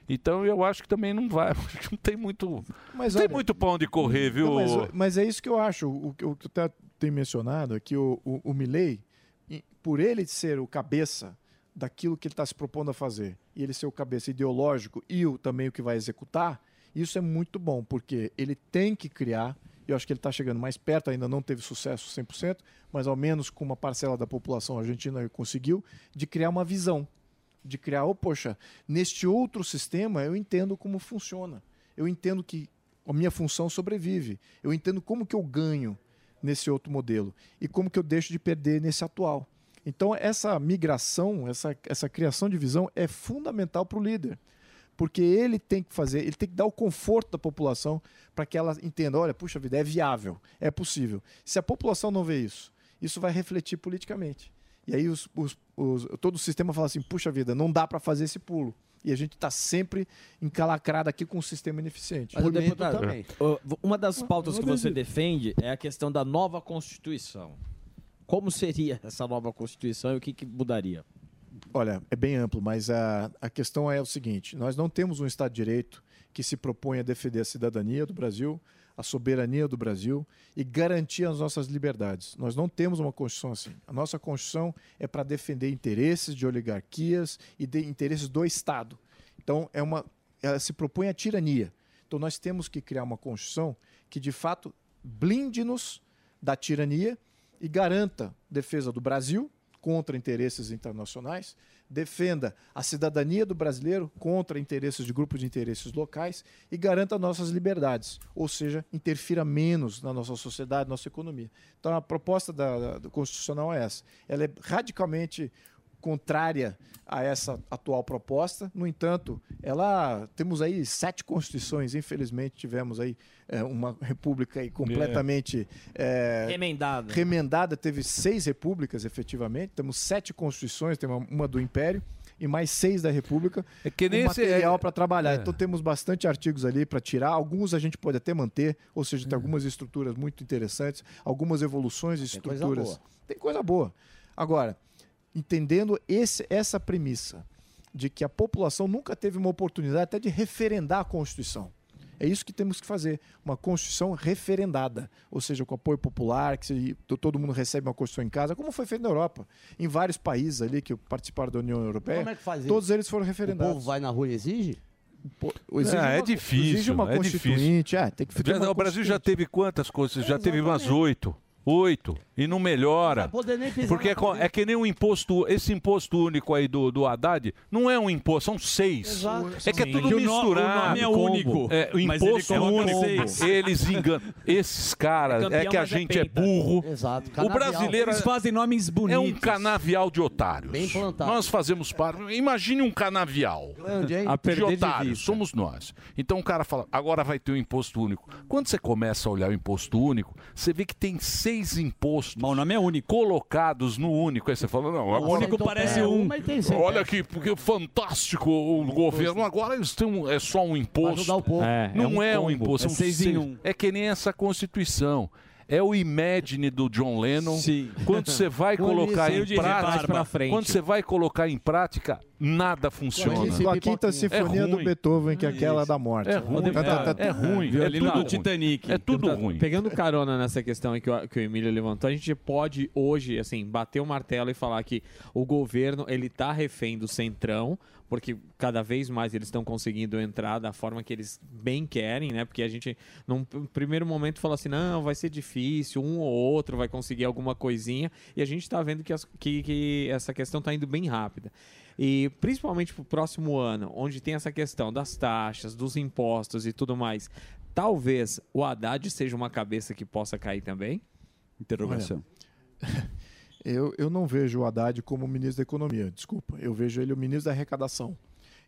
Então eu acho que também não vai. Acho que Não tem muito.
Mas
tem
olha-
muito pão de correr, viu?
Não, mas, mas é isso que eu acho. O, que- o que eu até tenho mencionado é que o, o, o Milley, e- por ele ser o cabeça daquilo que ele está se propondo a fazer, e ele ser o cabeça ideológico e o, também o que vai executar, isso é muito bom, porque ele tem que criar. Eu acho que ele está chegando mais perto, ainda não teve sucesso 100%, mas ao menos com uma parcela da população argentina ele conseguiu, de criar uma visão de criar, oh, poxa, neste outro sistema eu entendo como funciona. Eu entendo que a minha função sobrevive. Eu entendo como que eu ganho nesse outro modelo e como que eu deixo de perder nesse atual. Então essa migração, essa, essa criação de visão é fundamental para o líder. Porque ele tem que fazer, ele tem que dar o conforto da população para que ela entenda, olha, puxa vida, é viável, é possível. Se a população não vê isso, isso vai refletir politicamente. E aí os- os- os- todo o sistema fala assim, puxa vida, não dá para fazer esse pulo. E a gente está sempre encalacrado aqui com um sistema ineficiente.
Mas,
Por medo
deputado, ô, v- Uma das pautas que você defende é a questão da nova Constituição. Como seria essa nova Constituição e o que, que mudaria?
Olha, é bem amplo, mas a, a questão é o seguinte: nós não temos um Estado de Direito que se propõe a defender a cidadania do Brasil, a soberania do Brasil e garantir as nossas liberdades. Nós não temos uma Constituição assim. A nossa Constituição é para defender interesses de oligarquias e de interesses do Estado. Então, é uma, ela se propõe a tirania. Então, nós temos que criar uma Constituição que, de fato, blinde-nos da tirania e garanta defesa do Brasil contra interesses internacionais, defenda a cidadania do brasileiro contra interesses de grupos de interesses locais e garanta nossas liberdades, ou seja, interfira menos na nossa sociedade, nossa economia. Então a proposta da, da- do constitucional é essa. Ela é radicalmente contrária a essa atual proposta. No entanto, ela temos aí sete constituições. Infelizmente tivemos aí eh, uma república aí completamente eh,
Remendada.
remendada, teve seis repúblicas, efetivamente. Temos sete constituições, tem uma, uma do Império e mais seis da República. É
que nem
um
esse-
material
é-
para trabalhar.
é.
Então temos bastante artigos ali para tirar. Alguns a gente pode até manter, ou seja,
Uhum.
tem algumas estruturas muito interessantes, algumas evoluções de
coisa
estruturas.
boa.
Tem coisa boa. Agora, entendendo esse- essa premissa de que a população nunca teve uma oportunidade até de referendar a Constituição. É isso que temos que fazer, uma Constituição referendada, ou seja, com apoio popular, que se- to- todo mundo recebe uma Constituição em casa, como foi feito na Europa, em vários países ali que participaram da União Europeia.
Como é que faz
Todos
isso?
eles foram referendados.
O povo vai na rua e exige?
exige
Ah, é
uma-
difícil.
exige uma
é difícil.
constituinte, é, tem que ter
Já-
uma
o Brasil já teve quantas coisas? Já teve umas oito. Oito. E não melhora.
poder nem pisar
Porque
na
é, co- é que nem um imposto, esse imposto único aí do, do Haddad, não é um imposto, são seis.
Exato.
É que é
Sim.
tudo
Que o no- o
misturado.
nome é único,
É, o
mas ele
imposto é
coloca
único.
seis.
Eles enganam. Esses caras,
É
é,
campeão,
que a
mas é
gente é,
penta.
burro.
Exato,
O
canavial.
brasileiro.
Eles
fazem nomes bonitos. É um canavial de otários.
Bem plantado.
Nós fazemos parte. Imagine um canavial.
Grande, hein? A
de
perder de
otários. Somos nós. Então o cara fala, agora vai ter o imposto único. Quando você começa a olhar o imposto único, você vê que tem seis impostos. Mas o nome é único. Colocados no único. Aí você fala, não, agora-
único
Então,
parece
é,
um.
Mas tem
Olha aqui, porque é fantástico o governo. Agora eles têm um, é só um
Vai ajudar
imposto.
o povo. É, é
não
um
é, um,
combo.
imposto,
É
são
seis em
seis.
um.
É que nem essa Constituição. É o imagine do John Lennon. Quando você vai
Olha
colocar
isso, eu
em
de rebarba.
prática,
pra frente.
quando você vai colocar em prática, nada funciona.
Com a quinta sinfonia
É
do
ruim.
Beethoven, que é aquela da morte.
É ruim,
Tá, tá, tá,
cara.
tá.
É ruim. É
Violino
tudo
do
ruim. É tudo ruim.
Pegando carona nessa questão aí que o, que o Emílio levantou, a gente pode hoje, assim, bater o martelo e falar que o governo, ele tá refém do centrão, porque cada vez mais eles estão conseguindo entrar da forma que eles bem querem, né? Porque a gente, num p- primeiro momento, fala assim, não, vai ser difícil, um ou outro vai conseguir alguma coisinha, e a gente tá vendo que, as- que- que essa questão tá indo bem rápida. E principalmente pro próximo ano, onde tem essa questão das taxas, dos impostos e tudo mais, talvez o Haddad seja uma cabeça que possa cair também?
É.
Interrogação. Eu, eu não vejo o Haddad como ministro da Economia, desculpa. Eu vejo ele o ministro da Arrecadação.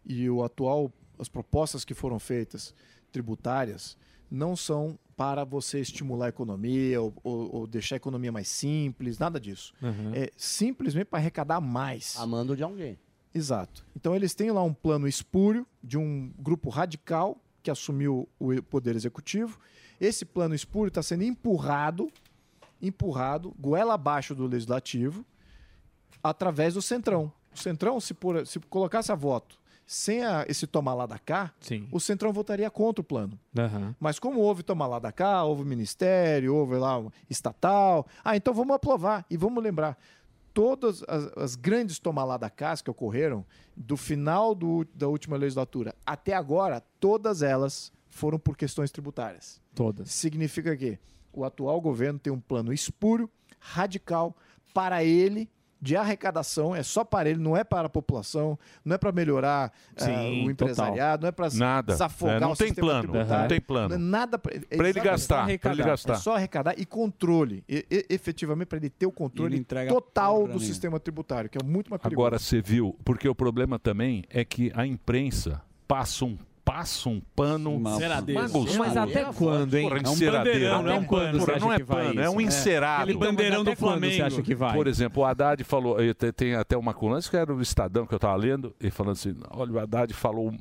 E o atual, as propostas que foram feitas tributárias não são para você estimular a economia ou, ou- ou deixar a economia mais simples, nada disso.
Uhum.
né?
É simplesmente para arrecadar mais.
Amando de alguém.
Exato. Então eles têm lá um plano espúrio de um grupo radical que assumiu o poder executivo. Esse plano espúrio está sendo empurrado, empurrado, goela abaixo do legislativo, através do Centrão. O Centrão, se, por- se colocasse a voto sem a- esse tomar lá da cá, o Centrão votaria contra o plano.
né?
Mas como houve tomar lá da cá, houve ministério, houve lá um estatal, ah, então vamos aprovar e vamos lembrar. Todas as, as grandes tomar lá da cá que ocorreram do final do- da última legislatura até agora, todas elas foram por questões tributárias.
Todas.
Significa que o atual governo tem um plano espúrio, radical, para ele, de arrecadação, é só para ele, não é para a população, não é para melhorar eh,
Sim,
o
total.
empresariado, não é para
Nada.
desafogar
É, não
o
tem
sistema
plano,
tributário. é
não tem plano.
Nada pra- é
Pra ele
só
gastar,
arrecadar.
pra ele gastar.
É só arrecadar e controle. E- e- efetivamente, para ele ter o controle
Ele entrega
total do
porra nenhuma.
sistema tributário, que é muito mais perigoso.
Agora você viu, porque o problema também é que a imprensa passa um passa um pano
Uma- Enceradeiro.
Uma gostosa.
Mas até quando, hein? É
Porra,
um
enceradeiro.
bandeirão,
Até
não é um pano,
Porra,
você
não
acha
é
que vai
pano, é um
isso? É.
encerado.
Aquele bandeirão Mas até do quando você Flamengo. acha que vai?
Por exemplo, o Haddad falou, eu te- tem até uma coluna, isso que era o Estadão que eu estava lendo, e falando assim, olha, o Haddad falou um,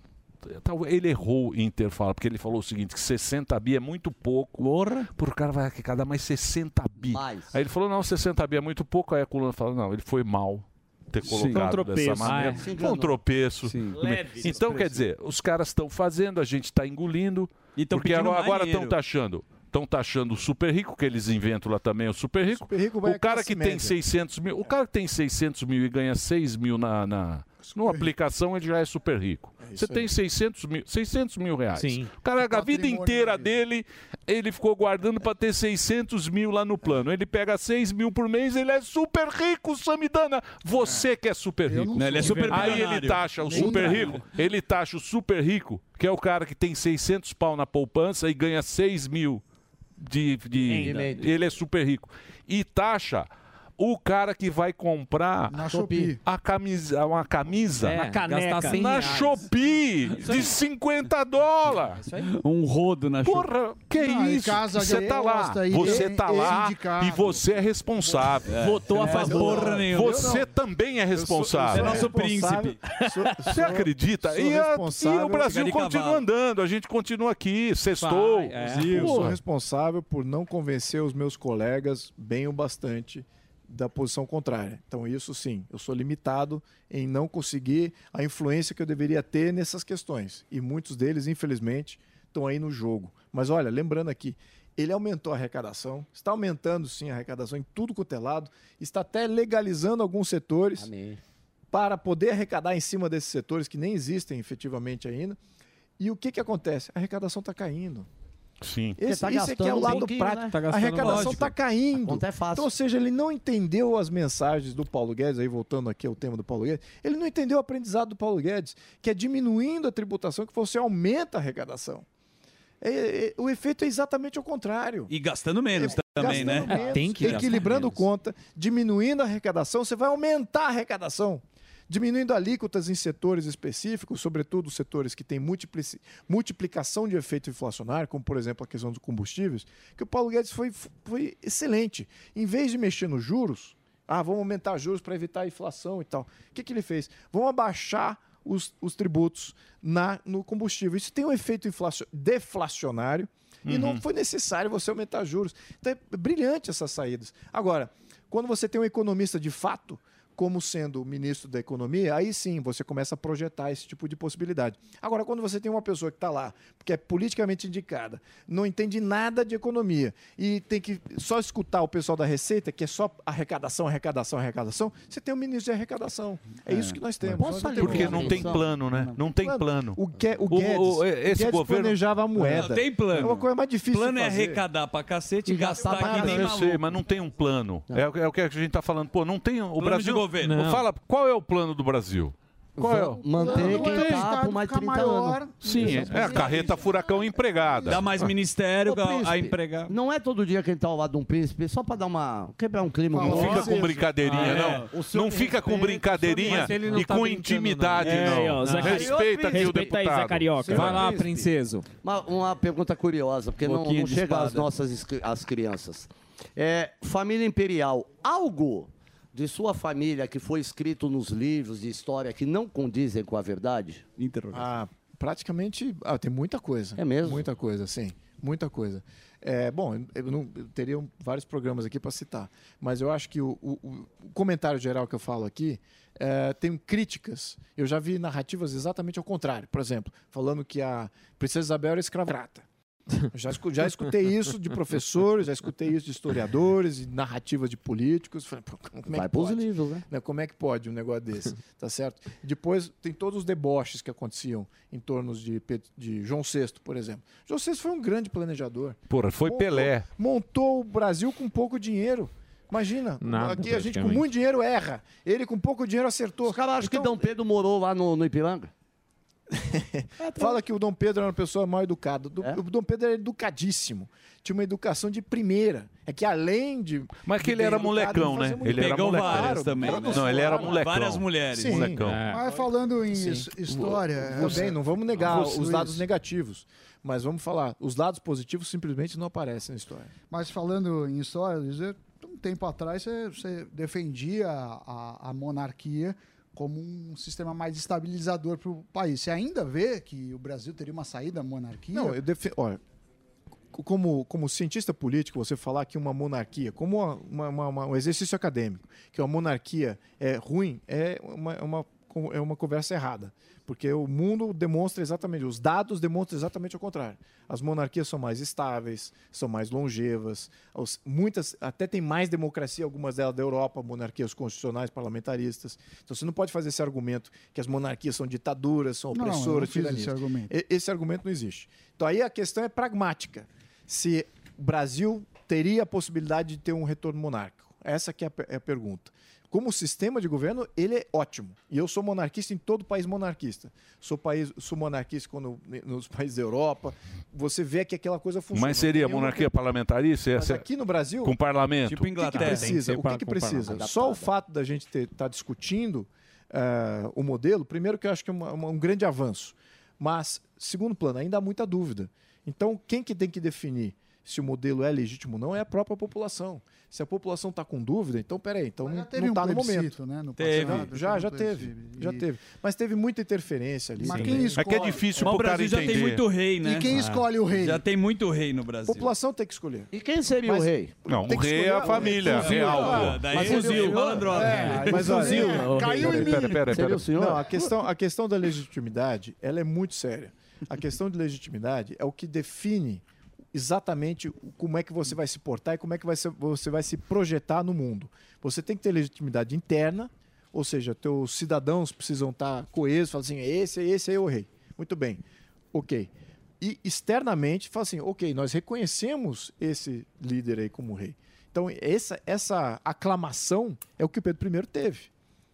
tal- ele errou em ter falado, porque ele falou o seguinte, que 60 bi é muito pouco. Porra. Por cara vai arrecadar mais 60 bi. Aí ele falou, não, 60 bi é muito pouco. Aí a coluna falou, não, ele foi mal ter
Sim.
colocado
Foi um
dessa
tropeço.
maneira.
Ah, é. Se
Foi
enganou.
um tropeço.
Leve
então,
tropeço.
quer dizer, os caras estão fazendo, a gente está engolindo.
E
Então,
tão
porque
pedindo
agora
marinheiro.
estão taxando. Estão taxando o super rico, que eles inventam lá também, o super rico.
vai à
o cara
classe
que tem
média.
600 mil. O cara que tem 600 mil e ganha 6 mil na, na numa aplicação, ele já é super rico. Você tem 600 mil, 600 mil reais.
Sim.
Caraca, a vida inteira dele, ele ficou guardando para ter 600 mil lá no plano. Ele pega 6 mil por mês, ele é super rico, Samidana. Você que é super rico.
Não, ele é super
Aí ele
bilionário.
taxa o
Nem
super
dá.
rico. Ele taxa o super rico, que é o cara que tem 600 pau na poupança e ganha 6 mil de. de
Renda.
ele é super rico. E taxa. O cara que vai comprar
Shopee.
a camisa, uma camisa
É, Uma caneca. gastar 100
assim na
reais.
Shopee de 50 dólares.
Um rodo na
Porra, que
Não, em
isso?
casa
Você
ganhei
tá lá,
gosta aí,
você
ele-
tá
ele
lá
indicado.
e você é responsável.
É. Votou a favor
porra
nenhuma.
Você
Eu não.
também é
Eu sou- eu sou
responsável.
nosso príncipe.
Sou-
Você
sou-
acredita?
sou
E, a-
responsável-
e o
Chegar
Brasil
de
continua
cavalo.
andando, a gente continua aqui, sextou.
é.
Brasil, eu sou
Porra.
responsável por não convencer os meus colegas bem o bastante da posição contrária. Então, isso sim, eu sou limitado em não conseguir a influência que eu deveria ter nessas questões. E muitos deles, infelizmente, estão aí no jogo. Mas olha, lembrando aqui, ele aumentou a arrecadação, está aumentando sim a arrecadação em tudo quanto é lado, está até legalizando alguns setores para poder arrecadar em cima desses setores que nem existem efetivamente ainda. E o que, que acontece? A arrecadação está tá caindo.
Sim.
Esse, isso aqui é o lado prático. a arrecadação está caindo.
Conta é fácil.
Então, ou seja, ele não entendeu as mensagens do Paulo Guedes, aí voltando aqui ao tema do Paulo Guedes, ele não entendeu o aprendizado do Paulo Guedes, que é diminuindo a tributação que você aumenta a arrecadação. É- é- o efeito é exatamente o contrário.
E gastando menos também, né?
É, Gastando menos, equilibrando conta, diminuindo a arrecadação, você vai aumentar a arrecadação. Diminuindo alíquotas em setores específicos, sobretudo setores que têm multiplici- multiplicação de efeito inflacionário, como por exemplo a questão dos combustíveis, que o Paulo Guedes foi, foi excelente. Em vez de mexer nos juros, ah, vamos aumentar juros para evitar a inflação e tal. O que, que ele fez? Vamos abaixar os, os tributos na, no combustível. Isso tem um efeito inflacio- deflacionário e não
Uhum.
foi necessário você aumentar juros. Então é brilhante essas saídas. Agora, quando você tem um economista de fato, como sendo o ministro da Economia, aí sim você começa a projetar esse tipo de possibilidade. Agora, quando você tem uma pessoa que está lá, que é politicamente indicada, não entende nada de economia e tem que só escutar o pessoal da Receita, que é só arrecadação, arrecadação, arrecadação, você tem um ministro de arrecadação. É, isso que nós temos. Nós não temos
Porque não tem plano, né? Não tem plano.
O, Gue- o
O-
Guedes,
o-
o
esse
Guedes
governo-
planejava a moeda.
Não, tem plano.
É uma coisa mais difícil
plano
de
é
fazer.
arrecadar pra cacete e
E tá
gastar,
gastar
que
pra
nem
eu
maluco.
sei, mas não tem um plano. É, o- é o que a gente tá falando. Pô, não tem. O
Plano
Brasil.
de governo. Não.
Fala, qual é o plano do Brasil? Qual é? o-
Manter
quem tá
por mais 30 anos.
Sim, é, a carreta furacão empregada.
Ô, príncipe, Não é todo dia que a gente tá ao lado de um príncipe, só pra dar uma. quebrar um clima.
Não
gostoso.
fica com brincadeirinha,
Ah, é.
não.
O senhor
Não
me
fica com
respeita,
brincadeirinha
mas ele não É,
e
tá
com
brincando,
intimidade, não. Respeita aqui o deputado. é
princeso. Uma, uma pergunta curiosa, porque não,
Boquinha
não
de
chega
espada.
às nossas escri- às crianças. É, família Imperial, algo de sua família que foi escrito nos livros de história que não condizem com a verdade?
Ah, praticamente. Ah, tem muita coisa. É mesmo? Muita coisa, sim. Muita coisa. É, bom, eu- eu, não, eu teria um- vários programas aqui para citar, mas eu acho que o, o- o- o comentário geral que eu falo aqui é, tem críticas. Eu já vi narrativas exatamente ao contrário. Por exemplo, falando que a Princesa Isabel era escravata. Eu Já, escu- já escutei isso de professores, já escutei isso de historiadores, de narrativas de políticos. Falei, pô, como é que
Vai pros
pode?
livros, né?
né? Como é que pode um negócio desse? Tá certo? Depois tem todos os deboches que aconteciam em torno de, Pe- de João VI, por exemplo. João VI foi um grande planejador.
Porra, foi
Montou-
Pelé.
Montou o Brasil com pouco dinheiro. Imagina,
Nada,
aqui a gente com
praticamente.
muito dinheiro erra. Ele com pouco dinheiro acertou. Então, Os
caras acham que Dom Pedro morou lá no, Ipiranga?
Fala que o Dom Pedro era uma pessoa mal educada. Do-
É?
O Dom Pedro era educadíssimo. Tinha uma educação de primeira. É que além de.
Mas que
de
ele
bem
era
educado,
molecão, né?
fazia muito
Ele era
Pegou
molecão.
várias também, né?
Não, ele era molecão.
Várias mulheres.
Sim. É.
Molecão.
Mas falando em
Sim.
his- história.
Você-
é-
Também, não é vamos negar
Você-
os dados negativos. Mas vamos falar, os dados positivos simplesmente não aparecem na história.
Mas falando em história, Luiz, eu- um tempo atrás você, você defendia a, a monarquia como um sistema mais estabilizador para o país. Você ainda vê que o Brasil teria uma saída da monarquia?
Não, eu defendo. Olha, co- como, como cientista político, você falar que uma monarquia, como uma- uma- uma- uma- um exercício acadêmico, que uma monarquia é ruim, é uma, é uma, co- é uma conversa errada. Porque o mundo demonstra exatamente, os dados demonstram exatamente o contrário. As monarquias são mais estáveis, são mais longevas, os- muitas até tem mais democracia, algumas delas da Europa, monarquias constitucionais, parlamentaristas. Então você não pode fazer esse argumento que as monarquias são ditaduras, são
Não, eu não
opressoras,
fiz esse
tiranias.
argumento.
E- Esse argumento não existe. Então aí a questão é pragmática. Se o Brasil teria a possibilidade de ter um retorno monárquico? Essa que é a, per- é a pergunta. Como sistema de governo, ele é ótimo. E eu sou monarquista em todo país monarquista. Sou, país, sou monarquista quando, nos países da Europa. Você vê que aquela coisa funciona.
Mas seria
Nenhuma-
monarquia parlamentarista?
Mas
Essa-
aqui no Brasil.
Com parlamento?
é
Tipo
O que,
Inglaterra.
que
Tem que
precisa?
ser
O
pa-
que, que
com
precisa?
parlamento.
Só o fato da gente estar discutindo eh, o modelo, primeiro que eu acho que é uma- uma- um grande avanço. Mas, segundo plano, ainda há muita dúvida. Então, quem que tem que definir se o modelo é legítimo ou não é a própria população. Se a população está com dúvida, então peraí, então não
teve um
tá
no
no
plebiscito,
momento.
né? No
Teve.
passado,
Já, já
um
teve.
plebiscito.
Já
E-
teve. Mas teve muita interferência ali.
Mas
Sim.
quem
Sim.
escolhe? É que é difícil
Mas o
pro cara
Brasil já tem
entender.
muito rei, né?
E quem escolhe o rei?
Já tem muito rei no
A
Brasil.
população tem que escolher.
E quem seria
o rei?
Não,
Tem
o
que
rei é a
escolher-
família,
Fuzil,
real.
claro. Daí Mas fuzil, seria o- malandroca. É,
mas
fuzil,
olha,
o rei. Caiu em mim. Seria o senhor?
Não, é a questão, a questão da legitimidade, ela é muito séria. A questão de legitimidade é o que define exatamente o- como é que você vai se portar e como é que vai se- você vai se projetar no mundo. Você tem que ter legitimidade interna, ou seja, teus cidadãos precisam estar coesos, falar assim, esse, esse é o rei. Muito bem, ok. e externamente fala assim, ok, nós reconhecemos esse líder aí como rei. Então, essa, essa aclamação é o que o Pedro I teve.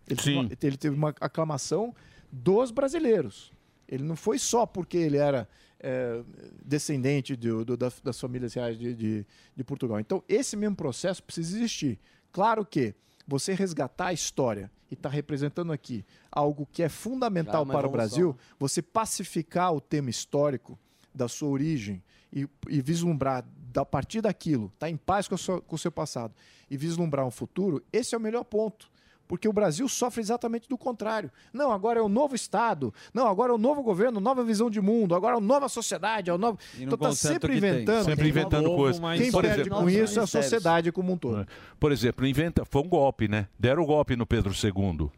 Ele, teve
Sim.
uma, ele teve uma aclamação dos brasileiros. Ele não foi só porque ele era eh, descendente do- do- das, das famílias reais de, de- de Portugal. Então, esse mesmo processo precisa existir. Claro que você resgatar a história e estar representando aqui algo que é fundamental
Já é uma
para o
evolução.
Brasil, você pacificar o tema histórico da sua origem e, e vislumbrar da- a partir daquilo, estar em paz com, a sua- com o seu passado e vislumbrar um futuro, esse é o melhor ponto. Porque o Brasil sofre exatamente do contrário. Não, agora é um novo Estado. Não, agora é um novo governo, nova visão de mundo. Agora é uma nova sociedade. É um novo...
E não
Então tá
consegue o
sempre
que tem.
inventando.
Sempre
Tem
inventando
novo,
coisa.
mas
Quem
Quem perde
perde
com
novos
isso é a
ministérios.
sociedade como um todo.
Por exemplo, inventa, foi um golpe, né? Deram o golpe no Pedro II.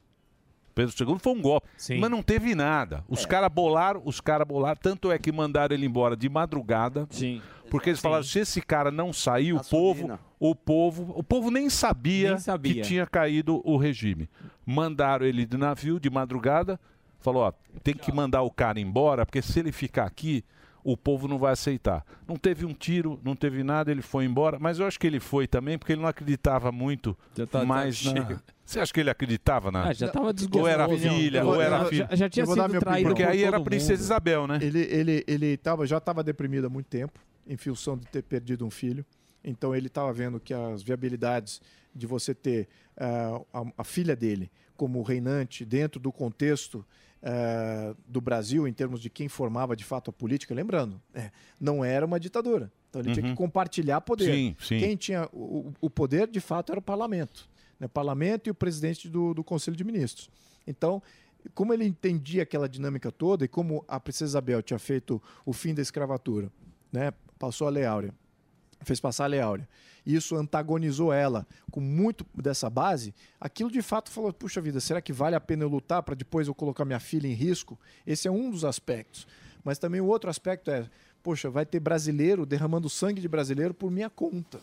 Pedro II foi um golpe, mas não teve nada. Os caras bolaram, os caras bolaram, tanto é que mandaram ele embora de madrugada. Sim. Porque eles falaram, se esse cara não sair, o povo, o povo, o povo nem sabia,
Nem sabia.
que tinha caído o regime. Mandaram ele de navio de madrugada, falou, ó, tem que mandar o cara embora, porque se ele ficar aqui, o povo não vai aceitar. Não teve um tiro, não teve nada, ele foi embora, mas eu acho que ele foi também, porque ele não acreditava muito
tá
mais
cheio.
na... Você acha que ele acreditava na...
Ah, já tava
Ou era
desgostoso.
filha,
Eu
ou
vou-
era
eu
filho.
já- já tinha
Eu vou dar
sido
minha
traído
Porque
opinião.
aí era a princesa Isabel, né?
Ele, ele, ele tava, já estava deprimido há muito tempo, em função de ter perdido um filho. Então ele estava vendo que as viabilidades de você ter ah, a, a filha dele como reinante dentro do contexto ah, do Brasil, em termos de quem formava de fato a política, lembrando, né, não era uma ditadura. Então ele tinha
Uhum.
que compartilhar poder.
Sim, sim.
Quem tinha o, o- o poder, de fato, era o parlamento. Né? O parlamento e o presidente do, do Conselho de Ministros. Então, como ele entendia aquela dinâmica toda e como a princesa Isabel tinha feito o fim da escravatura, né? passou a Lei Áurea, fez passar a Lei Áurea, e isso antagonizou ela com muito dessa base, aquilo de fato falou, puxa vida, será que vale a pena eu lutar para depois eu colocar minha filha em risco? Esse é um dos aspectos. Mas também o outro aspecto é, poxa, vai ter brasileiro derramando sangue de brasileiro por minha conta.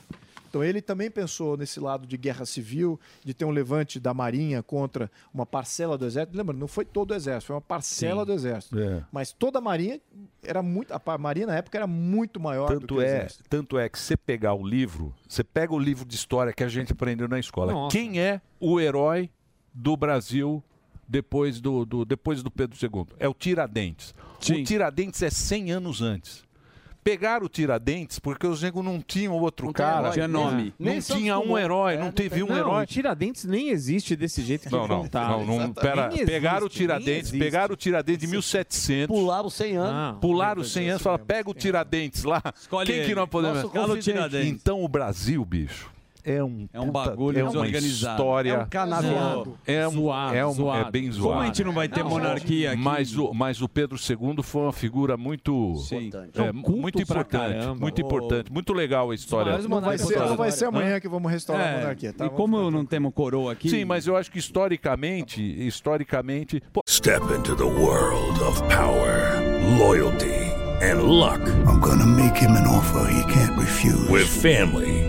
Então ele também pensou nesse lado de guerra civil, de ter um levante da marinha contra uma parcela do exército. Lembra, não foi todo o exército, foi uma parcela do exército.
É.
Mas toda a marinha era muito, a pa- marinha na época era muito maior do que
Tanto
o
é,
exército.
tanto é que você pegar o livro, você pega o livro de história que a gente aprendeu na escola.
Nossa.
Quem é o herói do Brasil depois do, do- depois do Pedro II? É o Tiradentes. O Tiradentes é 100 anos antes. Pegaram o Tiradentes porque os negros não tinham outro
tem
cara.
herói, Tinha né? nome.
Não
Nem Santos
tinha um
Dumont.
herói,
É,
não
não
teve
tem.
um
Não,
herói.
Tiradentes nem existe desse jeito que
Não, não,
contaram.
não, não, pera,
Nem
pegaram o
existe, nem
Tiradentes,
existe.
pegaram o Tiradentes de 1700.
Pularam os 100 anos.
Ah, pularam os 100 anos, fala, pega o Tiradentes lá.
Escolhe
Quem que
ele.
nós podemos...
Nosso Escala o confidente. Tiradentes.
Então o Brasil, bicho, é um...
É um
puta-
bagulho
é uma
desorganizado.
história...
É um canavial.
É um,
Zoado,
é um-
zoado.
é bem zoado.
Como a gente não vai ter Não, monarquia aqui?
Mas o, mas o Pedro II foi uma figura muito... É,
É um culto
muito
pra
importante,
caramba.
muito
Ô.
importante. Muito legal a história.
Mas não vai, ser, não vai ser amanhã que vamos restaurar
É,
a monarquia, tá?
e
Vamos-
Como não temos coroa aqui...
Sim, mas eu acho que historicamente, historicamente... pô,
Step into the world of power, loyalty, and luck.
I'm gonna make him an offer he can't refuse.
With family,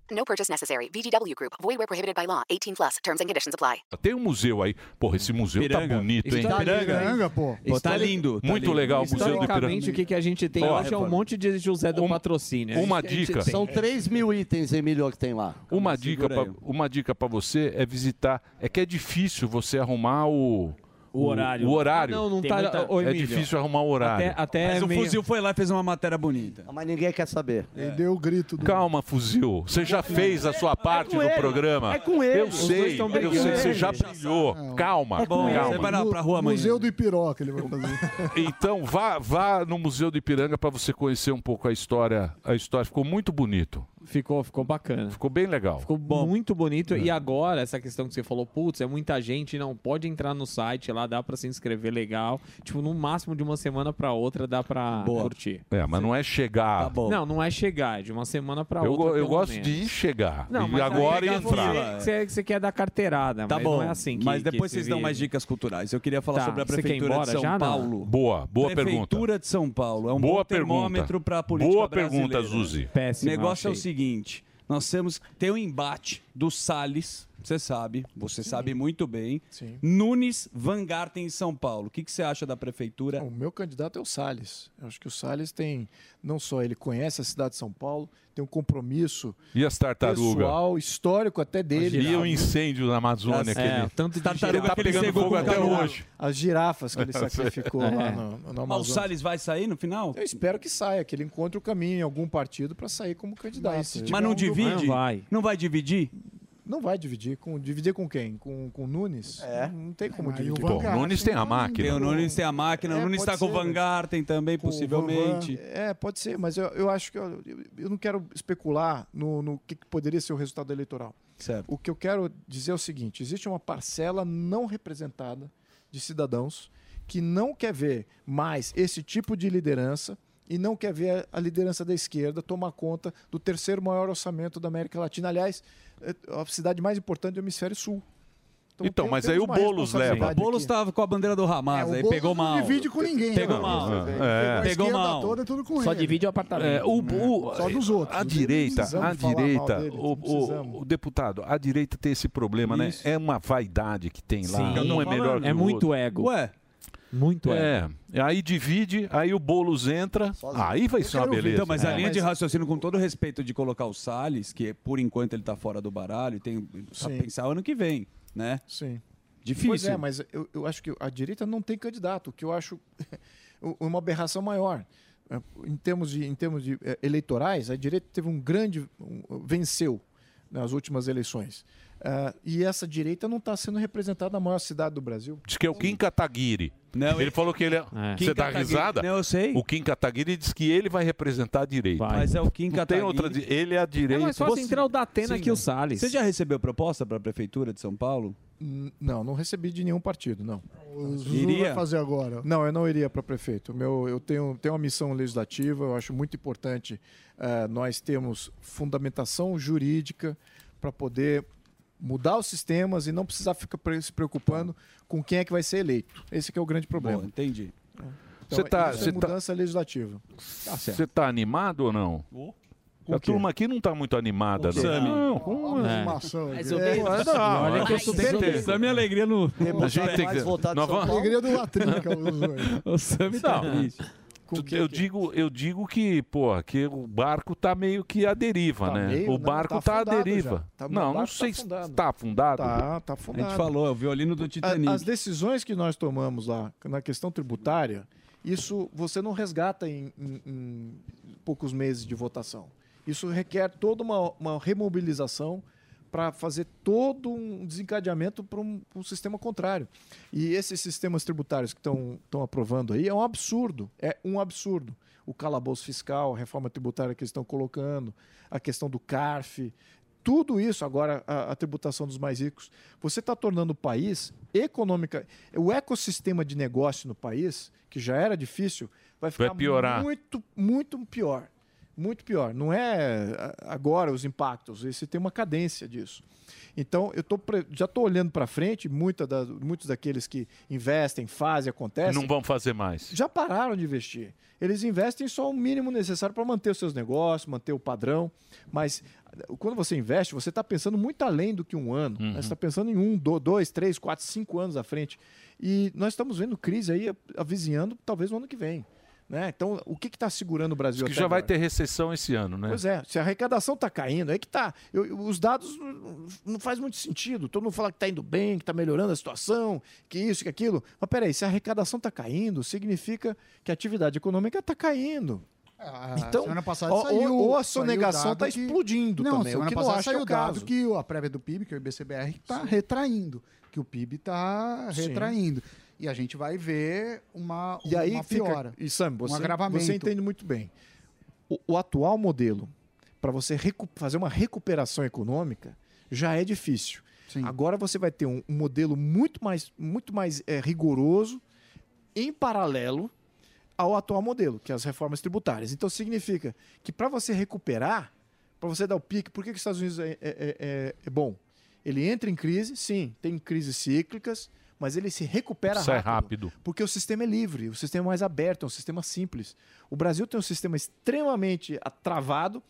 No purchase necessary. VGW Group. Void where prohibited by law. 18 plus. Terms and conditions apply.
Tem um museu aí. Porra, esse museu tá
Ipiranga.
bonito, hein?
Está Ipiranga. Ipiranga, pô. Pô, tá lindo, tá
Muito
lindo.
legal o museu do
Historicamente, o que, que a gente tem
Ó,
hoje é um
repara.
monte de José do Patrocínio.
uma dica.
São 3 mil itens, Emílio, que tem lá.
Uma dica,
segura
pra,
aí.
uma dica para você é visitar. É que é difícil você arrumar o.
O horário.
O horário.
Ah, não, não Tem tá- muita- ô,
É
Emílio,
difícil arrumar o horário.
é
mas o fuzil foi lá e fez uma matéria bonita.
Mas ninguém quer saber.
Ele
deu o grito do.
Calma, fuzil. Você já fez a sua parte
com
do
É ele,
programa.
é com ele.
Eu
Os dois
sei,
tão
eu
brigando.
sei. Você
Ele É.
já
já
brilhou. Calma, calma.
Museu do Ipiroca ele vai fazer.
Então vá, vá no Museu do Ipiranga para você conhecer um pouco a história. A história ficou muito bonito.
Ficou, ficou bacana.
Ficou bem legal.
Ficou muito bonito. E agora, essa questão que você falou, putz, é muita gente, não pode entrar no site lá, dá pra se inscrever legal. Tipo, no máximo de uma semana pra outra dá pra
Boa.
curtir.
É, mas não é
Tá
chegar.
Não, não é chegar, é de uma semana pra
eu go-
outra.
eu
pelo
gosto
menos.
de ir chegar.
Não,
e
mas
agora
aí é
entrar.
Você, você- você quer dar carteirada,
Tá
mas
bom,
não é assim que
mas depois
que
vocês
se
dão
vive.
mais dicas culturais. Eu queria falar
Tá,
sobre a
você quer ir
Prefeitura
embora
de São
já? Não.
Paulo.
Boa, boa pergunta.
Prefeitura de São Paulo. É um
Boa
bom termômetro
pergunta.
para a política
Boa
brasileira.
pergunta, Zuzi.
O
Péssima,
negócio é o
achei.
seguinte. Nós temos que ter um embate do Salles, você sabe, você sabe muito bem. Nunes Vangarten em São Paulo. O que, que você acha da prefeitura?
O meu candidato é o Salles. Eu acho que o Salles tem, não só ele conhece a cidade de São Paulo, tem um compromisso
E as tartarugas?
pessoal, histórico até dele.
E o incêndio na Amazônia?
As-
aquele-
é, o tanto de
Ele
tartaruga
tá
que ele
pegando
pegou
fogo
com
até
caminhão.
hoje.
As girafas que ele sacrificou
É.
lá no, no
Mas o
Amazonas.
Salles vai sair no final?
Eu espero que saia, que ele encontre o caminho em algum partido para sair como candidato.
Mas,
Se tiver
não
um do-
divide? Não vai dividir?
Não vai dividir. Com, dividir com quem? Com, com o Nunes? É. Não tem como dividir.
Pô, o Nunes tem a máquina.
Tem o Nunes tem a máquina, o
É,
Nunes
pode
está com o
ser.
Vangarten também, possivelmente.
Van- É, pode ser, mas eu, eu acho que eu, eu- eu não quero especular no, no que, que poderia ser o resultado eleitoral.
Certo.
O que eu quero dizer é o seguinte: existe uma parcela não representada de cidadãos que não quer ver mais esse tipo de liderança e não quer ver a, a liderança da esquerda tomar conta do terceiro maior orçamento da América Latina. Aliás, é a cidade mais importante do hemisfério sul.
Então,
tem-
mas
temos
aí o
uma
Boulos leva.
O Boulos estava com a bandeira do Hamas,
É, o
aí
Boulos
pegou
não
mal.
divide com ninguém,
Pegou
né?
mal.
É.
Pegou mal.
toda é tudo com
Só
ele.
divide o
É,
apartamento.
o, o-
Só dos outros.
A
Não
direita, a
precisamos falar
direita,
mal dele,
o,
não precisamos.
o- o deputado, a direita tem esse problema,
Isso.
né? É uma vaidade que tem lá.
Sim.
um é melhor que
É
o
muito
outro.
ego.
Ué.
Muito
é. Aí divide, aí o Boulos entra, aí vai ser uma beleza.
Então,
É.
mas a linha de
razão.
raciocínio, com todo o respeito de colocar o Salles, que por enquanto ele está fora do baralho, e tem a
Sim.
pensar ano que vem, né?
Sim.
Difícil.
Pois é, mas eu, eu acho que a direita não tem candidato, o que eu acho uma aberração maior. É, Em termos de, em termos de eh, eleitorais, a direita teve um grande. um- venceu nas últimas eleições. Ah, e essa direita não está sendo representada na maior cidade do Brasil.
Diz que é o Kim Kataguiri. ele, falou que ele é.
Kim
Você dá
Kataguiri.
risada?
Não, eu sei.
O Kim Kataguiri diz que ele vai representar a direita.
Mas é o Kim
Não tem
Kataguiri.
outra. di- Ele é a direita.
assim,
Você-
Datena que o Salles. né? Você já recebeu proposta para a Prefeitura de São Paulo?
N- Não, não recebi de nenhum partido, não.
O Zuzu vai Iria? fazer agora.
Não, eu não iria para prefeito. Meu, eu tenho, tenho uma missão legislativa, eu acho muito importante eh, nós termos fundamentação jurídica para poder mudar os sistemas e não precisar ficar pre- se preocupando com quem é que vai ser eleito. Esse que é o grande problema.
Bom, entendi.
Então,
Você tá-
isso
você
é
tá-
mudança legislativa.
Você tá animado ou não?
Com
A
o quê?
turma aqui não tá muito animada,
Com o Sami.
não. com-
Uma
é.
animação,
É,
viu?
não,
Olha
não,
que eu
a
sou
gente tem
bem-
que ter-
Sami, alegria no.
É, A gente tem que ter- Nós vamos-
Alegria do Latrinca.
O Sami
tá triste. Tu- eu,
é?
digo, eu digo que, porra, que o barco tá meio que à deriva,
Tá
né?
meio?
o
Não,
barco
tá
tá, à
afundado
deriva.
já. Tá- o
não, não
barco tá
sei se
afundado.
tá afundado.
Tá, tá
A gente
afundado.
falou, é o violino do
A-
Titanic.
As decisões que nós tomamos lá na questão tributária, isso você não resgata em, em- em poucos meses de votação. Isso requer toda uma, uma remobilização para fazer todo um desencadeamento para um, pra um sistema contrário. E esses sistemas tributários que estão aprovando aí é um absurdo. É um absurdo. O calabouço fiscal, a reforma tributária que eles estão colocando, a questão do CARF, tudo isso agora, a, a tributação dos mais ricos, você está tornando o país econômica. O ecossistema de negócio no país, que já era difícil, vai ficar
Vai piorar.
muito, muito pior. Muito pior. Não é a- agora os impactos, você tem uma cadência disso. Então, eu tô pre- já estou olhando para frente, muita da- muitos daqueles que investem, fazem, acontecem
Não vão fazer mais.
já pararam de investir. Eles investem só o mínimo necessário para manter os seus negócios, manter o padrão. Mas ah, quando você investe, você está pensando muito além do que um ano.
Uhum.
né? Você está pensando em um, do- dois, três, quatro, cinco anos à frente. E nós estamos vendo crise aí a- avizinhando talvez no ano que vem. Né? Então, o que está segurando o Brasil
Que
até
já vai
agora?
ter recessão esse ano, né?
Pois é, se a arrecadação está caindo, aí que tá. Eu- eu- os dados não- não faz muito sentido. Todo mundo fala que está indo bem, que está melhorando a situação, que isso, que aquilo. Mas peraí, se a arrecadação está caindo, significa que a atividade econômica está caindo.
Então, semana passada
ou,
saiu,
ou a
saiu
sonegação
dado
está
que-
explodindo
não,
também.
Semana
o que
passada
não acho
saiu
que é o
dado
caso.
que a prévia do PIB, que é o IBCBR, está retraindo. Que o PIB está
Sim.
tá retraindo. E a gente vai ver uma,
E aí
uma
fica,
piora.
e Sam, você,
um agravamento.
você entende muito bem. O, o atual modelo para você recu- fazer uma recuperação econômica já é difícil. Agora você vai ter um, um modelo muito mais, muito mais eh, rigoroso em paralelo ao atual modelo, que é as reformas tributárias. Então significa que para você recuperar, para você dar o pique, por que, que os Estados Unidos é, é- é- é- é bom? Ele entra em crise, sim, tem crises cíclicas, mas ele se recupera
Isso é
rápido.
rápido.
Porque o sistema é livre, o sistema é mais aberto, é um sistema simples. O Brasil tem um sistema extremamente a- travado.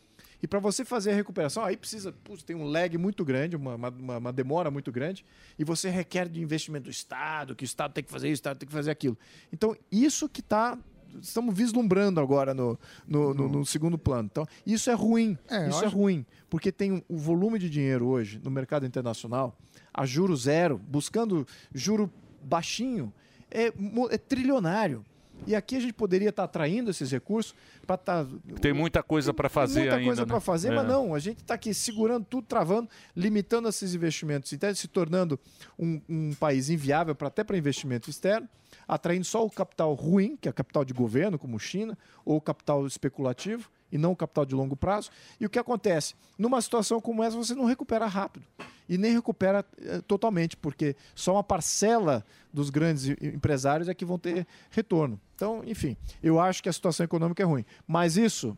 E para você fazer a recuperação, aí precisa, putz, tem um lag muito grande, uma, uma- uma- uma demora muito grande, e você requer de investimento do Estado, que o Estado tem que fazer isso, o Estado tem que fazer aquilo. Então, isso que está. Estamos vislumbrando agora no, no, no- no segundo plano. Então, isso é ruim.
É, eu
isso é
acho-
ruim. Porque tem um- o volume de dinheiro hoje no mercado internacional, a juro zero, buscando juro baixinho, é, mo- é trilionário. E aqui a gente poderia estar atraindo esses recursos tá para estar
Tem muita coisa para fazer
muita
ainda.
coisa para
né?
fazer,
É.
mas não, a gente está aqui segurando tudo, travando, limitando esses investimentos internos, se tornando um, um país inviável para até para investimento externo, atraindo só o capital ruim, que é capital de governo, como China, ou o capital especulativo, e não o capital de longo prazo. E o que acontece? Numa situação como essa, você não recupera rápido. E nem recupera eh, totalmente, porque só uma parcela dos grandes e- empresários é que vão ter retorno. Então, enfim, eu acho que a situação econômica é ruim. Mas isso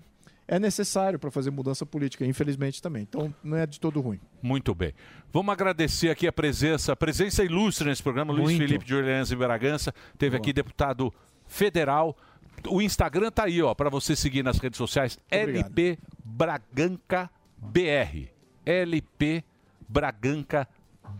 é necessário para fazer mudança política, infelizmente também. Então não é de todo ruim.
Muito bem. Vamos agradecer aqui a presença, a presença ilustre nesse programa, Luiz
Muito.
Felipe de Orleans e Bragança. Teve aqui deputado federal. O Instagram tá aí, ó, para você seguir nas redes sociais, LP Braganca BR. LP Braganca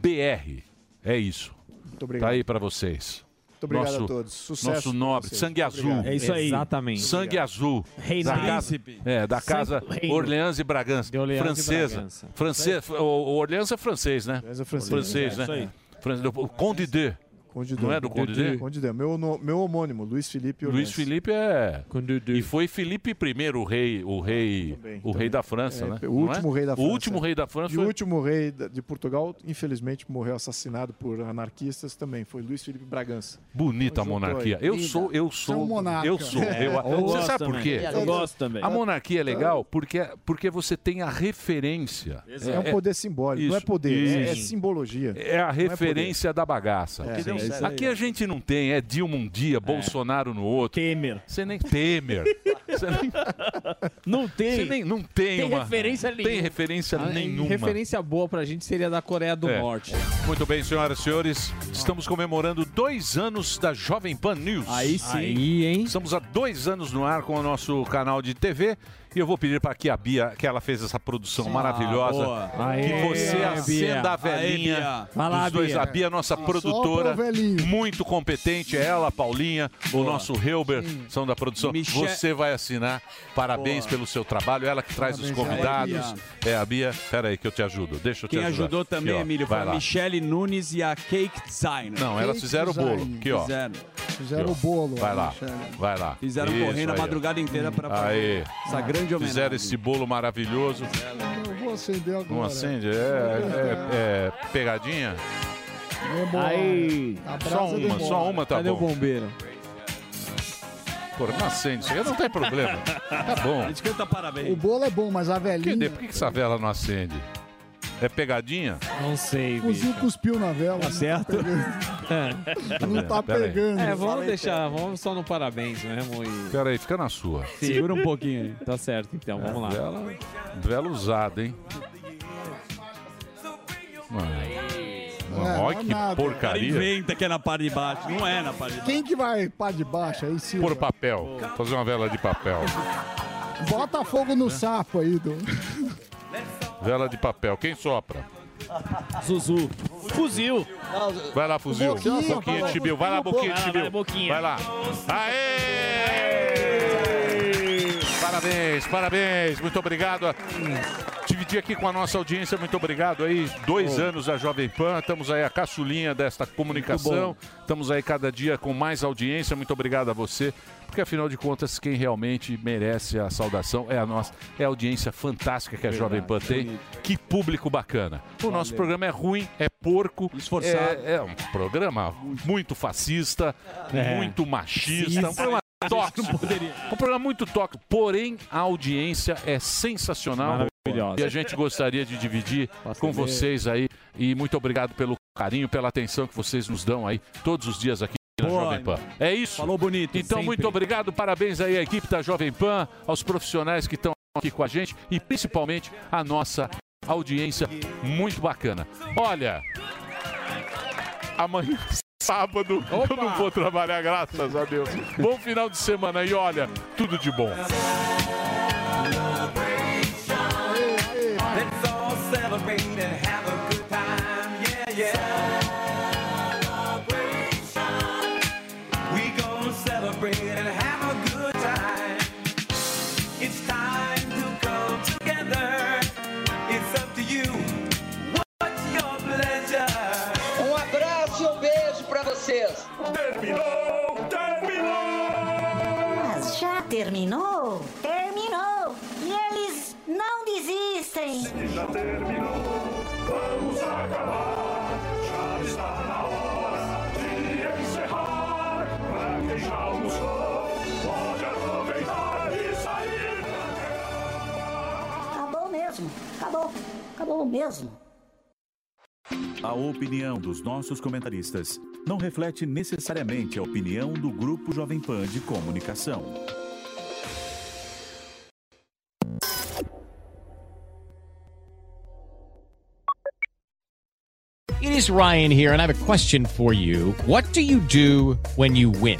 BR. É isso.
Muito obrigado.
Tá aí para vocês.
Muito obrigado
nosso,
a todos. Sucesso
Nosso
pra
nobre,
vocês.
sangue
Muito
azul.
obrigado. É isso aí. Exatamente.
Sangue
Obrigado.
azul.
Reinado.
Da casa,
Príncipe.
é, da
Sangue
casa
do reino.
Orleans e Bragança.
Orleans e
francesa.
Bragança.
Francês, o, o Orleans é francês, né?
é francês.
Francês,
É, isso
né?
aí.
Francês, o Conde de.
Conde
Não é do Conde de?
Conde D. Meu, no- meu homônimo, Luiz Felipe
Luiz
Orleans.
Felipe é. E foi Felipe I, o rei, o rei, o rei da França,
É,
né?
O
Não é?
último rei da França.
O último rei da França
E
foi-
o último rei da- de Portugal, infelizmente, morreu assassinado por anarquistas também. Foi Luiz Felipe Bragança.
Bonita a
Então, juntou
monarquia.
aí.
Eu
Linda.
sou, eu
Você é
sou,
um monarca.
eu sou.
É,
eu-
eu
você
gosto
sabe por
também.
quê?
Eu gosto também.
A monarquia é legal porque, porque você tem a referência.
É um poder simbólico, não é
Isso,
poder, é, é
isso.
simbologia.
É a
Não poder.
referência da bagaça.
É, Sim, é isso
Aqui a gente não tem, é Dilma um dia, Bolsonaro no outro. Temer. Você nem Temer. Você nem-
Não tem.
Você nem- não tem Tem uma- referência tem nenhuma. referência
Ah,
nenhuma.
Referência boa pra gente seria da Coreia do
É.
Norte.
Muito bem, senhoras e senhores, estamos comemorando dois anos da Jovem Pan News.
Aí sim.
hein? Estamos há dois anos no ar com o nosso canal de TV e eu vou pedir para que a Bia, que ela fez essa produção maravilhosa,
boa.
que
Aê,
você
Bia.
acenda a
Aê, Bia.
velhinha
Vai lá,
dos dois.
Bia.
A Bia, nossa
Sopra o
produtora,
velhinho.
muito competente, é ela, a Paulinha, o nosso Helber, são da produção.
Michel-
Você vai assinar. Parabéns pelo seu trabalho, É ela que traz os
Parabéns, ela e a
convidados. É a Bia, peraí que eu te ajudo, deixa eu te
Quem
ajudar.
ajudou também,
Aqui, ó,
Emílio, foi
vai
a
lá.
Michele Nunes e a Cake Designer.
Não, elas
Cake
fizeram o
Design.
bolo. Aqui, ó.
Fizeram.
Aqui, ó. Vai lá, vai lá.
Fizeram
Isso
correndo a
aí, ó.
madrugada inteira pra fazer
Aí.
essa grande homenagem.
Fizeram esse bolo maravilhoso.
Eu vou acender agora.
Não acende? É, é- é pegadinha?
Demora.
Aí.
A brasa
Só uma,
demora.
só uma tá
Cadê
bom.
o bombeiro?
Pô, não acende isso aí, não tem problema. Tá bom.
canta parabéns.
O bolo é bom, mas a
Quer
velhinha.
dizer, por que que essa vela não acende? É pegadinha? Não sei,
O Zinho cuspiu na vela. Tá
certo?
Não tá pegando.
É,
Fala
vamos
aí,
deixar, vamos só no parabéns mesmo. E...
Pera aí, fica na sua.
Segura um pouquinho aí. Tá certo, então, vamos lá.
Vela, vela usada, hein?
É,
Olha
não é
que
nada.
Cara,
porcaria.
inventa que é na parte de baixo. Não é na parte de baixo.
Quem que vai pá de baixo aí, Silva?
Por papel. Fazer uma vela de papel.
Bota fogo no sapo aí, do.
Vela de papel. Quem sopra?
Zuzu. Fuzil.
Vai lá, fuzil.
Boquinha.
Boquinha de chibio. Vai lá, boquinha de
Vai lá,
chibio.
vai, Boquinha.
Vai lá. Aê! Parabéns, parabéns. Muito obrigado. a- Dividir aqui com a nossa audiência. Muito obrigado aí. Dois
Bom.
anos da Jovem Pan. Estamos aí a caçulinha desta comunicação. Estamos aí cada dia com mais audiência. Muito obrigado a você. Porque afinal de contas, quem realmente merece a saudação é a nossa. É a audiência fantástica que a Jovem Pan tem. Que público bacana. O nosso
Valeu.
programa é ruim, é porco.
Esforçado.
É, é um programa muito fascista,
É.
muito machista. Um
Isso.
programa tóxico. Um programa muito tóxico, porém a audiência é sensacional.
Maravilhosa.
E a gente gostaria de dividir com
comer.
vocês aí. E muito obrigado pelo carinho, pela atenção que vocês nos dão aí todos os dias aqui. Na
Boa,
Jovem Pan. É isso? Falou bonito. Então,
sempre.
muito obrigado. Parabéns aí à equipe da Jovem Pan, aos profissionais que estão aqui com a gente e principalmente à nossa audiência muito bacana. Olha, amanhã, sábado, eu não vou trabalhar, graças a Deus. Bom final de semana e olha, tudo de bom.
Let's all celebrate and have a good time. Yeah, yeah. Celebration. We gonna celebrate and have a good time. It's time to come together. It's up to you. What's your pleasure?
Um abraço e um beijo pra vocês. Terminou, terminou.
Mas já terminou? Terminou! E eles não desistem!
Já terminou, vamos acabar. Já está na hora de encerrar. Pra quem já almoçou, pode aproveitar e sair.
Acabou mesmo! Acabou! Acabou mesmo!
A opinião dos nossos comentaristas não reflete necessariamente a opinião do Grupo Jovem Pan de Comunicação.
It is Ryan here, and I have a question for you. What do you do when you win?